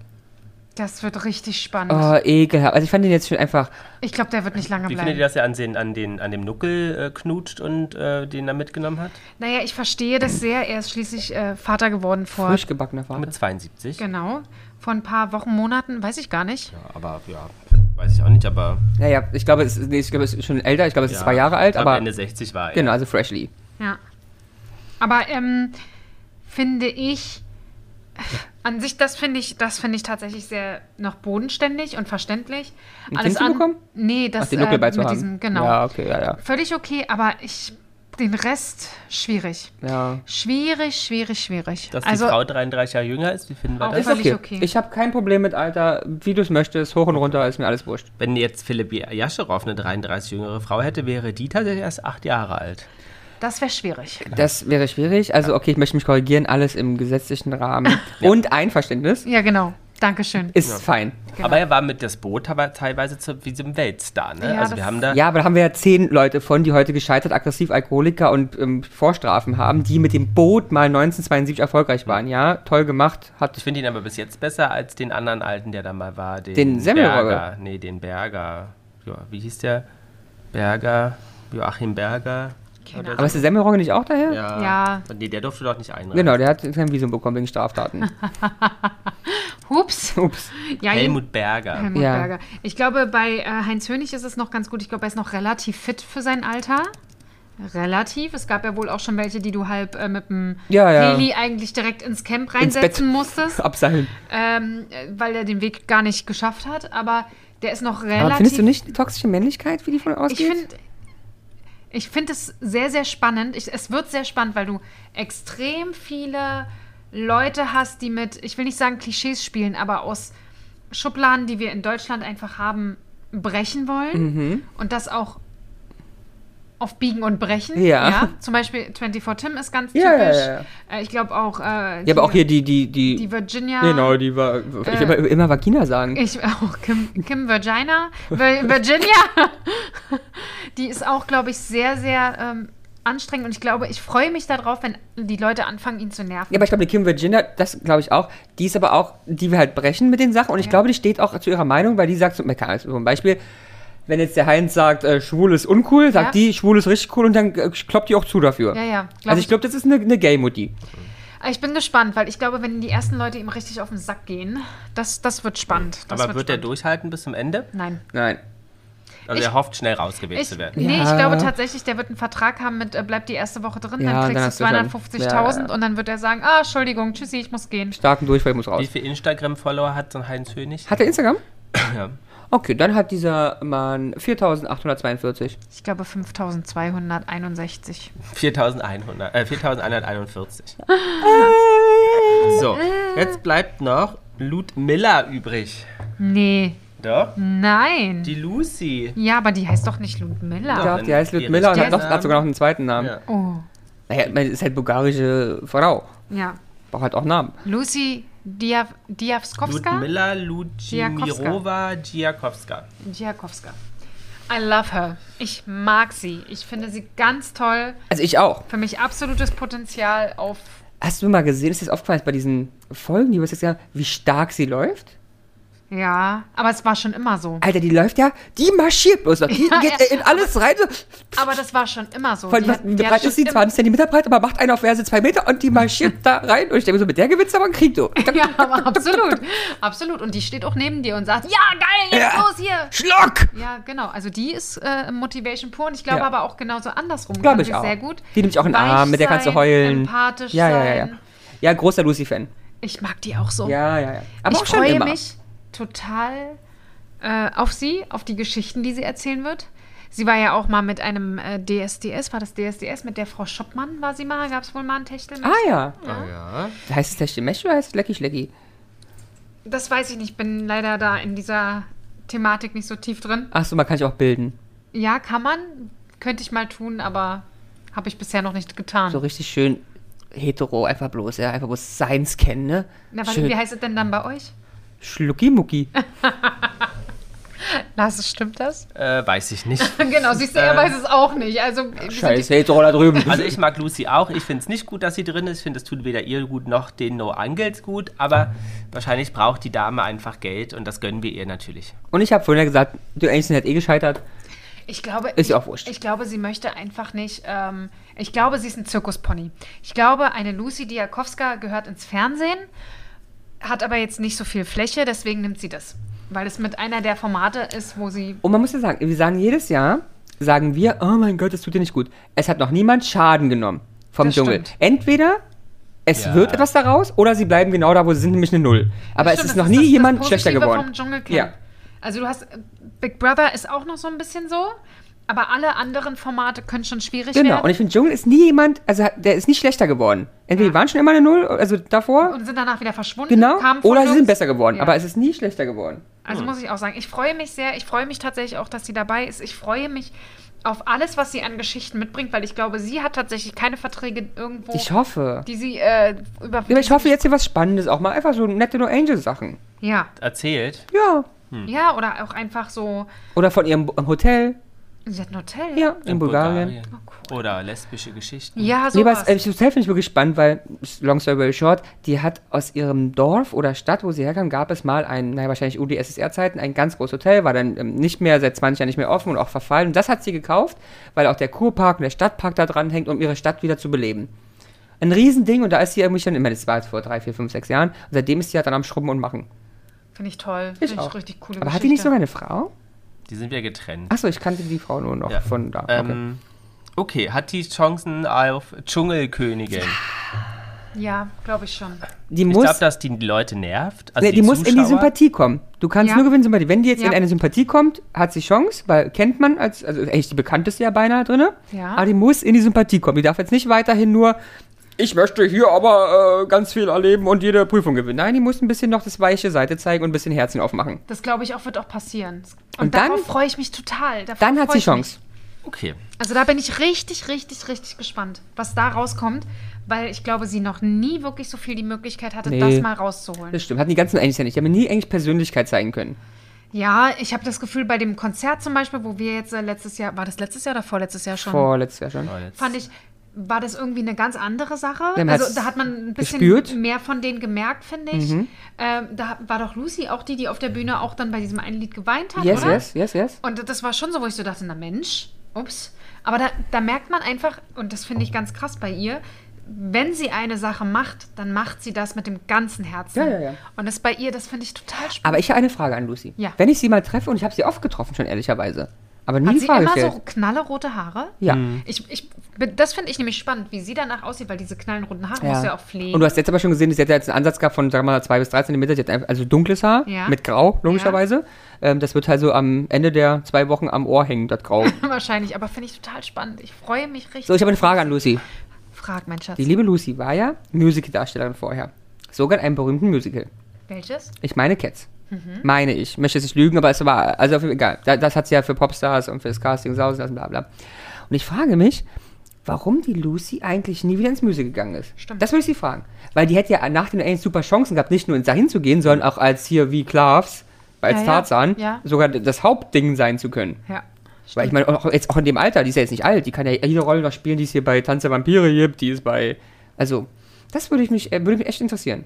Speaker 2: Das wird richtig spannend.
Speaker 1: Oh, ekelhaft. Also ich fand ihn jetzt schon einfach.
Speaker 2: Ich glaube, der wird nicht lange
Speaker 3: da, Wie
Speaker 2: bleiben.
Speaker 3: findet ihr das ja an, den, an, den, an dem Nuckel äh, knutscht und äh, den er mitgenommen hat?
Speaker 2: Naja, ich verstehe das sehr. Er ist schließlich äh, Vater geworden vor
Speaker 1: frisch gebackener Vater.
Speaker 3: Mit 72.
Speaker 2: Genau. Vor ein paar Wochen, Monaten, weiß ich gar nicht.
Speaker 3: Ja, aber ja, weiß ich auch nicht, aber.
Speaker 1: Naja, ich glaube, es, ist- nee, ich glaube, es ist schon älter. Ich glaube, es ist
Speaker 3: ja,
Speaker 1: zwei Jahre alt,
Speaker 3: ich glaub,
Speaker 1: aber.
Speaker 3: Ende 60 war er.
Speaker 1: Genau, also freshly.
Speaker 2: Ja. Aber ähm, finde ich, an sich, das finde ich, das finde ich tatsächlich sehr noch bodenständig und verständlich.
Speaker 1: Ein Kind zu
Speaker 2: an-
Speaker 1: bekommen?
Speaker 2: Nee,
Speaker 1: Ach,
Speaker 2: das
Speaker 1: den Nuckel
Speaker 2: äh, mit
Speaker 1: beizuhaben.
Speaker 2: diesem, genau.
Speaker 1: Ja, okay, ja, ja.
Speaker 2: Völlig okay, aber ich, den Rest, schwierig.
Speaker 1: ja.
Speaker 2: Schwierig, schwierig, schwierig.
Speaker 3: Dass
Speaker 2: also,
Speaker 3: die Frau 33 Jahre jünger ist, wie finden wir
Speaker 2: Auch
Speaker 3: das?
Speaker 1: Ist
Speaker 2: Völlig
Speaker 1: okay.
Speaker 2: okay.
Speaker 1: Ich habe kein Problem mit Alter. Wie du es möchtest, hoch und runter, ist mir alles wurscht.
Speaker 3: Wenn jetzt Philipp Jascherow eine 33 jüngere Frau hätte, wäre die tatsächlich erst 8 Jahre alt.
Speaker 2: das wäre schwierig.
Speaker 1: Das wäre schwierig. Also, okay, ich möchte mich korrigieren. Alles im gesetzlichen Rahmen und Einverständnis.
Speaker 2: Ja, genau. Dankeschön.
Speaker 1: Ist fein.
Speaker 2: Genau.
Speaker 3: Aber er war mit das Boot aber teilweise zu, wie so ein Weltstar, ne?
Speaker 2: Ja,
Speaker 3: also wir
Speaker 2: das-
Speaker 3: haben da
Speaker 1: Ja, aber da haben wir ja zehn Leute von, die heute gescheitert, aggressiv Alkoholiker und ähm, Vorstrafen haben, die mit dem Boot mal 1972 erfolgreich waren. Ja, toll gemacht,
Speaker 3: Ich
Speaker 1: hat
Speaker 3: finde ihn aber bis jetzt besser als den anderen alten, der da mal war. Den,
Speaker 1: Den Semmelrogge?
Speaker 3: Berger. Nee, den Berger. Jo, wie hieß der? Berger. Joachim Berger.
Speaker 2: Keine
Speaker 3: Oder
Speaker 1: Aber ist der Semmelrogge nicht auch daher?
Speaker 3: so.
Speaker 2: Ja.
Speaker 3: Nee, der durfte doch nicht einreisen.
Speaker 1: Genau, der hat kein Visum bekommen wegen Straftaten.
Speaker 3: (laughs)
Speaker 2: Hups.
Speaker 1: Ups.
Speaker 2: Ja,
Speaker 3: Helmut Berger.
Speaker 2: Helmut
Speaker 1: Ja.
Speaker 2: Berger. Ich glaube, bei äh, Heinz Hönig ist es noch ganz gut. Ich glaube, er ist noch relativ fit für sein Alter. Relativ. Es gab ja wohl auch schon welche, die du halb äh, mit dem
Speaker 1: Ja, ja.
Speaker 2: Heli eigentlich direkt ins Camp
Speaker 1: Ins Bett.
Speaker 2: reinsetzen
Speaker 1: (laughs)
Speaker 2: musstest,
Speaker 1: Abseilen.
Speaker 2: ähm, äh, weil er den Weg gar nicht geschafft hat. Aber der ist noch relativ.
Speaker 1: Aber findest du nicht die toxische Männlichkeit, wie die von ausgeht?
Speaker 2: Ich finde. Ich finde es sehr, sehr spannend. Ich, es wird sehr spannend, weil du extrem viele Leute hast, die mit, ich will nicht sagen Klischees spielen, aber aus Schubladen, die wir in Deutschland einfach haben, brechen wollen.
Speaker 1: Mhm.
Speaker 2: Und das auch auf Biegen und Brechen.
Speaker 1: Ja.
Speaker 2: Zum Beispiel 24 Tim ist ganz typisch.
Speaker 1: Ja, ja, ja, ja.
Speaker 2: Äh, Ich glaube auch. Äh,
Speaker 1: ja, aber auch hier die, die, die.
Speaker 2: Die Virginia.
Speaker 1: Genau, die war. Ich
Speaker 2: Äh,
Speaker 1: immer, immer Vagina sagen.
Speaker 2: Ich auch, Kim, Kim Virginia. Vir- Virginia. Die ist auch, glaube ich, sehr, sehr ähm, anstrengend. Und ich glaube, ich freue mich darauf, wenn die Leute anfangen, ihn zu nerven.
Speaker 1: Ja, aber ich glaube, die Kim Virginia, das glaube ich auch, die ist aber auch, die wir halt brechen mit den Sachen. Und ich glaube, die steht auch zu ihrer Meinung, weil die sagt zum, zum Beispiel, wenn jetzt der Heinz sagt, äh, schwul ist uncool, sagt
Speaker 2: Ja.
Speaker 1: die, schwul ist richtig cool und dann äh, kloppt die auch zu dafür.
Speaker 2: Ja, ja, glaub
Speaker 1: also
Speaker 2: ich.
Speaker 1: ich glaube, das ist eine, eine Gay-Mutti.
Speaker 2: Aber ich bin gespannt, weil ich glaube, wenn die ersten Leute ihm richtig auf den Sack gehen, das, das wird spannend. Das
Speaker 3: Aber wird er
Speaker 2: spannend.
Speaker 3: durchhalten bis zum Ende?
Speaker 2: Nein.
Speaker 1: Nein.
Speaker 3: Also
Speaker 2: Ich-
Speaker 3: er hofft, schnell rausgewählt
Speaker 2: Ich,
Speaker 3: zu werden.
Speaker 2: Nee, ich
Speaker 1: Ja.
Speaker 2: glaube tatsächlich, der wird einen Vertrag haben mit, äh, bleib die erste Woche drin,
Speaker 1: Ja,
Speaker 2: dann
Speaker 1: und dann
Speaker 2: kriegst
Speaker 1: hast
Speaker 2: du
Speaker 1: du schon-
Speaker 2: 250.000
Speaker 1: Ja, ja.
Speaker 2: und dann wird er sagen, ah, Entschuldigung, tschüssi, ich muss gehen.
Speaker 1: Starken Durchfall muss raus.
Speaker 3: Wie viele Instagram-Follower hat so ein Heinz Hönig?
Speaker 1: Hat er Instagram?
Speaker 3: Ja.
Speaker 1: Okay, dann hat dieser Mann 4842.
Speaker 2: Ich glaube 5.261.
Speaker 3: 4100, äh, (laughs) 4141. so, jetzt bleibt noch Ludmilla übrig. Mhm.
Speaker 2: Nee,
Speaker 3: Doch?
Speaker 2: nein.
Speaker 3: Die Lucy.
Speaker 2: Ja, aber die heißt doch nicht Ludmilla.
Speaker 3: Doch.
Speaker 1: Ja,
Speaker 3: dann
Speaker 1: die heißt
Speaker 3: die
Speaker 1: Lüt Miller und
Speaker 2: richtigen
Speaker 1: hat, noch, hat sogar noch einen zweiten Namen.
Speaker 3: Ja.
Speaker 2: Oh,
Speaker 1: Naja, ich meine, ist halt bulgarische Frau.
Speaker 2: ja.
Speaker 1: Braucht halt auch Namen.
Speaker 2: Lucy Diav Diavskowska?
Speaker 3: Ludmilla Ludmirova Djakowska.
Speaker 2: Diakowska. I love her. Ich mag sie. Ich finde sie ganz toll.
Speaker 1: Also ich auch.
Speaker 2: Für mich absolutes Potenzial auf.
Speaker 1: Hast du mal gesehen, ist das aufgefallen bei diesen Folgen, die wir jetzt haben, wie stark sie läuft?
Speaker 2: Ja, aber es war schon immer so.
Speaker 1: Alter, die läuft ja, die marschiert bloß noch. Die
Speaker 2: (laughs) Ja,
Speaker 1: geht
Speaker 2: ja.
Speaker 1: in alles rein. So,
Speaker 2: Aber das war schon immer so.
Speaker 1: Vor allem,
Speaker 2: Die
Speaker 1: was,
Speaker 2: hat-
Speaker 1: wie
Speaker 2: die hat
Speaker 1: breit
Speaker 2: schon
Speaker 1: ist die?
Speaker 2: im-
Speaker 1: 20 Zentimeter breit, aber macht eine auf Verse 2 Meter und die marschiert da rein. Und ich denke mir so, mit der gewinnst du aber einen Krieg, du.
Speaker 2: (laughs) Mhm. Ja, aber absolut. Absolut. Und die steht auch neben dir und sagt: Ja, geil, jetzt
Speaker 1: Ja.
Speaker 2: los hier.
Speaker 1: Schluck!
Speaker 2: Ja, genau. Also die ist äh, Motivation pur und ich glaube
Speaker 1: Ja.
Speaker 2: aber auch genauso andersrum.
Speaker 1: Glaub
Speaker 2: kann
Speaker 1: ich
Speaker 2: sie
Speaker 1: auch.
Speaker 2: Sehr gut.
Speaker 1: Die nimmt sich auch in den
Speaker 2: Weich
Speaker 1: Arm, mit der kannst du
Speaker 2: sein,
Speaker 1: heulen.
Speaker 2: Empathisch
Speaker 1: Ja, ja,
Speaker 2: sein.
Speaker 1: ja, ja. Ja, großer Lucy-Fan.
Speaker 2: Ich mag die auch so.
Speaker 1: Ja, ja, ja. Aber
Speaker 2: ich
Speaker 1: auch schon
Speaker 2: freue
Speaker 1: immer.
Speaker 2: mich total äh, auf sie, auf die Geschichten, die sie erzählen wird. Sie war ja auch mal mit einem äh, DSDS, war das DSDS, mit der Frau Schoppmann war sie mal, gab es wohl mal einen Techtel. mit.
Speaker 1: Ah ja.
Speaker 3: Ah, ja.
Speaker 1: Heißt es Techtelmech oder heißt es Lecky Schlecki?
Speaker 2: Das weiß ich nicht, bin leider da in dieser Thematik nicht so tief drin.
Speaker 1: Achso, man kann sich auch bilden.
Speaker 2: Ja, kann man, könnte ich mal tun, aber habe ich bisher noch nicht getan.
Speaker 1: So richtig schön hetero, einfach bloß, ja, einfach bloß Seins kennen, ne?
Speaker 2: Na, warte, Also wie
Speaker 1: schön
Speaker 2: heißt es denn dann bei euch? (laughs)
Speaker 1: Schlucki-Mucki.
Speaker 2: Lars, stimmt das?
Speaker 3: Äh, weiß ich (laughs)
Speaker 2: (laughs)
Speaker 3: nicht.
Speaker 2: genau, siehst du, er
Speaker 1: Ähm,
Speaker 3: Äh.
Speaker 2: weiß es auch nicht. Also, wir sind
Speaker 1: Scheiß Hetero da drüben.
Speaker 3: Also ich mag Lucy auch. Ich finde es nicht gut, dass sie drin ist. Ich finde, es tut weder ihr gut noch den No Angels gut. Aber wahrscheinlich braucht die Dame einfach Geld und das gönnen wir ihr natürlich.
Speaker 1: Und ich habe vorhin ja gesagt, du Aniston hat eh gescheitert.
Speaker 2: Ich glaube,
Speaker 1: Ist
Speaker 2: ich,
Speaker 1: ja auch wurscht.
Speaker 2: Ich glaube, sie möchte einfach nicht. Ähm, ich glaube, sie ist ein Zirkuspony. Ich glaube, eine Lucy Diakowska gehört ins Fernsehen, hat aber jetzt nicht so viel Fläche, deswegen nimmt sie das. Weil es mit einer der Formate ist, wo sie.
Speaker 1: Und man muss ja sagen, wir sagen jedes Jahr, sagen wir, oh mein Gott, das tut dir nicht gut. Es hat noch niemand Schaden genommen vom
Speaker 2: Das
Speaker 1: Dschungel.
Speaker 2: stimmt.
Speaker 1: Entweder es
Speaker 3: Ja.
Speaker 1: wird etwas daraus oder sie bleiben genau da, wo sie sind, nämlich eine Null. Aber es
Speaker 2: Stimmt,
Speaker 1: ist
Speaker 2: das
Speaker 1: noch nie
Speaker 2: das-
Speaker 1: jemand
Speaker 2: das
Speaker 1: schlechter
Speaker 2: Positive
Speaker 1: geworden.
Speaker 2: Vom Dschungelcamp.
Speaker 1: Ja.
Speaker 2: Also du hast. äh, Big Brother ist auch noch so ein bisschen so, aber alle anderen Formate können schon schwierig
Speaker 1: Genau. Und
Speaker 2: werden
Speaker 1: ich finde, Dschungel ist nie jemand, also hat- der ist nicht schlechter geworden. Entweder die waren schon immer eine Null, also davor,
Speaker 2: und sind danach wieder verschwunden.
Speaker 1: genau,
Speaker 2: kamen
Speaker 1: oder sie
Speaker 2: Fotos.
Speaker 1: sind besser geworden.
Speaker 2: Ja.
Speaker 1: Aber es ist nie schlechter geworden.
Speaker 2: Also muss ich auch sagen, ich freue mich sehr. Ich freue mich tatsächlich auch, dass sie dabei ist. Ich freue mich auf alles, was sie an Geschichten mitbringt, weil ich glaube, sie hat tatsächlich keine Verträge irgendwo,
Speaker 1: Ich hoffe.
Speaker 2: die sie äh, über.
Speaker 1: Ja, aber ich hoffe jetzt hier was Spannendes auch mal. Einfach so nette No Angel Sachen.
Speaker 2: Ja.
Speaker 3: erzählt.
Speaker 1: Ja.
Speaker 2: Ja, oder auch einfach so,
Speaker 1: Oder von ihrem Bu- am Hotel.
Speaker 2: sie hat ein Hotel.
Speaker 1: Ja, in, Bulgarien.
Speaker 3: Oder lesbische Geschichten.
Speaker 2: Ja,
Speaker 1: Nee, aber
Speaker 2: sowas.
Speaker 1: es- ich selbst bin ich wirklich gespannt, weil, long story very short, die hat aus ihrem Dorf oder Stadt, wo sie herkam, gab es mal ein, naja, wahrscheinlich UdSSR-Zeiten, ein ganz großes Hotel, war dann ähm, nicht mehr, seit 20 Jahren nicht mehr offen und auch verfallen. Und das hat sie gekauft, weil auch der Kurpark und der Stadtpark da dran hängt, um ihre Stadt wieder zu beleben. Ein Riesending und da ist sie irgendwie schon, immer das war jetzt vor drei, vier, fünf, sechs Jajahren, und seitdem ist sie halt dann am Schrubben und Machen.
Speaker 2: Finde ich toll.
Speaker 1: Ich
Speaker 2: Finde ich
Speaker 1: auch.
Speaker 2: richtig coole
Speaker 1: Aber
Speaker 2: Geschichte.
Speaker 1: hat die nicht sogar eine Frau?
Speaker 3: Die sind ja getrennt.
Speaker 1: Achso, ich kannte die Frau nur noch
Speaker 3: Ja.
Speaker 1: von da. Okay.
Speaker 3: Ähm, okay, hat die Chancen auf Dschungelkönigin?
Speaker 2: Ja, glaube ich schon.
Speaker 1: die
Speaker 3: Ich
Speaker 1: muss,
Speaker 3: glaube, dass die Leute nervt. Also
Speaker 1: nee, die, muss in die
Speaker 3: Zuschauer.
Speaker 1: Sympathie kommen. Du kannst
Speaker 2: Ja.
Speaker 1: nur gewinnen Sympathie. Wenn die jetzt
Speaker 2: Ja.
Speaker 1: in eine Sympathie kommt, hat sie Chance, weil kennt man als, also echt die bekannteste ja beinahe drinne.
Speaker 2: Ja.
Speaker 1: Aber die muss in die Sympathie kommen. Die darf jetzt nicht weiterhin nur, ich möchte hier aber äh, ganz viel erleben und jede Prüfung gewinnen. Nein, die muss ein bisschen noch das weiche Seite zeigen und ein bisschen Herzen aufmachen.
Speaker 2: Das glaube ich auch, wird auch passieren. Und,
Speaker 1: Und dann-
Speaker 2: darauf freue ich mich total. Darauf
Speaker 1: Dann hat
Speaker 2: freue
Speaker 1: sie
Speaker 2: ich mich.
Speaker 1: Chance.
Speaker 3: Okay.
Speaker 2: Also da bin ich richtig, richtig, richtig gespannt, was da rauskommt, weil ich glaube, sie noch nie wirklich so viel die Möglichkeit hatte,
Speaker 1: Nee.
Speaker 2: das mal rauszuholen.
Speaker 1: Das stimmt. Hatten die ganzen eigentlich ja nicht. Die haben nie eigentlich Persönlichkeit zeigen können.
Speaker 2: Ja, ich habe das Gefühl, bei dem Konzert zum Beispiel, wo wir jetzt äh, letztes Jahr, war das letztes Jahr oder vorletztes Jahr schon,
Speaker 1: Vorletztes Jahr schon.
Speaker 3: Oh, jetzt-
Speaker 2: fand ich, war das irgendwie eine ganz andere Sache.
Speaker 1: Ja, man
Speaker 2: also
Speaker 1: hat's
Speaker 2: da hat man ein bisschen
Speaker 1: gespürt. Mhm.
Speaker 2: mehr von denen gemerkt, finde ich. Ähm, da war doch Lucy auch die, die auf der Bühne auch dann bei diesem einen Lied geweint hat,
Speaker 1: Yes,
Speaker 2: oder?
Speaker 1: yes, yes, yes.
Speaker 2: Und das war schon so, wo ich so dachte, na Mensch, ups. Aber da, da merkt man einfach, und das finde ich ganz krass bei ihr, wenn sie eine Sache macht, dann macht sie das mit dem ganzen Herzen.
Speaker 1: Ja, ja, ja.
Speaker 2: Und das bei ihr, das finde ich total spannend.
Speaker 1: Aber ich habe eine Frage an Lucy.
Speaker 2: Ja.
Speaker 1: Wenn ich sie mal treffe, und ich habe sie oft getroffen schon, ehrlicherweise. Aber nie
Speaker 2: Hat
Speaker 1: die
Speaker 2: sie
Speaker 1: Frage
Speaker 2: immer
Speaker 1: gestellt.
Speaker 2: so knallerote Haare?
Speaker 1: Ja.
Speaker 2: Ich, ich, bin- das finde ich nämlich spannend, wie sie danach aussieht, weil diese knallenroten Haare muss ja auch pflegen.
Speaker 1: Und du hast jetzt aber schon gesehen, sie hat ja jetzt einen Ansatz gehabt von, sagen wir mal, 2 bis 3 Zentimeter. Sie hat einfach- also dunkles Haar
Speaker 2: Ja.
Speaker 1: mit Grau, logischerweise. Ähm, das wird halt so am Ende der zwei Wochen am Ohr hängen, das Grau.
Speaker 2: (laughs) Wahrscheinlich, aber finde ich total spannend. Ich freue mich richtig.
Speaker 1: so, ich habe eine Frage an Lucy.
Speaker 2: Frag, mein Schatz.
Speaker 1: Die liebe Lucy war ja Musical-Darstellerin vorher. Sogar in einem berühmten Musical.
Speaker 2: Welches?
Speaker 1: Ich meine Cats.
Speaker 2: Mhm.
Speaker 1: Meine ich. Möchte jetzt nicht lügen, aber es war, also auf jeden- egal. Da- Das hat sie ja für Popstars und fürs Casting sausen lassen, bla bla. Und ich frage mich, warum die Lucy eigentlich nie wieder ins Musical gegangen ist.
Speaker 2: Stimmt.
Speaker 1: Das würde ich sie fragen. Weil die hätte ja nach den Aliens super Chancen gehabt, nicht nur ins dahin zu gehen, sondern auch als hier wie Klavs, als
Speaker 2: Ja, ja.
Speaker 1: Tarzan,
Speaker 2: Ja. Mhm.
Speaker 1: sogar das Hauptding sein zu können.
Speaker 2: Ja.
Speaker 1: Weil ich meine, auch jetzt auch in dem Alter, die ist ja jetzt nicht alt, die kann ja jede Rolle noch spielen, die es hier bei Tanz der Vampire gibt, die ist bei. Also, das würde ich mich, äh, würde mich echt interessieren.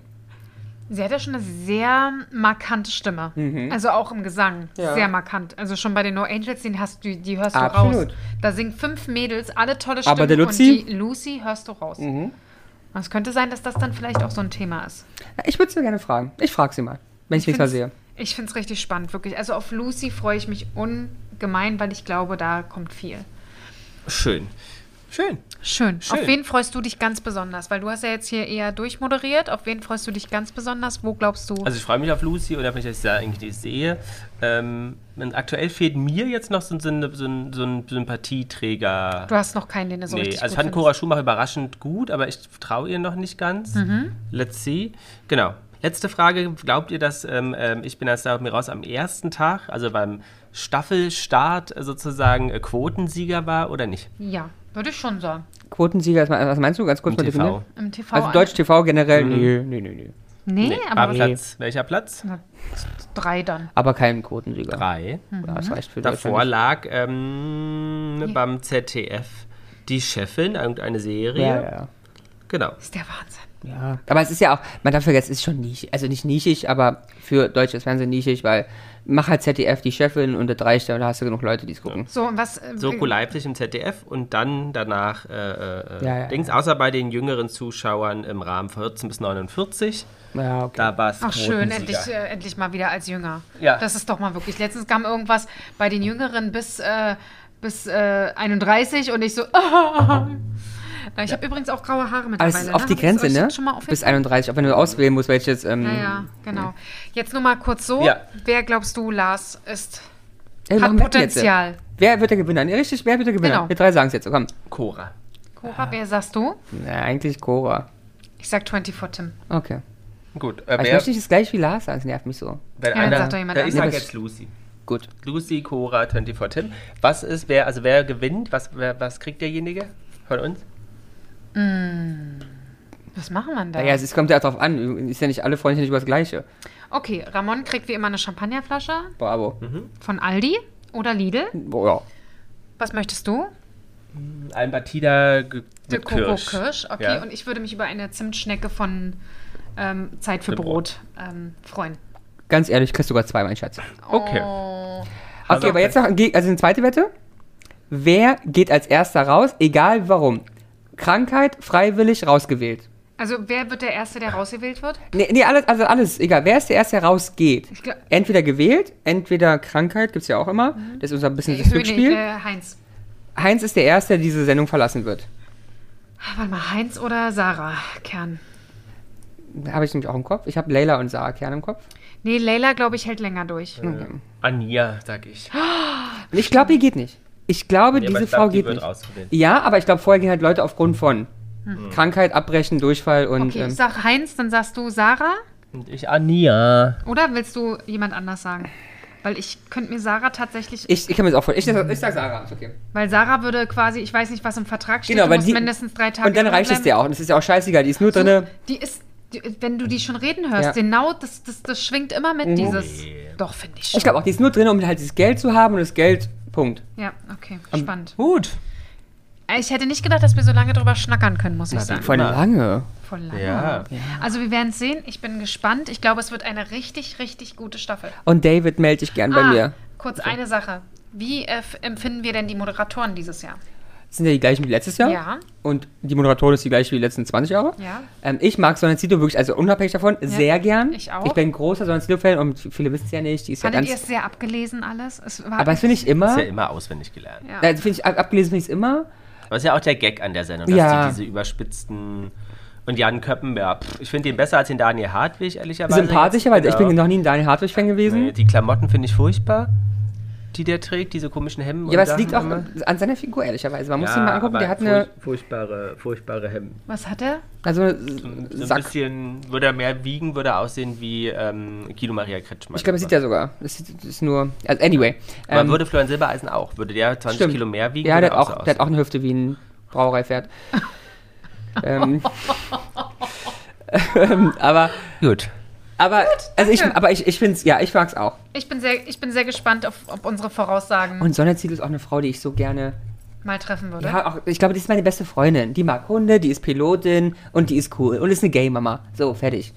Speaker 2: Sie hat ja schon eine sehr markante Stimme. Also auch im Gesang.
Speaker 1: Mhm. Ja.
Speaker 2: Sehr markant. Also schon bei den No Angels, den hast du, die hörst du
Speaker 1: Absolut.
Speaker 2: raus. Da singen fünf Mädels, alle tolle Stimmen.
Speaker 1: Aber der Luzi? Mhm.
Speaker 2: Und die Lucy hörst du raus. Und es könnte sein, dass das dann vielleicht auch so ein Thema ist.
Speaker 1: Ja, Ich würde sie gerne fragen. Ich frage sie mal, wenn ich, ich nächstes Mal sehe.
Speaker 2: find's- Ich finde es richtig spannend, wirklich. Also auf Lucy freue ich mich ungemein, weil ich glaube, da kommt viel.
Speaker 3: Schön. Schön.
Speaker 2: Schön.
Speaker 3: Schön.
Speaker 2: Auf wen freust du dich ganz besonders? Weil du hast ja jetzt hier eher durchmoderiert. Auf wen freust du dich ganz besonders? Wo glaubst du?
Speaker 3: Also ich freue mich auf Lucy oder wenn ich das ja eigentlich nicht sehe. Ähm, und aktuell fehlt mir jetzt noch so ein, so ein, so ein, so ein Sympathieträger.
Speaker 2: du hast noch keinen, den du so
Speaker 3: nee,
Speaker 2: richtig
Speaker 3: also ich
Speaker 2: gut
Speaker 3: fand
Speaker 2: findest.
Speaker 3: Cora Schumacher überraschend gut, aber ich traue ihr noch nicht ganz.
Speaker 2: Mhm.
Speaker 3: Let's see. Genau. Letzte Frage. Glaubt ihr, dass ähm, ähm, ich bin als da mir raus am ersten Tag, also beim Staffelstart äh, sozusagen äh, Quotensieger war oder nicht?
Speaker 2: Ja, würde ich schon sagen.
Speaker 1: Quotensieger, was mein- was meinst du? Ganz kurz
Speaker 3: Im TV.
Speaker 2: Im TV.
Speaker 1: Also
Speaker 2: an-
Speaker 1: Deutsch TV generell,
Speaker 3: Mhm.
Speaker 1: nee, nee, nee, nee.
Speaker 2: Nee,
Speaker 3: war
Speaker 2: aber was-
Speaker 3: Platz. Welcher Platz?
Speaker 2: drei dann.
Speaker 1: Aber kein Quotensieger.
Speaker 3: Drei.
Speaker 2: Mhm.
Speaker 1: Ja, das reicht für
Speaker 3: Davor
Speaker 1: Deutschland.
Speaker 3: lag ähm, beim ZDF die Chefin, irgendeine Serie.
Speaker 1: Ja, ja,
Speaker 3: Genau.
Speaker 2: Ist der Wahnsinn.
Speaker 1: ja. Aber es ist ja auch, man darf vergessen, es ist schon nischig. Also nicht nischig, aber für deutsches Fernsehen nischig, weil mach halt ZDF die Chefin und das reicht, da hast du genug Leute, die es gucken.
Speaker 2: So, und was. äh,
Speaker 3: Soko Leipzig im ZDF und dann danach äh, äh, äh,
Speaker 1: Ja, ja,
Speaker 3: Dings, außer bei den jüngeren Zuschauern im Rahmen von 14 bis 49.
Speaker 1: Ja, okay.
Speaker 3: Da war es
Speaker 2: Ach, schön, endlich, äh, endlich mal wieder als Jünger.
Speaker 3: Ja.
Speaker 2: Das ist doch mal wirklich. Letztens kam irgendwas bei den Jüngeren bis, äh, bis äh, 31 und ich so. (laughs) Na, Ich habe übrigens auch graue Haare
Speaker 1: aber
Speaker 2: mittlerweile.
Speaker 1: es ist auf
Speaker 2: ne?
Speaker 1: die
Speaker 2: Hab ich's
Speaker 1: Grenze,
Speaker 2: euch
Speaker 1: ne?
Speaker 2: jetzt Schon mal auf
Speaker 1: Bis 31, auch wenn
Speaker 3: Mhm.
Speaker 1: du auswählen musst, welches. Ähm,
Speaker 2: ja, ja, genau. Jetzt nur mal kurz so.
Speaker 3: Ja.
Speaker 2: Wer glaubst du, Lars, ist.
Speaker 1: Ey, wir
Speaker 2: hat
Speaker 1: machen Wetten Äh, jetzt.
Speaker 2: Potenzial.
Speaker 1: Wer wird der Gewinner? Nee, richtig, wer wird der Gewinner?
Speaker 2: Genau.
Speaker 1: Wir drei sagen es jetzt, komm.
Speaker 3: Cora.
Speaker 1: Ah.
Speaker 2: Cora, wer sagst du?
Speaker 1: Na, eigentlich Cora.
Speaker 2: Ich sag 24 Tim.
Speaker 1: Okay.
Speaker 3: Gut. Äh,
Speaker 1: Aber ich
Speaker 3: wer,
Speaker 1: möchte nicht das gleich wie Lars sagen, es nervt mich so.
Speaker 3: wenn
Speaker 2: Ja, dann
Speaker 3: einer,
Speaker 2: sagt doch jemand
Speaker 3: Ja, ich
Speaker 2: anderes.
Speaker 3: sag jetzt Lucy.
Speaker 1: Gut.
Speaker 3: Lucy, Cora, 24 Tim. Was ist, wer, also wer gewinnt? Was, wer, was kriegt derjenige von uns?
Speaker 2: Was machen wir denn da?
Speaker 1: Naja, es, es kommt ja darauf an. Ist ja nicht alle freuen sich nicht über das Gleiche.
Speaker 2: Okay, Ramon kriegt wie immer eine Champagnerflasche
Speaker 1: Bravo.
Speaker 2: von Aldi oder Lidl.
Speaker 1: Mhm. Boah, ja.
Speaker 2: Was möchtest du?
Speaker 3: Albatida ge-
Speaker 2: Eine
Speaker 3: mit
Speaker 2: Koro
Speaker 3: Kirsch.
Speaker 2: Kirsch. Okay,
Speaker 3: Ja.
Speaker 2: und ich würde mich über eine Zimtschnecke von ähm, Zeit für
Speaker 3: Für
Speaker 2: Brot, ähm, freuen.
Speaker 1: Ganz ehrlich, kriegst du sogar zwei, mein Schatz.
Speaker 3: Okay.
Speaker 2: Oh.
Speaker 1: Also, Okay, aber
Speaker 3: okay.
Speaker 1: jetzt noch ein Ge- also eine zweite Wette. Wer geht als erster raus, egal warum? Krankheit, freiwillig, rausgewählt.
Speaker 2: Also wer wird der Erste, der rausgewählt wird?
Speaker 1: Nee, nee alles, also alles, egal. Wer ist der Erste, der rausgeht?
Speaker 2: Ich glaub-
Speaker 1: Entweder gewählt, entweder Krankheit, gibt's ja auch immer.
Speaker 2: Mhm.
Speaker 1: Das ist unser bisschen das
Speaker 2: Hönig,
Speaker 1: Glücksspiel.
Speaker 2: äh, Heinz.
Speaker 1: Heinz ist der Erste, der diese Sendung verlassen wird.
Speaker 2: Ah, Warte mal, Heinz oder Sarah Kern?
Speaker 1: Da habe ich nämlich auch im Kopf. Ich habe Leila und Sarah Kern im Kopf.
Speaker 2: Nee, Leila, glaube ich, hält länger durch.
Speaker 3: Anja, sag ich.
Speaker 1: Und ich glaube, ihr geht nicht. Ich glaube,
Speaker 3: Nee, aber
Speaker 1: diese
Speaker 3: ich glaub,
Speaker 1: Frau
Speaker 3: die
Speaker 1: geht
Speaker 3: wird
Speaker 1: nicht.
Speaker 3: ausgewählt.
Speaker 1: Ja, aber ich glaube, vorher gehen halt Leute aufgrund von
Speaker 3: Hm.
Speaker 1: Krankheit, Abbrechen, Durchfall und.
Speaker 2: Okay,
Speaker 1: ähm,
Speaker 2: ich sag Heinz, dann sagst du Sarah.
Speaker 3: Und ich Anja.
Speaker 2: Oder willst du jemand anders sagen? Weil ich könnte mir Sarah tatsächlich,
Speaker 1: ich, ich kann mir das auch vorstellen. Ich, ich sag Sarah, ist okay.
Speaker 2: weil Sarah würde quasi, ich weiß nicht, was im Vertrag steht,
Speaker 1: Genau,
Speaker 2: du
Speaker 1: weil
Speaker 2: musst
Speaker 1: die-
Speaker 2: mindestens drei Tage
Speaker 1: und dann
Speaker 2: drin
Speaker 1: reicht es
Speaker 2: bleiben.
Speaker 1: dir auch. Und es ist ja auch scheißegal. Die ist nur drinne.
Speaker 2: Die ist, die, wenn du die schon reden hörst,
Speaker 1: Ja. Mhm.
Speaker 2: genau, das, das, das schwingt immer mit,
Speaker 3: Oh
Speaker 2: dieses. Doch, finde ich schon.
Speaker 1: Ich glaube auch, die ist nur drin, um halt dieses Geld zu haben und das Geld. Punkt.
Speaker 2: ja, okay, spannend. Äh,
Speaker 3: Gut.
Speaker 2: Ich hätte nicht gedacht, dass wir so lange drüber schnackern können, muss ich sagen.
Speaker 1: Voll lange.
Speaker 2: Voll lange.
Speaker 3: Ja.
Speaker 2: Also wir werden es sehen. Ich bin gespannt. Ich glaube, es wird eine richtig, richtig gute Staffel.
Speaker 1: Und David melde ich gern bei
Speaker 2: ah,
Speaker 1: mir.
Speaker 2: kurz eine Sache. Wie äh, f- empfinden wir denn die Moderatoren dieses Jahr?
Speaker 1: Das sind ja die gleichen wie letztes Jahr.
Speaker 2: Ja.
Speaker 1: Und die Moderatorin ist die gleiche wie die letzten 20 Jahre.
Speaker 2: Ja.
Speaker 1: Ähm, ich mag Sonnenzito wirklich, also unabhängig davon, sehr gern.
Speaker 2: ich auch.
Speaker 1: Ich bin großer Sonnenzito-Fan und viele wissen es ja nicht. Die ist
Speaker 2: Fandet
Speaker 1: ja
Speaker 2: ihr
Speaker 1: ganz.
Speaker 2: es sehr abgelesen alles? Es war
Speaker 1: Aber das finde ich immer.
Speaker 3: Ist ja immer auswendig gelernt.
Speaker 2: Ja.
Speaker 1: Also finde ich, ab- abgelesen finde ich es immer.
Speaker 3: Das ist ja auch der Gag an der Sendung, dass
Speaker 1: Ja.
Speaker 3: die diese überspitzten. Und Jan Köppen, ja, pff, ich finde den besser als den Daniel Hartwig, ehrlicherweise. Genau.
Speaker 1: Sympathischer, weil ich bin genau noch nie ein Daniel Hartwig-Fan gewesen.
Speaker 3: Nee, Die Klamotten finde ich furchtbar, die der trägt, diese komischen Hemden.
Speaker 1: Ja, aber es
Speaker 3: Sachen
Speaker 1: liegt auch
Speaker 3: immer.
Speaker 1: an seiner Figur, ehrlicherweise. Man muss
Speaker 3: Ja,
Speaker 1: ihn mal angucken,
Speaker 3: aber
Speaker 1: der hat eine.
Speaker 3: furch- Furchtbare, furchtbare Hemden.
Speaker 2: Was hat er?
Speaker 1: Also eine
Speaker 3: So ein
Speaker 1: Sack.
Speaker 3: bisschen, würde er mehr wiegen, würde er aussehen wie ähm, Guido Maria Kretschmann.
Speaker 1: Ich glaube, das sieht er sogar. Das sieht- das ist nur. Also anyway.
Speaker 3: Aber
Speaker 1: Ähm,
Speaker 3: würde Florian Silbereisen auch, würde der 20
Speaker 1: stimmt.
Speaker 3: Kilo mehr wiegen,
Speaker 1: Ja,
Speaker 3: würde
Speaker 1: der hat,
Speaker 3: er
Speaker 1: auch, der hat auch eine Hüfte wie ein
Speaker 3: (laughs)
Speaker 1: Brauereipferd. ähm, ähm, aber,
Speaker 3: so aussehen. Gut.
Speaker 1: aber, also ich, aber ich, ich finde es, ja, ich mag es auch.
Speaker 2: Ich bin sehr, ich bin sehr gespannt, auf, ob unsere Voraussagen
Speaker 1: Und Sonnenziel ist auch eine Frau, die ich so gerne.
Speaker 2: mal treffen würde.
Speaker 1: Ja, auch, ich glaube, die ist meine beste Freundin. Die mag Hunde, die ist Pilotin und die ist cool und ist eine Gay-Mama. So, fertig.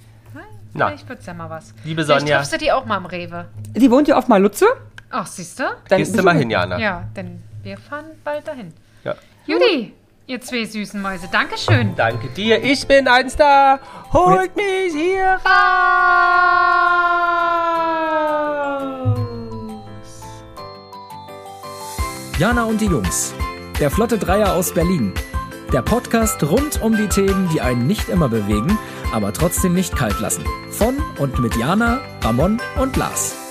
Speaker 3: Na,
Speaker 2: Vielleicht wird's ja mal was.
Speaker 3: liebe
Speaker 2: Vielleicht
Speaker 3: Sonja,
Speaker 2: triffst du die auch mal im Rewe.
Speaker 1: Die wohnt ja auf Malutze.
Speaker 2: Ach, siehst du?
Speaker 1: Dann
Speaker 3: gehst du mal hin, Jana.
Speaker 2: Ja, denn wir fahren bald dahin.
Speaker 3: Ja.
Speaker 2: Judy, ihr zwei süßen Mäuse, Dankeschön.
Speaker 3: Danke dir, ich bin ein Star. Holt mich hier raus.
Speaker 4: Jana und die Jungs. Der Flotte Dreier aus Berlin. Der Podcast rund um die Themen, die einen nicht immer bewegen, aber trotzdem nicht kalt lassen. Von und mit Jana, Ramon und Lars.